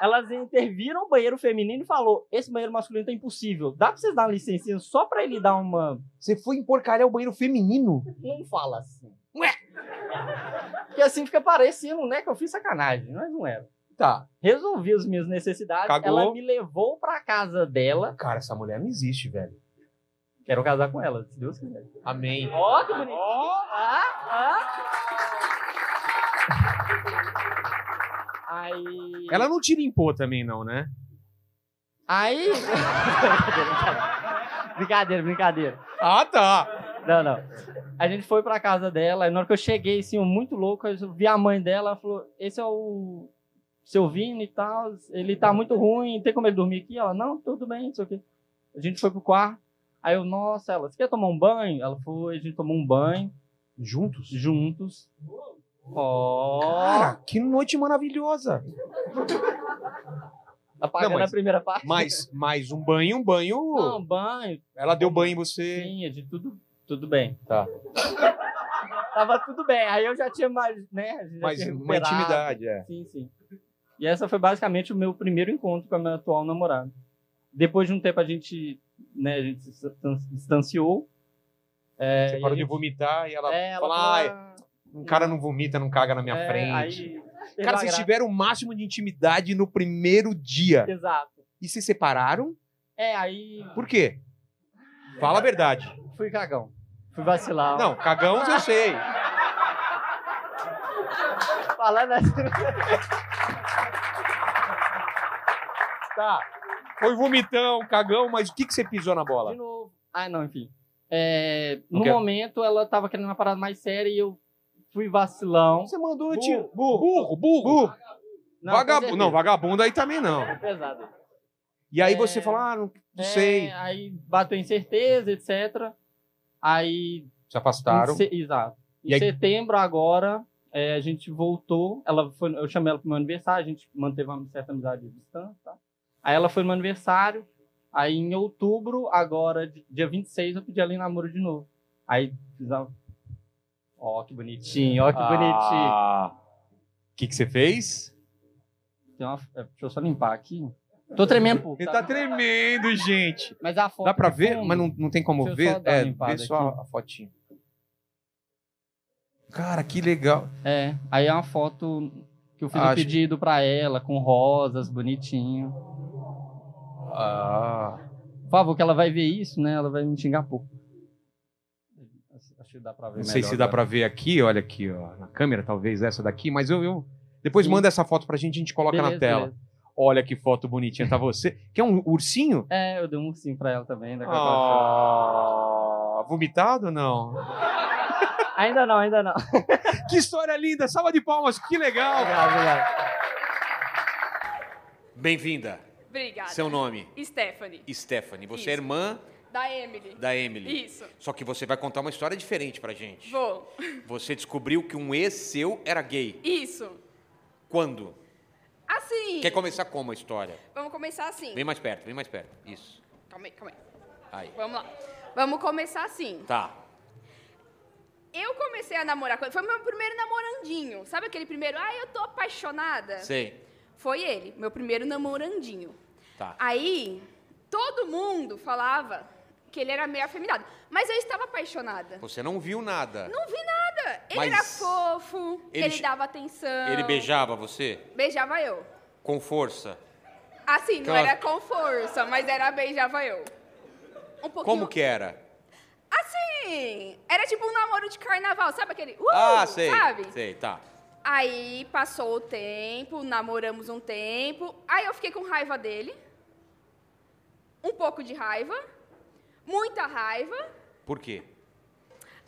Speaker 7: Elas interviram o banheiro feminino e falou: esse banheiro masculino tá impossível. Dá pra vocês dar uma licencinha só pra ele dar uma.
Speaker 1: Você foi emporcalhar o banheiro feminino?
Speaker 7: Não fala assim. Ué! Porque assim fica parecendo, né? Que eu fiz sacanagem, mas não era.
Speaker 1: Tá.
Speaker 7: Resolvi as minhas necessidades.
Speaker 1: Cagou.
Speaker 7: Ela me levou pra casa dela.
Speaker 1: Cara, essa mulher não existe, velho.
Speaker 7: Quero casar com ela, se Deus quiser.
Speaker 1: Amém.
Speaker 7: Ó, que bonitinho. Aí.
Speaker 1: Ela não te limpou também, não, né?
Speaker 7: Aí. brincadeira, brincadeira.
Speaker 1: Ah, tá.
Speaker 7: Não, não. A gente foi pra casa dela, e na hora que eu cheguei, assim, eu muito louco, eu vi a mãe dela, ela falou: Esse é o seu Vini e tal, ele tá muito ruim, tem como ele dormir aqui? Ela: Não, tudo bem, não sei o quê. A gente foi pro quarto, aí eu: Nossa, ela, você quer tomar um banho? Ela foi, a gente tomou um banho.
Speaker 1: Juntos?
Speaker 7: Juntos. Ó.
Speaker 1: Cara, que noite maravilhosa.
Speaker 7: Apagando
Speaker 1: Não, mas-
Speaker 7: Tá a primeira parte.
Speaker 1: Mas, mas um banho, um banho.
Speaker 7: Não, banho.
Speaker 1: Ela deu banho em você.
Speaker 7: Sim, é de tudo, tudo bem.
Speaker 1: Tá.
Speaker 7: Tava tudo bem. Aí eu já tinha mais, né? já
Speaker 1: Mas
Speaker 7: tinha
Speaker 1: uma
Speaker 7: recuperado.
Speaker 1: intimidade, é.
Speaker 7: Sim, sim. E essa foi basicamente o meu primeiro encontro com a minha atual namorada. Depois de um tempo a gente, né, a gente se distanciou. É,
Speaker 1: Você
Speaker 7: e
Speaker 1: parou
Speaker 7: a
Speaker 1: de
Speaker 7: gente-
Speaker 1: vomitar e ela,
Speaker 7: É, ela
Speaker 1: fala,
Speaker 7: fala-
Speaker 1: "Ai, um cara não vomita, não caga na minha
Speaker 7: É,
Speaker 1: frente.
Speaker 7: aí-
Speaker 1: Cara, vocês tiveram o máximo de intimidade no primeiro dia.
Speaker 7: Exato.
Speaker 1: E se separaram?
Speaker 7: É, aí
Speaker 1: Por quê? Fala a verdade.
Speaker 7: fui cagão. Fui vacilar.
Speaker 1: Não, cagão eu sei.
Speaker 7: Falando assim.
Speaker 1: Tá. Foi vomitão, cagão, mas o que, que você pisou na bola?
Speaker 7: De novo. Ah, não, enfim. É,
Speaker 1: Não
Speaker 7: no
Speaker 1: quero.
Speaker 7: momento, ela tava querendo uma parada mais séria e eu fui vacilão.
Speaker 1: Você mandou,
Speaker 7: burro,
Speaker 1: tio. Burro, burro. burro.
Speaker 7: Não, com
Speaker 1: vagabundo.
Speaker 7: certeza.
Speaker 1: Não, vagabundo aí também não.
Speaker 7: É Pesado.
Speaker 1: E aí você fala, ah, não, não
Speaker 7: É,
Speaker 1: sei.
Speaker 7: Aí bateu incerteza, etc. Aí.
Speaker 1: Se afastaram.
Speaker 7: em se- Exato. Em
Speaker 1: E aí-
Speaker 7: setembro agora, é, a gente voltou. Ela foi, eu chamei ela pro meu aniversário, a gente manteve uma certa amizade de distância. tá? Aí ela foi no meu aniversário. Aí em outubro, agora, di- dia 26, eu pedi ela em namoro de novo. Aí fiz a- Ó, que bonitinho, ó, que
Speaker 1: Ah. O que, que você fez?
Speaker 7: bonitinho. Tem uma- é, Deixa eu só limpar aqui. Tô tremendo, pô.
Speaker 1: Ele tá tremendo, gente.
Speaker 7: Mas a foto
Speaker 1: Dá pra
Speaker 7: do
Speaker 1: ver?
Speaker 7: fundo-
Speaker 1: Mas não, não tem como
Speaker 7: Deixa eu só
Speaker 1: ver?
Speaker 7: dar uma
Speaker 1: É,
Speaker 7: limpada
Speaker 1: vê só
Speaker 7: aqui.
Speaker 1: a fotinha. Cara, que legal. Ah,
Speaker 7: É, aí é uma foto que eu fiz um
Speaker 1: Acho-
Speaker 7: pedido pra ela, com rosas, bonitinho.
Speaker 1: Ah.
Speaker 7: Por favor, que ela vai ver isso, né? Ela vai me xingar pouco. Acho que dá pra ver
Speaker 1: Não sei
Speaker 7: melhor
Speaker 1: se dá
Speaker 7: agora.
Speaker 1: pra ver aqui, olha aqui, ó, na câmera, talvez essa daqui, mas eu. eu- Depois
Speaker 7: Sim.
Speaker 1: manda essa foto pra gente, a gente coloca na
Speaker 7: Beleza,
Speaker 1: tela.
Speaker 7: beleza.
Speaker 1: Olha que foto bonitinha, tá você. Quer um ursinho?
Speaker 7: É, eu dei um ursinho pra ela também. daqui a pouco.
Speaker 1: Ah, vomitado ou não?
Speaker 7: tá Ainda não, ainda não.
Speaker 1: Que história linda, salva de palmas, que legal.
Speaker 7: Obrigado, obrigado.
Speaker 1: Bem-vinda.
Speaker 14: Obrigada.
Speaker 1: Seu nome?
Speaker 14: Stephanie.
Speaker 1: Stephanie, você é
Speaker 14: Isso.
Speaker 1: irmã
Speaker 14: Da Emily.
Speaker 1: da Emily.
Speaker 14: Isso.
Speaker 1: Só que você vai contar uma história diferente pra gente.
Speaker 14: Vou.
Speaker 1: Você descobriu que um ex seu era gay.
Speaker 14: Isso.
Speaker 1: Quando?
Speaker 14: Assim.
Speaker 1: Quer começar como a história?
Speaker 14: Vamos começar assim.
Speaker 1: Vem mais perto, vem mais perto. Isso.
Speaker 14: Calma aí, calma aí.
Speaker 1: Aí.
Speaker 14: Vamos lá. Vamos começar assim.
Speaker 1: Tá.
Speaker 14: Eu comecei a namorar com ele. Foi meu primeiro namorandinho. Sabe aquele primeiro? Ah, eu tô apaixonada.
Speaker 1: Sei.
Speaker 14: Foi ele, meu primeiro namorandinho.
Speaker 1: Tá.
Speaker 14: Aí, todo mundo falava que ele era meio afeminado. Mas eu estava apaixonada.
Speaker 1: Você não viu nada.
Speaker 14: Não vi nada. Ele
Speaker 1: Mas
Speaker 14: era fofo,
Speaker 1: ele
Speaker 14: ele,
Speaker 1: che-
Speaker 14: dava atenção.
Speaker 1: Ele beijava você
Speaker 14: Beijava eu.
Speaker 1: com força.
Speaker 14: Assim, não
Speaker 1: Claro.
Speaker 14: era com força, mas era beijava eu. Um pouquinho.
Speaker 1: Como que é? era?
Speaker 14: Assim, era tipo um namoro de carnaval, sabe aquele? Uh,
Speaker 1: ah, sei.
Speaker 14: Sabe?
Speaker 1: Sei, tá.
Speaker 15: Aí passou o tempo, namoramos um tempo. Aí eu fiquei com raiva dele. Um pouco de raiva. Muita raiva.
Speaker 1: Por quê?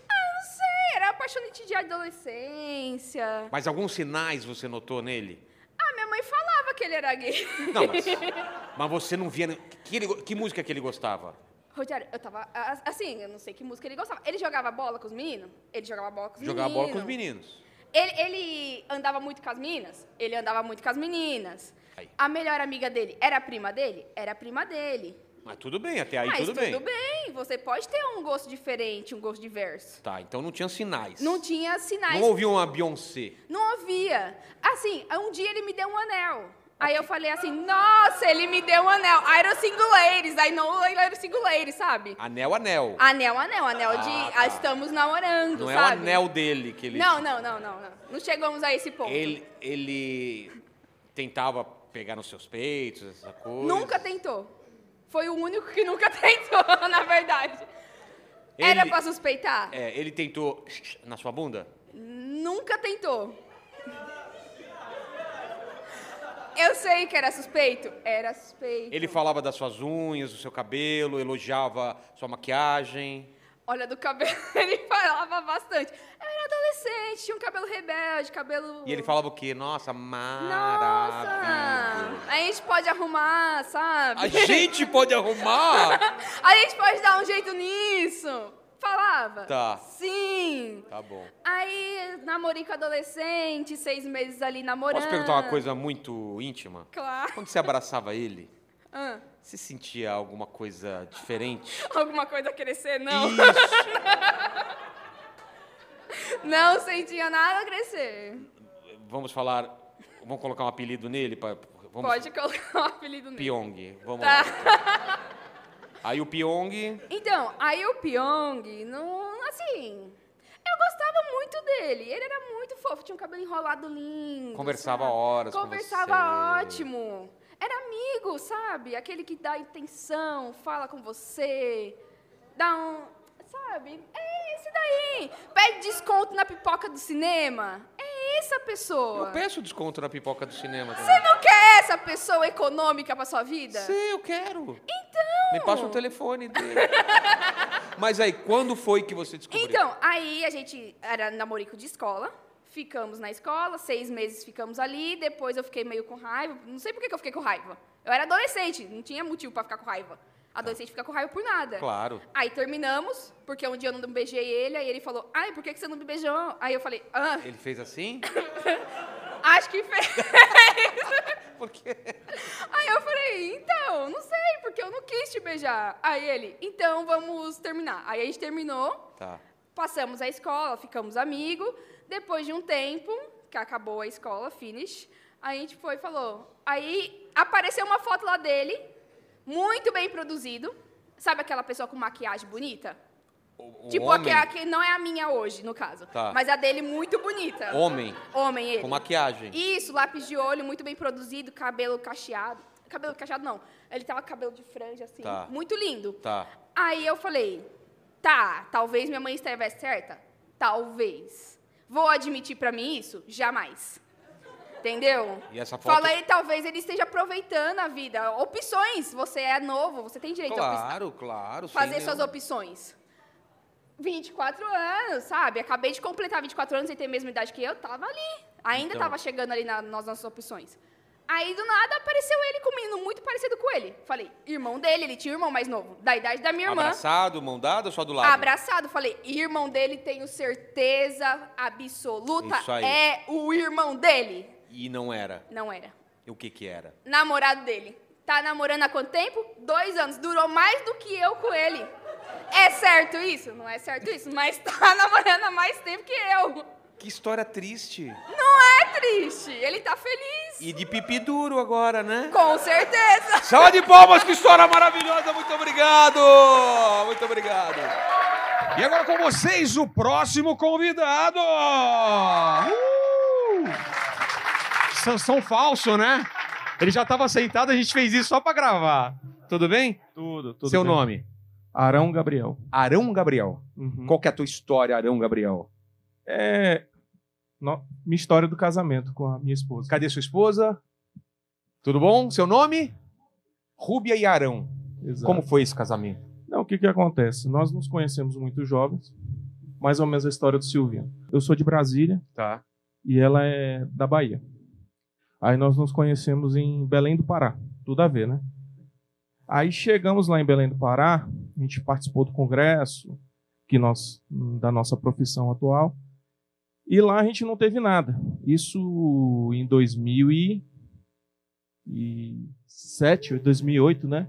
Speaker 15: Ah, não sei, era apaixonante de adolescência.
Speaker 1: Mas alguns sinais você notou nele?
Speaker 15: Ah, minha mãe falava que ele era gay.
Speaker 1: Não, mas- Mas você não via. Que, ele go- que música que ele gostava?
Speaker 15: Rogério, eu tava. a- Assim, eu não sei que música ele gostava. Ele jogava bola com os meninos? Ele jogava bola com os
Speaker 1: Jogava
Speaker 15: meninos.
Speaker 1: bola com os meninos.
Speaker 15: Ele, ele andava muito com as meninas? Ele andava muito com as meninas. A melhor amiga dele era a prima dele? Era a prima dele.
Speaker 1: Mas tudo bem, até aí
Speaker 15: Mas
Speaker 1: tudo, bem.
Speaker 15: Você pode ter um gosto diferente, um gosto diverso.
Speaker 1: Tá, então não tinha sinais.
Speaker 15: Não tinha sinais.
Speaker 1: Não um ouvia uma Beyoncé.
Speaker 15: Não havia. Assim, um dia ele me deu um anel. Aí eu falei assim, nossa, ele me deu um anel. I don't single ladies, I know I don't single ladies, sabe?
Speaker 1: Anel, anel.
Speaker 15: Anel, anel, anel de
Speaker 1: Ah,
Speaker 15: ah, estamos namorando,
Speaker 1: não é
Speaker 15: sabe?
Speaker 1: o anel dele que ele.
Speaker 15: Não, não, não, não, não. Não chegamos a esse ponto.
Speaker 1: Ele, ele tentava pegar nos seus peitos, essa coisa.
Speaker 15: Nunca tentou. Foi o único que nunca tentou, na verdade.
Speaker 1: Ele-
Speaker 15: Era pra Então. suspeitar?
Speaker 1: É, ele tentou na sua bunda?
Speaker 15: Nunca tentou. Eu sei que era suspeito. Era suspeito.
Speaker 1: Ele falava das suas unhas, do seu cabelo, elogiava sua maquiagem.
Speaker 15: Olha, do cabelo ele falava bastante. Eu era adolescente, tinha um cabelo rebelde, cabelo.
Speaker 1: E ele falava o quê? Nossa,
Speaker 15: Ah,
Speaker 1: maravilha.
Speaker 15: a gente pode arrumar, sabe?
Speaker 1: A gente pode arrumar?
Speaker 15: A gente pode dar um jeito nisso. Falava.
Speaker 1: Tá.
Speaker 15: Sim.
Speaker 1: Tá bom.
Speaker 15: Aí, namorei com adolescente, seis meses ali namorando.
Speaker 1: Posso perguntar uma coisa muito íntima?
Speaker 15: Claro.
Speaker 1: Quando você abraçava ele,
Speaker 15: Ah,
Speaker 1: você sentia alguma coisa diferente?
Speaker 15: alguma coisa a crescer? Não. Não sentia nada a crescer.
Speaker 1: Vamos falar. Vamos colocar um apelido nele? Pra, vamos,
Speaker 15: Pode colocar o apelido nele.
Speaker 1: Pyong. Vamos
Speaker 15: Tá.
Speaker 1: lá. Aí o Pyong.
Speaker 15: Então, aí o Pyong, não, assim, eu gostava muito dele. Ele era muito fofo, tinha um cabelo enrolado lindo.
Speaker 1: Conversava
Speaker 15: sabe?
Speaker 1: horas com
Speaker 15: Conversava
Speaker 1: você.
Speaker 15: ótimo. Era amigo, sabe? Aquele que dá intenção, fala com você, dá um, sabe? É esse daí. Pede desconto na pipoca do cinema. É essa pessoa.
Speaker 1: Eu peço desconto na pipoca do cinema.
Speaker 15: Você
Speaker 1: Também.
Speaker 15: não quer essa pessoa econômica pra sua vida?
Speaker 1: Sim, eu quero.
Speaker 15: Então.
Speaker 1: Me passa o telefone dele. Mas aí, quando foi que você descobriu?
Speaker 15: Então, aí a gente era namorico de escola, ficamos na escola, seis meses ficamos ali, depois eu fiquei meio com raiva, não sei por que que eu fiquei com raiva. Eu era adolescente, não tinha motivo pra ficar com raiva. Adolescente fica com raiva por nada.
Speaker 1: Tá. Claro.
Speaker 15: Aí terminamos, porque um dia eu não beijei ele, aí ele falou, ai, por que que você não me beijou? Aí eu falei, ah,
Speaker 1: Ele fez assim?
Speaker 15: acho que fez. Aí eu falei, então, não sei, porque eu não quis te beijar. Aí ele, então vamos terminar. Aí a gente terminou,
Speaker 1: Tá.
Speaker 15: Passamos a escola, ficamos amigo. Depois de um tempo, que acabou a escola, finish, a gente foi e falou. Aí apareceu uma foto lá dele, muito bem produzido. Sabe aquela pessoa com maquiagem bonita?
Speaker 1: O
Speaker 15: tipo, a que-
Speaker 1: Um homem,
Speaker 15: a que não é a minha hoje, no caso.
Speaker 1: Tá.
Speaker 15: Mas a dele muito bonita.
Speaker 1: Homem.
Speaker 15: Homem, ele.
Speaker 1: Com maquiagem.
Speaker 15: Isso, lápis de olho, muito bem produzido, cabelo cacheado. Cabelo cacheado, não. Ele tava com cabelo de franja, assim.
Speaker 1: Tá.
Speaker 15: Muito lindo.
Speaker 1: Tá.
Speaker 15: Aí eu falei, tá, talvez minha mãe estivesse certa? Talvez. Vou admitir pra mim isso? Jamais. Entendeu?
Speaker 1: E essa foto.
Speaker 15: Fala aí, talvez ele esteja aproveitando a vida. Opções, você é novo, você tem direito a opci-
Speaker 1: Claro, claro. sem
Speaker 15: fazer suas
Speaker 1: nenhum-
Speaker 15: opções. 24 anos, sabe? Acabei de completar 24 anos e ter a mesma idade que eu, tava ali. Ainda
Speaker 1: Então.
Speaker 15: tava chegando ali na- nas nossas opções. Aí, do nada, apareceu ele com um menino muito parecido com ele. Falei, irmão dele, ele tinha um irmão mais novo, da idade da minha irmã.
Speaker 1: Abraçado, mão dada ou só do lado?
Speaker 15: Abraçado, falei, irmão dele, tenho certeza absoluta,
Speaker 1: Isso aí.
Speaker 15: é o irmão dele.
Speaker 1: E não era.
Speaker 15: Não era.
Speaker 1: E o que que era?
Speaker 15: Namorado dele. Tá namorando há quanto tempo? Dois anos. Durou mais do que eu com ele. É certo isso? Não é certo isso, mas tá namorando há mais tempo que eu.
Speaker 1: Que história triste.
Speaker 15: Não é triste, ele tá feliz.
Speaker 1: E de pipi duro agora, né?
Speaker 15: Com certeza.
Speaker 1: Salva de palmas, que história maravilhosa. Muito obrigado. Muito obrigado.
Speaker 13: E agora com vocês, o próximo convidado! Uh!
Speaker 1: Sansão falso, né? Ele já tava sentado, a gente fez isso só pra gravar. Tudo bem?
Speaker 17: Tudo,
Speaker 1: Seu
Speaker 17: bem.
Speaker 1: nome?
Speaker 17: Arão Gabriel.
Speaker 1: Arão Gabriel.
Speaker 17: Uhum.
Speaker 1: Qual que é a tua história, Arão Gabriel?
Speaker 17: É, no- minha história do casamento com a minha esposa.
Speaker 1: Cadê sua esposa? Tudo bom? Seu nome? Rúbia e Arão.
Speaker 17: Exato.
Speaker 1: Como foi esse casamento?
Speaker 17: Não, É o que que acontece? Nós nos conhecemos muito jovens, mais ou menos a história do Silvino. Eu sou de Brasília
Speaker 1: Tá.
Speaker 17: e ela é da Bahia. Aí nós nos conhecemos em Belém do Pará. Tudo a ver, né? Aí chegamos lá em Belém do Pará, a gente participou do congresso que nós, da nossa profissão atual, e lá a gente não teve nada. Isso em 2007, 2008, né?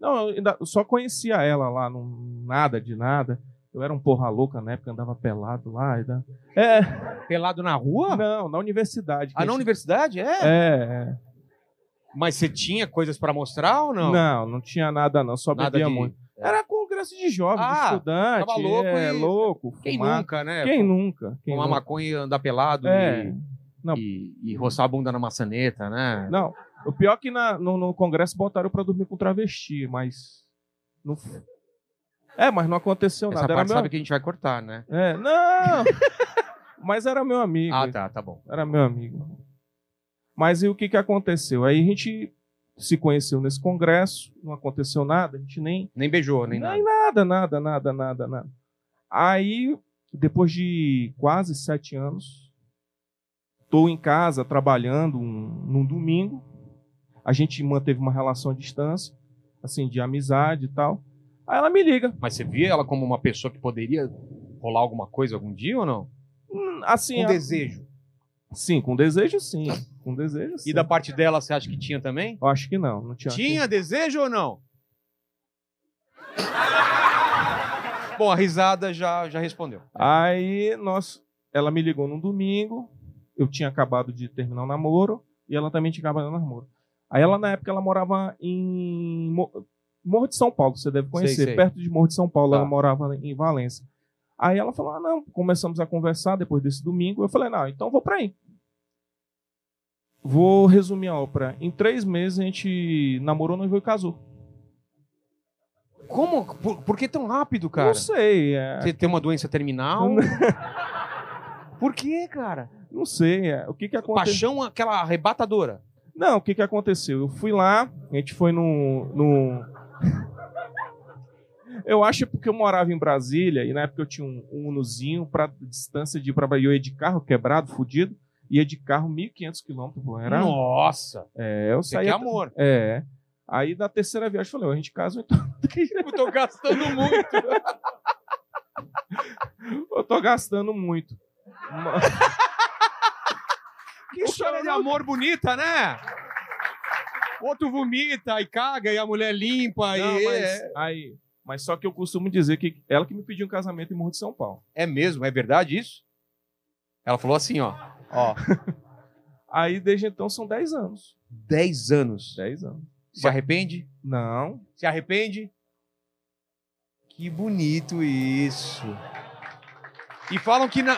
Speaker 17: Não, eu ainda só conhecia ela lá, não, nada de nada. Eu era um porra louca na época, andava pelado lá. e da- É.
Speaker 1: Pelado na rua?
Speaker 17: Não, na universidade.
Speaker 1: Ah, na universidade? É?
Speaker 17: É.
Speaker 1: Mas você tinha coisas pra mostrar ou não?
Speaker 17: Não, não tinha nada não, só
Speaker 1: Nada
Speaker 17: bebia
Speaker 1: de- é.
Speaker 17: muito. Era congresso de jovens, de
Speaker 1: Ah,
Speaker 17: estudante.
Speaker 1: tava louco
Speaker 17: é,
Speaker 1: e-
Speaker 17: louco.
Speaker 1: Quem
Speaker 17: fumar.
Speaker 1: nunca, né?
Speaker 17: Quem nunca? Quem
Speaker 1: Tomar
Speaker 17: nunca?
Speaker 1: maconha e andar pelado
Speaker 17: É.
Speaker 1: e, e, e roçar a bunda na maçaneta, né?
Speaker 17: Não, o pior é que na- no, no congresso botaram pra dormir com travesti, mas... Não... f- É, mas não aconteceu
Speaker 1: Essa
Speaker 17: nada. Era
Speaker 1: parte
Speaker 17: meu-
Speaker 1: sabe que a gente vai cortar, né?
Speaker 17: É, não! Mas era meu amigo.
Speaker 1: Ah, tá, tá bom.
Speaker 17: Era meu amigo. Mas e o que, que aconteceu? Aí a gente se conheceu nesse congresso, não aconteceu nada, a gente nem.
Speaker 1: Nem beijou, nem
Speaker 17: nada. nada, nada, nada, nada, nada. Aí, depois de quase sete anos, tô em casa trabalhando um- num domingo. A gente manteve uma relação à distância, assim, de amizade e tal. Aí ela me liga.
Speaker 1: Mas você via ela como uma pessoa que poderia rolar alguma coisa algum dia ou não?
Speaker 17: Hum, Assim,
Speaker 1: Um
Speaker 17: a-
Speaker 1: desejo.
Speaker 17: Sim, com desejo sim. Com desejo sim.
Speaker 1: E da parte dela, você acha que tinha também?
Speaker 17: Eu acho que não, não tinha.
Speaker 1: Tinha desejo ou não? Bom, a risada já, já respondeu.
Speaker 17: Aí nós, ela me ligou num domingo, eu tinha acabado de terminar o namoro e ela também tinha acabado o namoro. Aí ela na época ela morava em Mo- Morro de São Paulo, você deve conhecer,
Speaker 1: Sei, Tá. sei.
Speaker 17: perto de Morro de São Paulo, ela morava em Valença. Aí ela falou: "Ah, não, começamos a conversar depois desse domingo". Eu falei: "Não, então vou pra aí". Vou resumir a ópera. Em três meses a gente namorou, noivou e casou.
Speaker 1: Como? Por, por que tão rápido, cara?
Speaker 17: Não sei. É...
Speaker 1: Você tem uma doença terminal? Por que, cara?
Speaker 17: Não sei. é. O que que aconteceu?
Speaker 1: Paixão, aquela arrebatadora.
Speaker 17: Não, o que que aconteceu? Eu fui lá, a gente foi num. num... eu acho porque eu morava em Brasília e na época eu tinha um, um Unozinho pra distância de ir pra Bahia. Eu ia de carro quebrado, fudido, ia de carro 1.500 quilômetros. pô, Era...
Speaker 1: Nossa!
Speaker 17: É, eu
Speaker 1: Você
Speaker 17: saía.
Speaker 1: quer amor.
Speaker 17: É. Aí na terceira viagem eu falei, "Ó, a gente casa então.
Speaker 1: Eu tô gastando muito.
Speaker 17: Eu tô gastando muito.
Speaker 1: Que história de é um amor bonita, né? Outro vomita e caga e a mulher limpa
Speaker 17: Não,
Speaker 1: e...
Speaker 17: Ah, mas, aí, mas só que eu costumo dizer que ela que me pediu um casamento em Morro de São Paulo.
Speaker 1: É mesmo? É verdade isso? Ela falou assim, ó. ó
Speaker 17: Aí desde então são 10 anos.
Speaker 1: 10 anos.
Speaker 17: 10 anos.
Speaker 1: Se arrepende?
Speaker 17: Não.
Speaker 1: Se arrepende? Que bonito isso. E falam que na...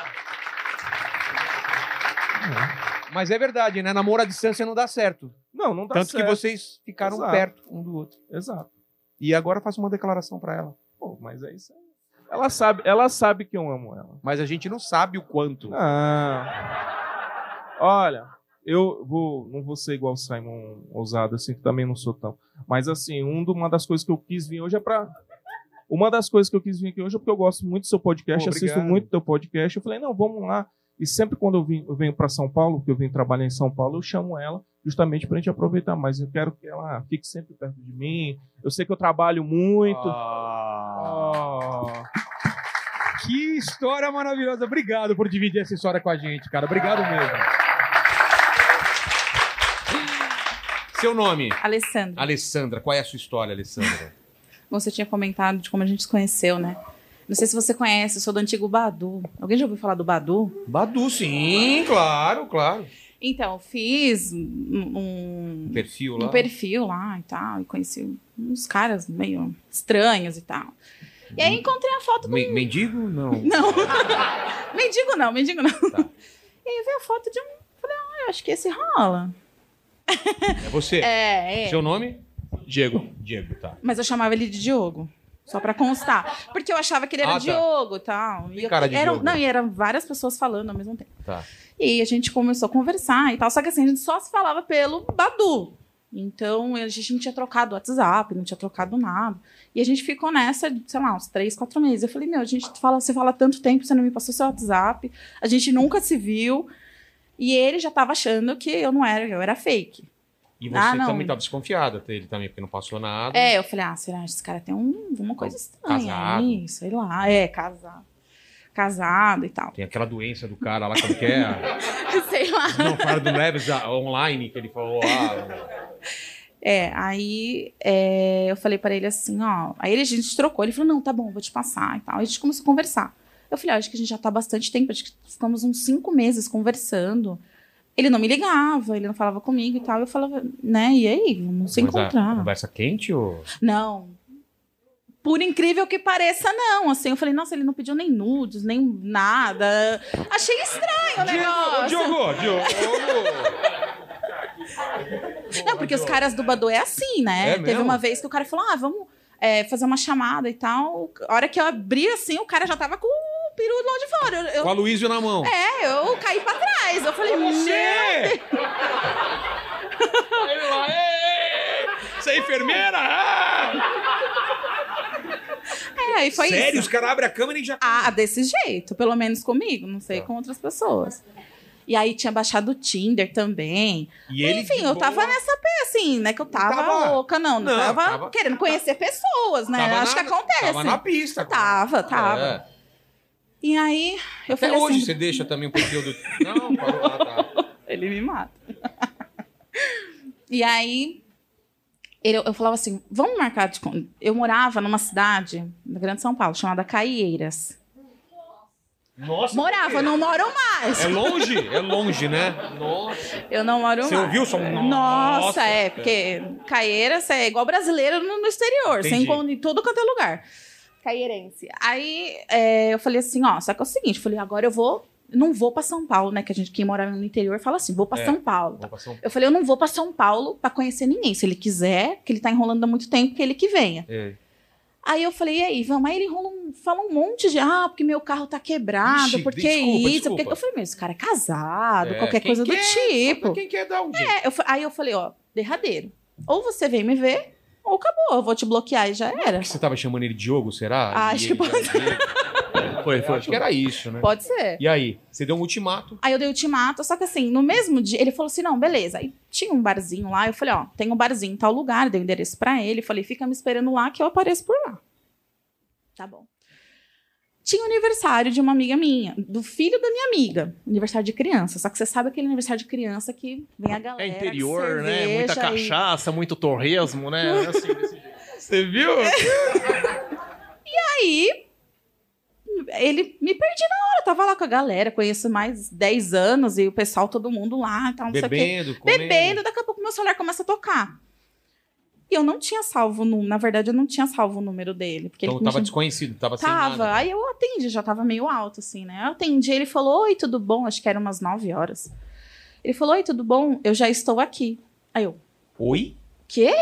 Speaker 1: Mas é verdade, né? Namoro à distância não dá certo.
Speaker 17: Não, não dá
Speaker 1: Tanto
Speaker 17: certo.
Speaker 1: que vocês ficaram
Speaker 17: Exato.
Speaker 1: perto um do outro.
Speaker 17: Exato.
Speaker 1: E agora faço uma declaração pra ela.
Speaker 17: Pô, mas é isso aí. Ela sabe, ela sabe que eu amo ela.
Speaker 1: Mas a gente não sabe o quanto.
Speaker 17: Ah. Olha, eu vou, não vou ser igual o Simon Ousado, assim, que também não sou tão. Mas assim, um do- uma das coisas que eu quis vir hoje é pra. Uma das coisas que eu quis vir aqui hoje é porque eu gosto muito do seu podcast,
Speaker 1: Pô,
Speaker 17: assisto
Speaker 1: obrigado.
Speaker 17: muito do teu podcast. Eu falei, não, vamos lá. E sempre quando eu, vim, eu venho pra São Paulo, que eu vim trabalhar em São Paulo, eu chamo ela justamente pra gente aproveitar mais. Eu quero que ela fique sempre perto de mim. Eu sei que eu trabalho muito.
Speaker 1: Oh. Que história maravilhosa. Obrigado por dividir essa história com a gente, cara. Obrigado mesmo. Seu nome?
Speaker 10: Alessandra.
Speaker 1: Alessandra. Qual é a sua história, Alessandra?
Speaker 10: Bom, você tinha comentado de como a gente se conheceu, né? Não sei se você conhece, eu sou do antigo Badu. Alguém já ouviu falar do Badu?
Speaker 1: Badu, sim, claro, claro.
Speaker 10: Então, eu fiz um, um-
Speaker 1: Perfil lá.
Speaker 10: um perfil lá e tal, e conheci uns caras meio estranhos e tal. E
Speaker 1: Uhum.
Speaker 10: aí encontrei a foto do.
Speaker 1: Me- mendigo? Não.
Speaker 10: Não. mendigo não, mendigo não.
Speaker 1: Tá.
Speaker 10: E aí veio a foto de um. Falei, ah, eu acho que esse rola.
Speaker 1: É você.
Speaker 10: É, é.
Speaker 1: Seu nome? Diego. Diego, tá.
Speaker 10: Mas eu chamava ele de Diogo. Só pra constar. Porque eu achava que ele era
Speaker 1: Ah, tá.
Speaker 10: Diogo e tal. E eu-
Speaker 1: cara de
Speaker 10: eram-
Speaker 1: Diogo.
Speaker 10: Não, e eram várias pessoas falando ao mesmo tempo.
Speaker 1: Tá.
Speaker 10: E aí a gente começou a conversar e tal. Só que assim, a gente só se falava pelo Badu. Então a gente não tinha trocado WhatsApp, não tinha trocado nada. E a gente ficou nessa, sei lá, uns três, quatro meses. Eu falei, meu, a gente fala, você fala tanto tempo, você não me passou seu WhatsApp, a gente nunca se viu. E ele já tava achando que eu não era, eu era fake.
Speaker 18: E você
Speaker 10: Ah, não.
Speaker 18: também tá estava desconfiada dele também, porque não passou nada.
Speaker 10: É, eu falei, ah, será que esse cara tem um, alguma coisa estranha
Speaker 18: Casado.
Speaker 10: aí? Sei lá, é, casado. Casado e tal.
Speaker 18: Tem aquela doença do cara lá, como que é? A-
Speaker 10: sei lá.
Speaker 18: Não, fora do Leves a- online, que ele falou ah, lá.
Speaker 10: É, aí é, eu falei pra ele assim, ó. Aí ele, a gente trocou. Ele falou, não, tá bom, vou te passar e tal. Aí a gente começou a conversar. Eu falei, ah, acho que a gente já tá há bastante tempo, acho que ficamos uns cinco meses conversando. Ele não me ligava, ele não falava comigo e tal. Eu falava, né, e aí? Vamos se
Speaker 18: Mas a-
Speaker 10: encontrar.
Speaker 18: a Conversa quente ou...
Speaker 10: Não. Por incrível que pareça, não. Assim, eu falei, nossa, ele não pediu nem nudes, nem nada. Achei estranho o negócio.
Speaker 13: Diogo,
Speaker 10: Não, porque os caras do Badu é assim, né?
Speaker 13: É
Speaker 10: Teve
Speaker 13: mesmo?
Speaker 10: uma vez que o cara falou, ah, vamos é, fazer uma chamada e tal. A hora que eu abri, assim, o cara já tava com o peru lá de fora. Eu- eu-
Speaker 19: Com a Luísio na mão.
Speaker 10: É, eu caí pra trás. Eu falei, meu Deus.
Speaker 13: Ele lá,
Speaker 18: Você é enfermeira?
Speaker 10: É, aí foi isso.
Speaker 18: Sério? Os caras abrem a câmera e já... Tá.
Speaker 10: Ah, desse jeito, pelo menos comigo, não sei com outras pessoas. E aí tinha baixado o Tinder também.
Speaker 18: E ele
Speaker 10: Enfim,
Speaker 18: de
Speaker 10: eu tava
Speaker 18: boa.
Speaker 10: nessa pé, assim, né? Que eu tava,
Speaker 18: Tava.
Speaker 10: louca, não.
Speaker 18: Não,
Speaker 10: não tava,
Speaker 18: tava-
Speaker 10: querendo conhecer pessoas, né?
Speaker 18: Tava
Speaker 10: Acho
Speaker 18: na-
Speaker 10: que acontece.
Speaker 18: tava na pista,
Speaker 10: Tava, tava.
Speaker 18: É.
Speaker 10: E aí, Tá. eu
Speaker 18: Até
Speaker 10: falei
Speaker 18: hoje
Speaker 10: assim,
Speaker 18: você deixa também um pouquinho do... Não, parou lá, tá.
Speaker 10: Ele me mata. E aí, ele- eu falava assim, vamos marcar de... con- Eu morava numa cidade, na Grande São Paulo, chamada Caieiras.
Speaker 18: Nossa,
Speaker 10: Morava, não moro mais.
Speaker 18: É longe? É longe, né? Nossa.
Speaker 10: Eu não moro
Speaker 18: Você
Speaker 10: mais.
Speaker 18: ouviu só um
Speaker 10: Nossa,
Speaker 18: nossa?
Speaker 10: é, porque Caieiras é igual brasileiro no, no exterior, você
Speaker 18: Entendi.
Speaker 10: encontra em todo quanto é lugar. Caieirense. Aí é, eu falei assim, ó, só que é o seguinte, eu falei, agora eu vou, não vou pra São Paulo, né, que a gente, quem mora no interior fala assim, vou pra
Speaker 18: É,
Speaker 10: São Paulo.
Speaker 18: vou pra São-
Speaker 10: Eu falei, eu não vou pra São Paulo pra conhecer ninguém, se ele quiser, que ele tá enrolando há muito tempo, que ele que venha.
Speaker 18: É.
Speaker 10: Aí eu falei, e aí, vamos? Aí ele enrola um, fala um monte de, ah, porque meu carro tá quebrado,
Speaker 18: Ixi,
Speaker 10: porque
Speaker 18: desculpa,
Speaker 10: isso,
Speaker 18: desculpa.
Speaker 10: porque... Eu falei, meu, esse cara é casado,
Speaker 18: É,
Speaker 10: qualquer
Speaker 18: quem
Speaker 10: coisa do
Speaker 18: quer,
Speaker 10: tipo.
Speaker 18: Quem quer dar um jeito.
Speaker 10: É, eu fa- aí eu falei, ó, derradeiro. Ou você vem me ver, ou acabou, eu vou te bloquear e já era.
Speaker 18: Por que você tava chamando ele de Diogo, será?
Speaker 10: Ah,
Speaker 18: E
Speaker 10: acho que
Speaker 18: ele já
Speaker 10: pode-
Speaker 18: viu? Foi, foi. Acho que era isso, né?
Speaker 10: Pode ser.
Speaker 18: E aí? Você deu um ultimato.
Speaker 10: Aí eu dei ultimato, só que assim, no mesmo dia, ele falou assim: não, beleza. Aí tinha um barzinho lá, eu falei: ó, tem um barzinho em tal lugar, dei o endereço pra ele, falei: fica me esperando lá que eu apareço por lá. Tá bom. Tinha o aniversário de uma amiga minha, do filho da minha amiga, aniversário de criança. Só que você sabe aquele aniversário de criança que vem a galera.
Speaker 20: É
Speaker 18: então
Speaker 20: interior, né?
Speaker 10: cerveja
Speaker 20: Muita
Speaker 10: e-
Speaker 20: cachaça, muito torresmo, né? É assim, desse jeito. Você viu?
Speaker 10: E aí, ele me perdi na hora. Eu tava lá com a galera, conheço mais 10 anos e o pessoal, todo mundo lá, tal, não sei o
Speaker 18: Bebendo,
Speaker 10: quê.
Speaker 18: comendo.
Speaker 10: Bebendo, daqui a pouco meu celular começa a tocar. E eu não tinha salvo o número, na verdade, eu não tinha salvo o número dele. Porque
Speaker 18: Então
Speaker 10: ele me
Speaker 18: tava
Speaker 10: chamou-
Speaker 18: desconhecido, tava,
Speaker 10: Tava.
Speaker 18: sem nada. né?
Speaker 10: Aí eu atendi, já tava meio alto, assim, né? Eu atendi, ele falou: Oi, tudo bom? Acho que era umas 9 horas. Ele falou: Oi, tudo bom? Eu já estou aqui. Aí eu:
Speaker 18: Oi?
Speaker 10: Quê?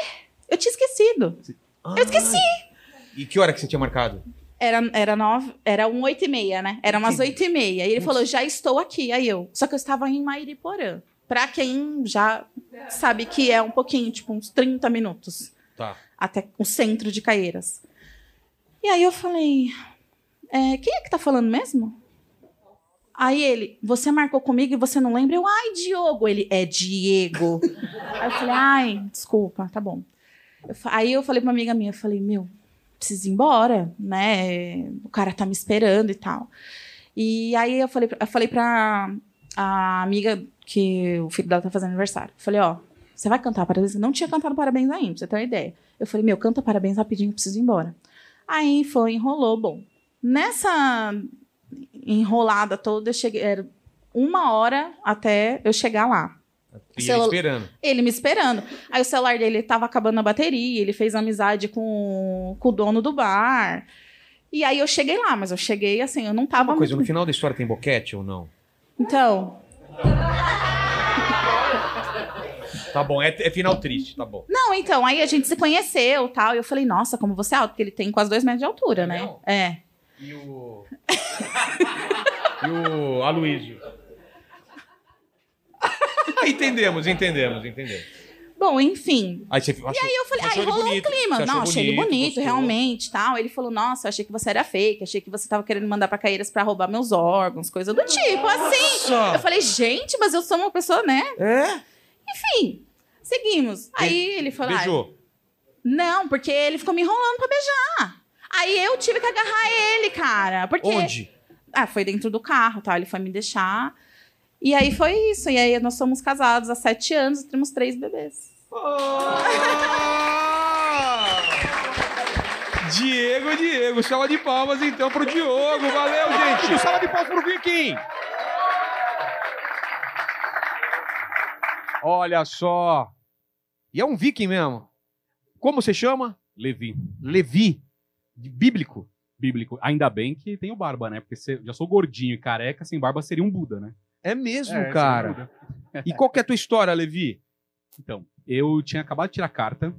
Speaker 10: Eu tinha esquecido. eu esqueci!
Speaker 18: E que hora que você tinha marcado?
Speaker 10: Era, era nove, era um oito e meia, né? Era umas oito e meia. E ele falou, já estou aqui. Aí eu, só que eu estava em Mairiporã. Pra quem já sabe que é um pouquinho, tipo uns 30 minutos
Speaker 18: Tá.
Speaker 10: até o centro de Caeiras. E aí eu falei, é, quem é que tá falando mesmo? Aí ele, você marcou comigo e você não lembra? Eu, ai, Diogo. Ele, é Diego. aí eu falei, ai, desculpa, tá bom. Eu fa- aí eu falei pra uma amiga minha, eu falei, meu, preciso ir embora, né? O cara tá me esperando e tal. E aí eu falei, pra- eu falei pra a amiga que o filho dela tá fazendo aniversário. Eu falei, ó, você vai cantar parabéns? Eu Não tinha cantado parabéns ainda, pra você ter uma ideia. Eu falei, meu, canta parabéns rapidinho, eu preciso ir embora. Aí foi, enrolou, bom. Nessa enrolada toda, eu cheguei, era uma hora até eu chegar lá.
Speaker 18: E ele
Speaker 10: Celu-
Speaker 18: esperando.
Speaker 10: Ele me esperando. Aí o celular dele tava acabando a bateria, ele fez amizade com, com o dono do bar. E aí eu cheguei lá, mas eu cheguei assim, eu não tava
Speaker 18: Uma coisa, no
Speaker 10: muito...
Speaker 18: final da história tem boquete ou não?
Speaker 10: Então,
Speaker 18: Tá bom, é, é final triste, tá bom.
Speaker 10: Não, então, aí a gente se conheceu tal. E eu falei, nossa, como você é alto, porque ele tem quase dois metros de altura, né? É.
Speaker 18: E o. e o Aloysio? entendemos, entendemos, entendemos.
Speaker 10: Bom, enfim.
Speaker 18: Aí você achou,
Speaker 10: e aí eu falei,
Speaker 18: achou
Speaker 10: aí
Speaker 18: ele
Speaker 10: rolou
Speaker 18: bonito,
Speaker 10: um clima.
Speaker 18: você achou
Speaker 10: Não, achei ele bonito,
Speaker 18: gostou.
Speaker 10: realmente, tal. Ele falou, nossa, eu achei que você era fake, achei que você tava querendo mandar pra Caeiras pra roubar meus órgãos, coisa do tipo, assim.
Speaker 8: Nossa!
Speaker 10: Eu falei, gente, mas eu sou uma pessoa, né?
Speaker 8: É?
Speaker 10: Enfim, seguimos. Aí ele falou, "Ah,
Speaker 18: Beijou.
Speaker 10: não, porque ele ficou me enrolando pra beijar. Aí eu tive que agarrar ele, cara. Porque...
Speaker 18: Onde?
Speaker 10: Ah, foi dentro do carro, tal. Ele foi me deixar. E aí foi isso. E aí nós somos casados há sete anos e temos três bebês.
Speaker 1: Diego, Diego, salva de palmas então pro Diogo. Valeu, gente. Salva de palmas pro Viking. Olha só. E é um viking mesmo. Como você chama?
Speaker 4: Levi.
Speaker 1: Levi. Bíblico?
Speaker 4: Bíblico. Ainda bem que tenho barba, né? Porque se eu já sou gordinho e careca, sem barba seria um Buda, né?
Speaker 1: É mesmo,
Speaker 4: É, esse é o
Speaker 1: cara.
Speaker 4: Buda.
Speaker 1: E qual que é a tua história, Levi?
Speaker 4: Então, eu tinha acabado de tirar carta.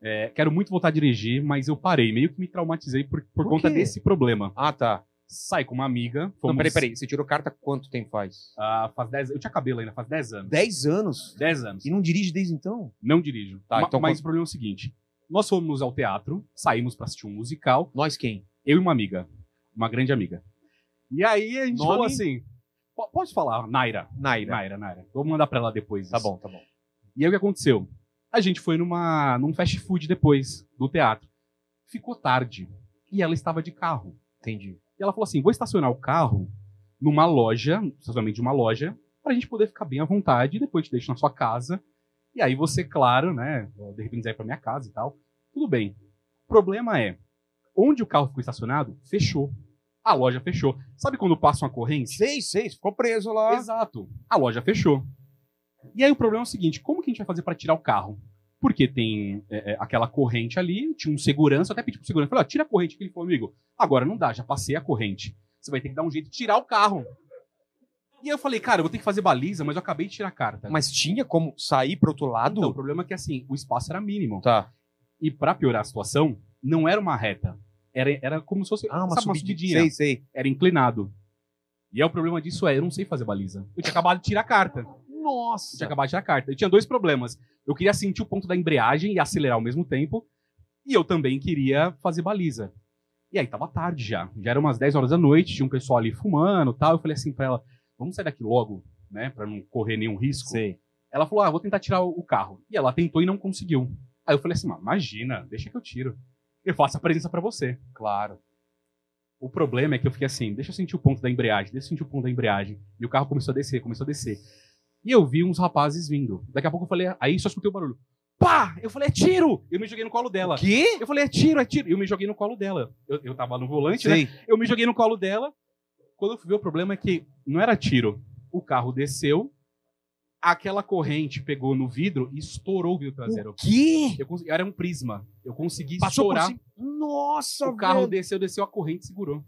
Speaker 4: é, quero muito voltar a dirigir, mas eu parei. Meio que me traumatizei por, por conta
Speaker 1: quê?
Speaker 4: desse problema.
Speaker 1: Ah, tá.
Speaker 4: Sai com uma amiga.
Speaker 1: Não, peraí, peraí. Você tirou carta quanto tempo faz?
Speaker 4: Ah, faz 10 Eu tinha cabelo ainda, faz 10 anos.
Speaker 1: 10 anos?
Speaker 4: 10 anos.
Speaker 1: E não dirige desde então?
Speaker 4: Não dirijo.
Speaker 1: Tá,
Speaker 4: Ma-
Speaker 1: então
Speaker 4: mas
Speaker 1: quando-
Speaker 4: o problema é o seguinte: nós fomos ao teatro, saímos pra assistir um musical.
Speaker 1: Nós quem?
Speaker 4: Eu e uma amiga. Uma grande amiga. E aí a gente
Speaker 1: Nome?
Speaker 4: falou assim: "Po- pode falar, Naira. Naira. Naira, Naira. Vou mandar pra ela depois. Tá bom,
Speaker 1: tá bom.
Speaker 4: E aí o que aconteceu? A gente foi numa, num fast food depois do teatro. Ficou tarde. E ela estava de carro.
Speaker 1: Entendi.
Speaker 4: E ela falou assim: vou estacionar o carro numa loja, estacionamento de uma loja, pra gente poder ficar bem à vontade, e depois te deixo na sua casa. E aí você, claro, né, de repente vai pra minha casa e tal. Tudo bem. O problema é, onde o carro ficou estacionado, fechou. A loja fechou. Sabe quando passa uma corrente?
Speaker 1: Sei, sei, ficou preso lá.
Speaker 4: Exato. A loja fechou. E aí o problema é o seguinte: como que a gente vai fazer pra tirar o carro? Porque tem é, é, aquela corrente ali, tinha um segurança, eu até pedi pro segurança, falei, ó, tira a corrente que ele falou, amigo. Agora não dá, já passei a corrente. Você vai ter que dar um jeito de tirar o carro. E aí eu falei, cara, eu vou ter que fazer baliza, mas eu acabei de tirar a carta.
Speaker 1: Mas tinha como sair pro outro lado?
Speaker 4: Então, o problema é que assim, o espaço era mínimo.
Speaker 1: Tá.
Speaker 4: E pra piorar a situação, não era uma reta. Era, era como se fosse
Speaker 1: Ah, uma
Speaker 4: sabe,
Speaker 1: subidi- sei, sei.
Speaker 4: Era inclinado. E aí o problema disso é, eu não sei fazer baliza. Eu tinha acabado de tirar a carta.
Speaker 1: Nossa.
Speaker 4: Eu tinha acabado de tirar a carta. Eu tinha dois problemas. Eu queria sentir o ponto da embreagem e acelerar ao mesmo tempo. E eu também queria fazer baliza. E aí tava tarde já. Já era umas 10 horas da noite, tinha um pessoal ali fumando e tal. Eu falei assim pra ela, vamos sair daqui logo, né? Pra não correr nenhum risco. Ela falou, ah, vou tentar tirar o o carro. E ela tentou e não conseguiu. Aí eu falei assim, "Ah, imagina, deixa que eu tiro. Eu faço a presença pra você. Claro. O problema é que eu fiquei assim, deixa eu sentir o ponto da embreagem, deixa eu sentir o ponto da embreagem. E o carro começou a descer, começou a descer. E eu vi uns rapazes vindo. Daqui a pouco eu falei, aí só escutei o barulho. Pá! Eu falei, é tiro! Eu me joguei no colo dela.
Speaker 1: Quê?
Speaker 4: Eu falei, é tiro, é tiro. Eu me joguei no colo dela. Eu, eu tava no volante,
Speaker 1: Sei.
Speaker 4: né? Eu me joguei no colo dela. Quando eu fui ver, o problema é que não era tiro. O carro desceu, aquela corrente pegou no vidro e estourou o vidro traseiro. O
Speaker 1: quê?
Speaker 4: Eu consegui- era um prisma. Eu consegui
Speaker 1: Passou por
Speaker 4: estourar.
Speaker 1: cima. Nossa,
Speaker 4: o carro
Speaker 1: velho.
Speaker 4: desceu, desceu a corrente e segurou.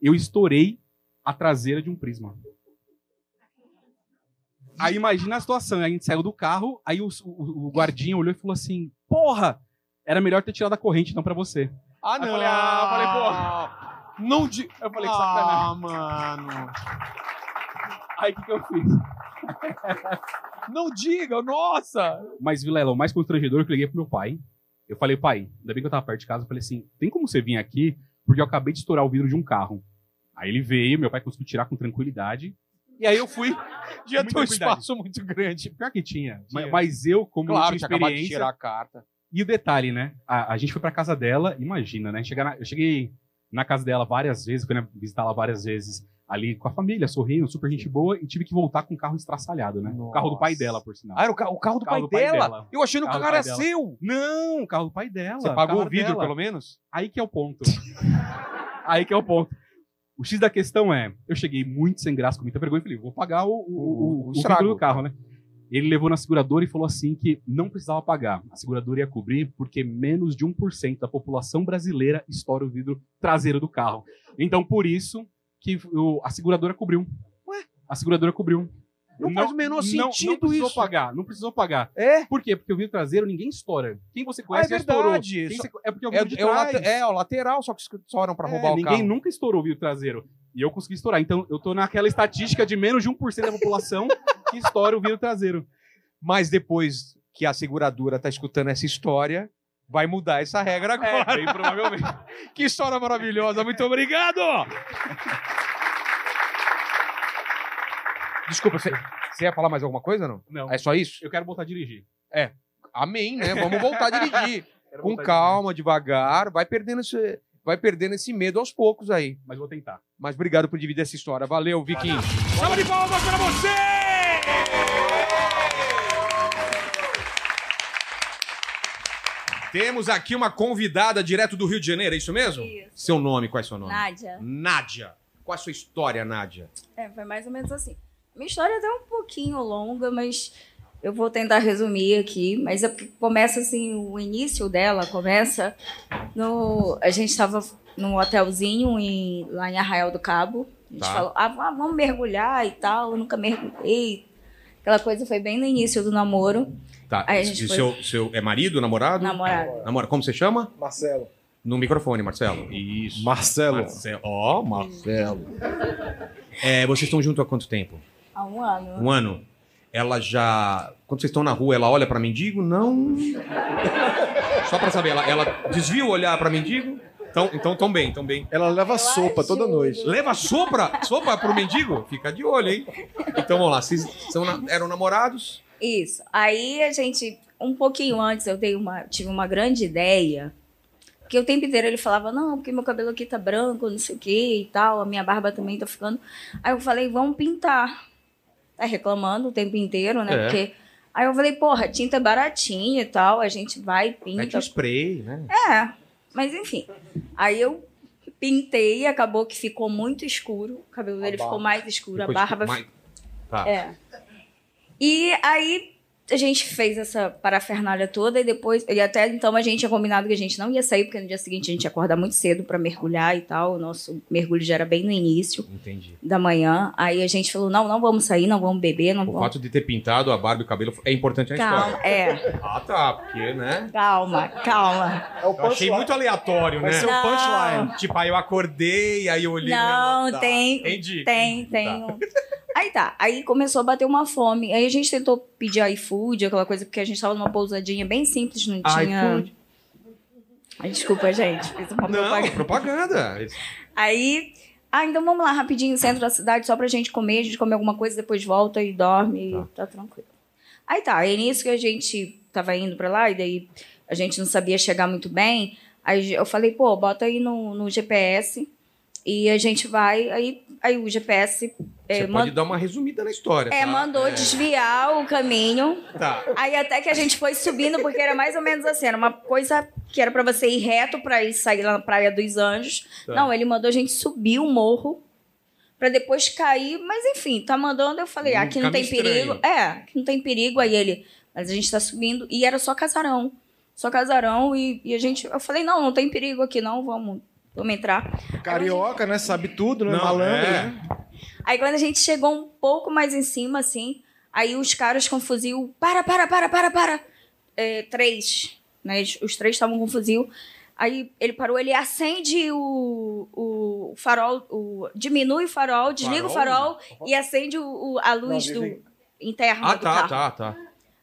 Speaker 4: Eu estourei a traseira de um prisma. Aí imagina a situação, a gente saiu do carro, aí o, o, o guardinha olhou e falou assim: Porra, era melhor ter tirado a corrente, não pra você.
Speaker 1: Ah,
Speaker 4: Aí
Speaker 1: não.
Speaker 4: Eu falei, ah, eu falei, pô. Não de. Eu falei, que sacanagem.
Speaker 20: Ah, mano.
Speaker 4: Aí o que, que eu fiz?
Speaker 1: Não diga, nossa!
Speaker 4: Mas, Vilela, o mais constrangedor é que eu liguei pro meu pai. Eu falei, pai, ainda bem que eu tava perto de casa. Eu falei assim: tem como você vir aqui? Porque eu acabei de estourar o vidro de um carro. Aí ele veio, meu pai conseguiu tirar com tranquilidade. E aí eu fui.
Speaker 1: Devia
Speaker 4: Com
Speaker 1: ter um
Speaker 4: muita cuidado.
Speaker 1: espaço muito grande.
Speaker 4: Pior que tinha.
Speaker 1: Tinha.
Speaker 4: Mas, mas eu, como
Speaker 1: Claro,
Speaker 4: não
Speaker 1: tinha
Speaker 4: tinha
Speaker 1: acabado de
Speaker 4: experiência...
Speaker 1: tirar a carta.
Speaker 4: E o detalhe, né? A, a gente foi pra casa dela, imagina, né? Chegar na- eu cheguei na casa dela várias vezes, fui né, visitar ela várias vezes, ali com a família, sorrindo, super gente boa, e tive que voltar com o carro estraçalhado, né? O carro do pai dela, por sinal.
Speaker 1: Ah, era o, ca- o carro do pai, dela? Eu achei que o
Speaker 4: Carro do
Speaker 1: carro era
Speaker 4: pai dela.
Speaker 1: seu.
Speaker 4: Não, o carro do pai dela.
Speaker 1: Você
Speaker 4: o
Speaker 1: pagou
Speaker 4: carro
Speaker 1: o vidro,
Speaker 4: dela.
Speaker 1: pelo menos?
Speaker 4: Aí que é o ponto. Aí que é o ponto. O X da questão é, eu cheguei muito sem graça, com muita vergonha, e falei, vou pagar o, o, o- o
Speaker 1: estrago.
Speaker 4: vidro do carro, né? Ele levou na seguradora e falou assim que não precisava pagar. A seguradora ia cobrir porque menos de 1% da população brasileira estoura o vidro traseiro do carro. Então, por isso que o- a seguradora cobriu. Ué? A seguradora cobriu.
Speaker 19: Não faz o menor
Speaker 4: não- Não
Speaker 19: sentido
Speaker 4: precisou
Speaker 19: isso.
Speaker 4: pagar, não precisou pagar. É? Por quê? Porque o vidro traseiro ninguém estoura. Quem você
Speaker 1: Ah, é
Speaker 4: conhece já estourou.
Speaker 1: verdade.
Speaker 4: Quem
Speaker 1: Só-
Speaker 4: você- É porque o
Speaker 1: é,
Speaker 4: vidro de
Speaker 1: é o
Speaker 4: trás.
Speaker 1: late- é, o lateral, só que estouram pra roubar o
Speaker 4: É, ninguém
Speaker 1: carro.
Speaker 4: nunca estourou o vidro traseiro. E eu consegui estourar. Então, eu tô naquela estatística de menos de 1% da população que estoura o vidro traseiro.
Speaker 1: Mas depois que a seguradora tá escutando essa história, vai mudar essa regra agora.
Speaker 4: bem provavelmente.
Speaker 1: que história maravilhosa. Muito obrigado! Desculpa, você, você ia falar mais alguma coisa não?
Speaker 4: Não.
Speaker 1: É só isso?
Speaker 4: Eu quero voltar a dirigir.
Speaker 1: É. Amém, né? Vamos voltar a dirigir.
Speaker 4: Quero
Speaker 1: Com
Speaker 4: voltar a
Speaker 1: calma, devagar. Vai perdendo, esse, vai perdendo esse medo aos poucos aí.
Speaker 4: Mas vou tentar.
Speaker 1: Mas obrigado por dividir essa história. Valeu, Viquinho.
Speaker 13: Salva de palmas para
Speaker 19: Temos aqui uma convidada direto do Rio de Janeiro, é isso mesmo? Seu nome, qual é seu nome?
Speaker 8: Nádia.
Speaker 19: Nádia. Qual é a sua história, Nádia?
Speaker 8: É, foi mais ou menos assim. Minha história é até um pouquinho longa, mas eu vou tentar resumir aqui. Mas é porque começa assim, o início dela começa no. A gente estava num hotelzinho em- lá em Arraial do Cabo. A gente
Speaker 15: Tá.
Speaker 8: falou, ah, vá- vamos mergulhar e tal. Eu nunca mergulhei. Aquela coisa foi bem no início do namoro.
Speaker 19: Tá.
Speaker 8: Aí a gente
Speaker 19: e
Speaker 8: foi-
Speaker 19: seu, seu é marido, namorado?
Speaker 8: Namorado.
Speaker 19: Namora. Como você chama?
Speaker 8: Marcelo.
Speaker 19: No microfone, Marcelo. Isso.
Speaker 20: Marcelo.
Speaker 19: Marcelo. Ó, Marcelo. É, vocês estão junto há quanto tempo?
Speaker 8: Há um ano.
Speaker 19: Um ano. Ela já. Quando vocês estão na rua, ela olha pra mendigo? Não. Só pra saber, ela, ela desvia o olhar pra mendigo? Então, então tão bem, tão bem.
Speaker 20: Ela leva sopa toda noite.
Speaker 19: Leva sopra? Sopa pro mendigo? Fica de olho, hein? Então vamos lá. Vocês são na- eram namorados?
Speaker 8: Isso. Aí a gente, um pouquinho antes, eu dei uma, tive uma grande ideia. Porque o tempo inteiro ele falava, não, porque meu cabelo aqui tá branco, não sei o que e tal, a minha barba também tá ficando. Aí eu falei, vamos pintar. Tá reclamando o tempo inteiro, né?
Speaker 19: É.
Speaker 8: Porque. Aí eu falei, porra, tinta é baratinha e tal, a gente vai e
Speaker 19: Mete
Speaker 8: pinta.
Speaker 19: um spray, né?
Speaker 8: É, mas enfim. Aí eu pintei e acabou que ficou muito escuro. O cabelo dele ficou
Speaker 15: barba.
Speaker 8: mais escuro,
Speaker 15: Ficou
Speaker 8: a
Speaker 1: tipo,
Speaker 8: barba.
Speaker 15: escuro,
Speaker 19: Tá.
Speaker 8: É. E aí a gente fez essa parafernália toda e depois. E até então a gente tinha combinado que a gente não ia sair, porque no dia seguinte a gente ia acordar muito cedo para mergulhar e tal. O nosso mergulho já era bem no início
Speaker 19: Entendi.
Speaker 8: da manhã. Aí a gente falou: não, não vamos sair, não vamos beber, não
Speaker 19: O
Speaker 8: vamos.
Speaker 19: fato de ter pintado a barba e o cabelo é importante na
Speaker 8: Calma,
Speaker 19: história.
Speaker 8: é.
Speaker 19: Ah, tá. Porque, né?
Speaker 8: Calma, calma.
Speaker 20: É
Speaker 1: É
Speaker 19: Eu achei muito aleatório,
Speaker 8: Vai
Speaker 19: né?
Speaker 8: ser o Não. punchline.
Speaker 19: Tipo, aí eu acordei, aí eu olhei.
Speaker 8: Não,
Speaker 19: né? Tá.
Speaker 8: tem.
Speaker 19: Entendi. tá.
Speaker 8: Tem, tem. um- Aí tá, aí começou a bater uma fome. Aí a gente tentou pedir iFood, aquela coisa, porque a gente tava numa pousadinha bem simples, não tinha.
Speaker 19: iFood.
Speaker 8: Ai, Desculpa, gente. Fiz uma propaganda.
Speaker 19: Não, propaganda.
Speaker 8: Aí. Ah, então vamos lá rapidinho, centro da cidade, só pra gente comer, a gente come alguma coisa, depois volta e dorme e tá tranquilo. Aí tá, aí nisso que a gente tava indo pra lá, e daí a gente não sabia chegar muito bem. Aí eu falei, pô, bota aí no, no GPS e a gente vai. Aí, aí o GPS é,
Speaker 19: Você
Speaker 8: man-
Speaker 19: pode dar uma resumida na história.
Speaker 8: é,
Speaker 19: tá?
Speaker 8: mandou
Speaker 19: É.
Speaker 8: desviar o caminho.
Speaker 19: Tá.
Speaker 8: Aí até que a gente foi subindo, porque era mais ou menos assim, era uma coisa que era pra você ir reto pra ir sair lá na Praia dos Anjos.
Speaker 15: Tá.
Speaker 8: Não, ele mandou a gente subir o morro pra depois cair, mas enfim, tá mandando, eu falei, ah, aqui não tem
Speaker 15: Hum, caminho estranho.
Speaker 8: perigo. É, aqui não tem perigo, aí ele, mas a gente tá subindo e era só casarão. Só casarão e, e a gente, eu falei, não, não tem perigo aqui não, vamos, vamos entrar.
Speaker 20: Carioca, né? Sabe tudo, né?
Speaker 19: Não,
Speaker 20: Malandro,
Speaker 19: é.
Speaker 20: né?
Speaker 8: Aí quando a gente chegou um pouco mais em cima, assim, aí os caras com fuzil, para, para, para, para, para. É, três, né? Eles- Os três estavam com fuzil. Aí ele parou, ele acende o, o farol, o- diminui o farol, desliga
Speaker 15: Farol?
Speaker 8: o farol e acende o- o- a luz
Speaker 15: Não, desliga.
Speaker 8: do interna
Speaker 19: Ah,
Speaker 8: do
Speaker 19: tá,
Speaker 8: carro.
Speaker 19: tá, tá.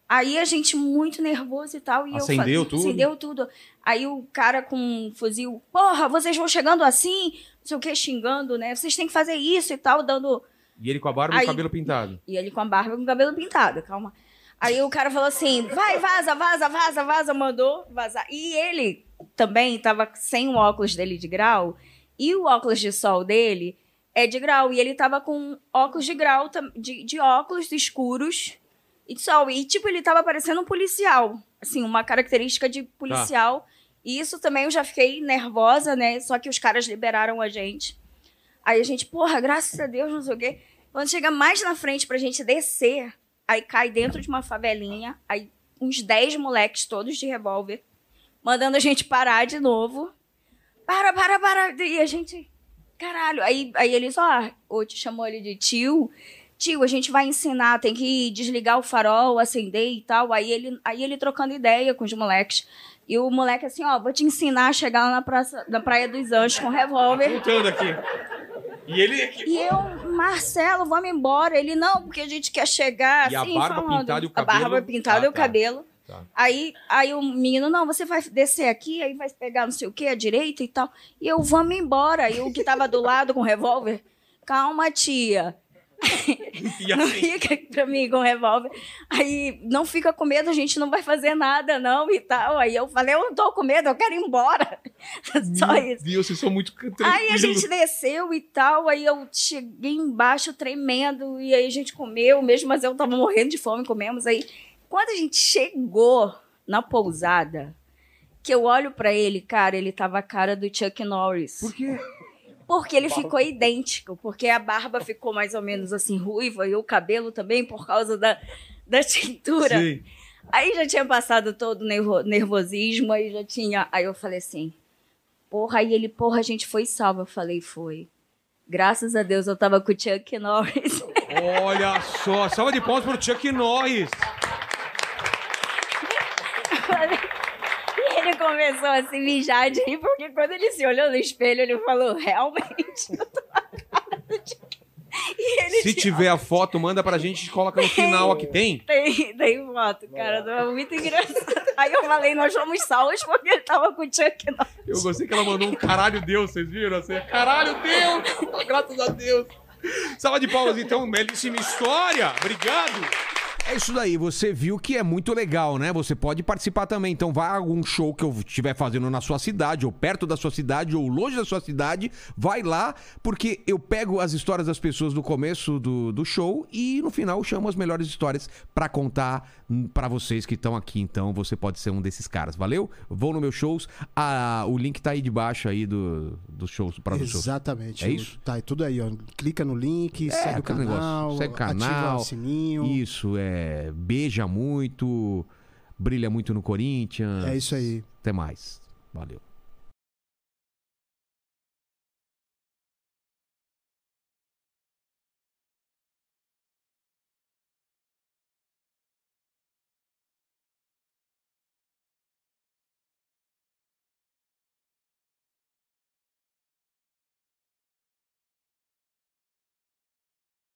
Speaker 8: Aí a gente muito nervoso e tal. E
Speaker 19: Acendeu
Speaker 8: eu falei,
Speaker 19: tudo?
Speaker 8: Acendeu tudo. Aí o cara com um fuzil, porra, vocês vão chegando assim, não sei o que, xingando, né? Vocês têm que fazer isso e tal, dando...
Speaker 19: E ele com a barba e
Speaker 8: Aí-
Speaker 19: o cabelo pintado.
Speaker 8: E ele com a barba e com o cabelo pintado, calma. Aí o cara falou assim: vai, vaza, vaza, vaza, vaza, mandou vazar. E ele também tava sem o óculos dele de grau, e o óculos de sol dele é de grau. E ele tava com óculos de grau, tam- de, de óculos escuros e de sol. E tipo, ele tava parecendo um policial, assim, uma característica de policial. E isso também eu já fiquei nervosa, né? Só que os caras liberaram a gente. Aí a gente, porra, graças a Deus, não sei o quê. Quando chega mais na frente pra gente descer, aí cai dentro de uma favelinha, aí uns 10 moleques todos de revólver, mandando a gente parar de novo. Para, para, "Ah, para. E a gente, caralho. Aí, aí eles, ó, ou te chamou ele de tio, tio, a gente vai ensinar, tem que desligar o farol, acender e tal. Aí ele, aí ele trocando ideia com os moleques. E o moleque assim, ó, vou te ensinar a chegar lá na, praça, na Praia dos Anjos com revólver.
Speaker 14: Voltando aqui. E ele aqui.
Speaker 8: E eu, Marcelo, vamos embora. Ele, não, porque a gente quer chegar
Speaker 14: E a
Speaker 8: assim,
Speaker 14: barba
Speaker 8: falando.
Speaker 14: pintada e o
Speaker 8: A barba
Speaker 14: cabelo?
Speaker 8: pintada e
Speaker 14: Ah,
Speaker 8: o
Speaker 14: tá.
Speaker 8: cabelo. Aí, aí o menino, não, você vai descer aqui, aí vai pegar não sei o que, à direita e tal. E eu, vamos embora. E o que tava do lado com o revólver, calma, tia. não fica pra mim com o revólver. Aí, não fica com medo, a gente não vai fazer nada, não, e tal. Aí eu falei, eu não tô com medo, eu quero ir embora. Só isso.
Speaker 14: Deus, vocês são muito tranquilos.
Speaker 8: Aí a gente desceu e tal, aí eu cheguei embaixo tremendo, e aí a gente comeu mesmo, mas eu tava morrendo de fome, comemos. Aí, quando a gente chegou na pousada, que eu olho pra ele, cara, ele tava a cara do Chuck Norris. Por
Speaker 4: quê?
Speaker 8: Porque ele ficou idêntico, porque a barba ficou mais ou menos assim ruiva e o cabelo também por causa da, da tintura.
Speaker 14: Sim.
Speaker 8: Aí já tinha passado todo o nervo- nervosismo, aí já tinha. Aí eu falei assim, porra, aí ele, porra, a gente foi salva. Eu falei, foi. Graças a Deus eu tava com o Chuck Norris.
Speaker 4: Olha só, salva de palmas pro Chuck Norris.
Speaker 8: E ele começou a se mijar de rir, porque quando ele se olhou no espelho, ele falou, realmente, eu tô na cara do Chuck. E ele
Speaker 4: Se
Speaker 8: tinha-
Speaker 4: tiver a foto, manda pra gente e coloca no final aqui. Tem?
Speaker 8: Tem, tem foto, cara. É muito engraçado. Aí eu falei, nós fomos salvos porque ele tava com o Chuck Norris.
Speaker 14: Eu gostei que ela mandou um caralho Deus, vocês viram? Assim,
Speaker 1: é
Speaker 14: caralho Deus! Graças a Deus!
Speaker 4: Salva de palmas, então, belíssima história. Obrigado.
Speaker 1: É isso daí, você viu que é muito legal, né? Você pode participar também. Então, vai a algum show que eu estiver fazendo na sua cidade, ou perto da sua cidade, ou longe da sua cidade, vai lá, porque eu pego as histórias das pessoas do começo do, do show e no final eu chamo as melhores histórias pra contar hum, pra vocês que estão aqui. Então, você pode ser um desses caras, valeu? Vão no meus shows. Ah, o link tá aí debaixo aí do, dos shows, do próprio show.
Speaker 9: Exatamente.
Speaker 1: É isso?
Speaker 9: Tá, e tudo aí, ó. Clica no link,
Speaker 1: É,
Speaker 9: segue o
Speaker 1: aquele
Speaker 9: canal,
Speaker 1: negócio. Segue o
Speaker 9: ativa
Speaker 1: canal.
Speaker 9: o sininho.
Speaker 1: Isso, é. Beija muito, brilha muito no Corinthians.
Speaker 9: É isso aí.
Speaker 1: Até mais. Valeu.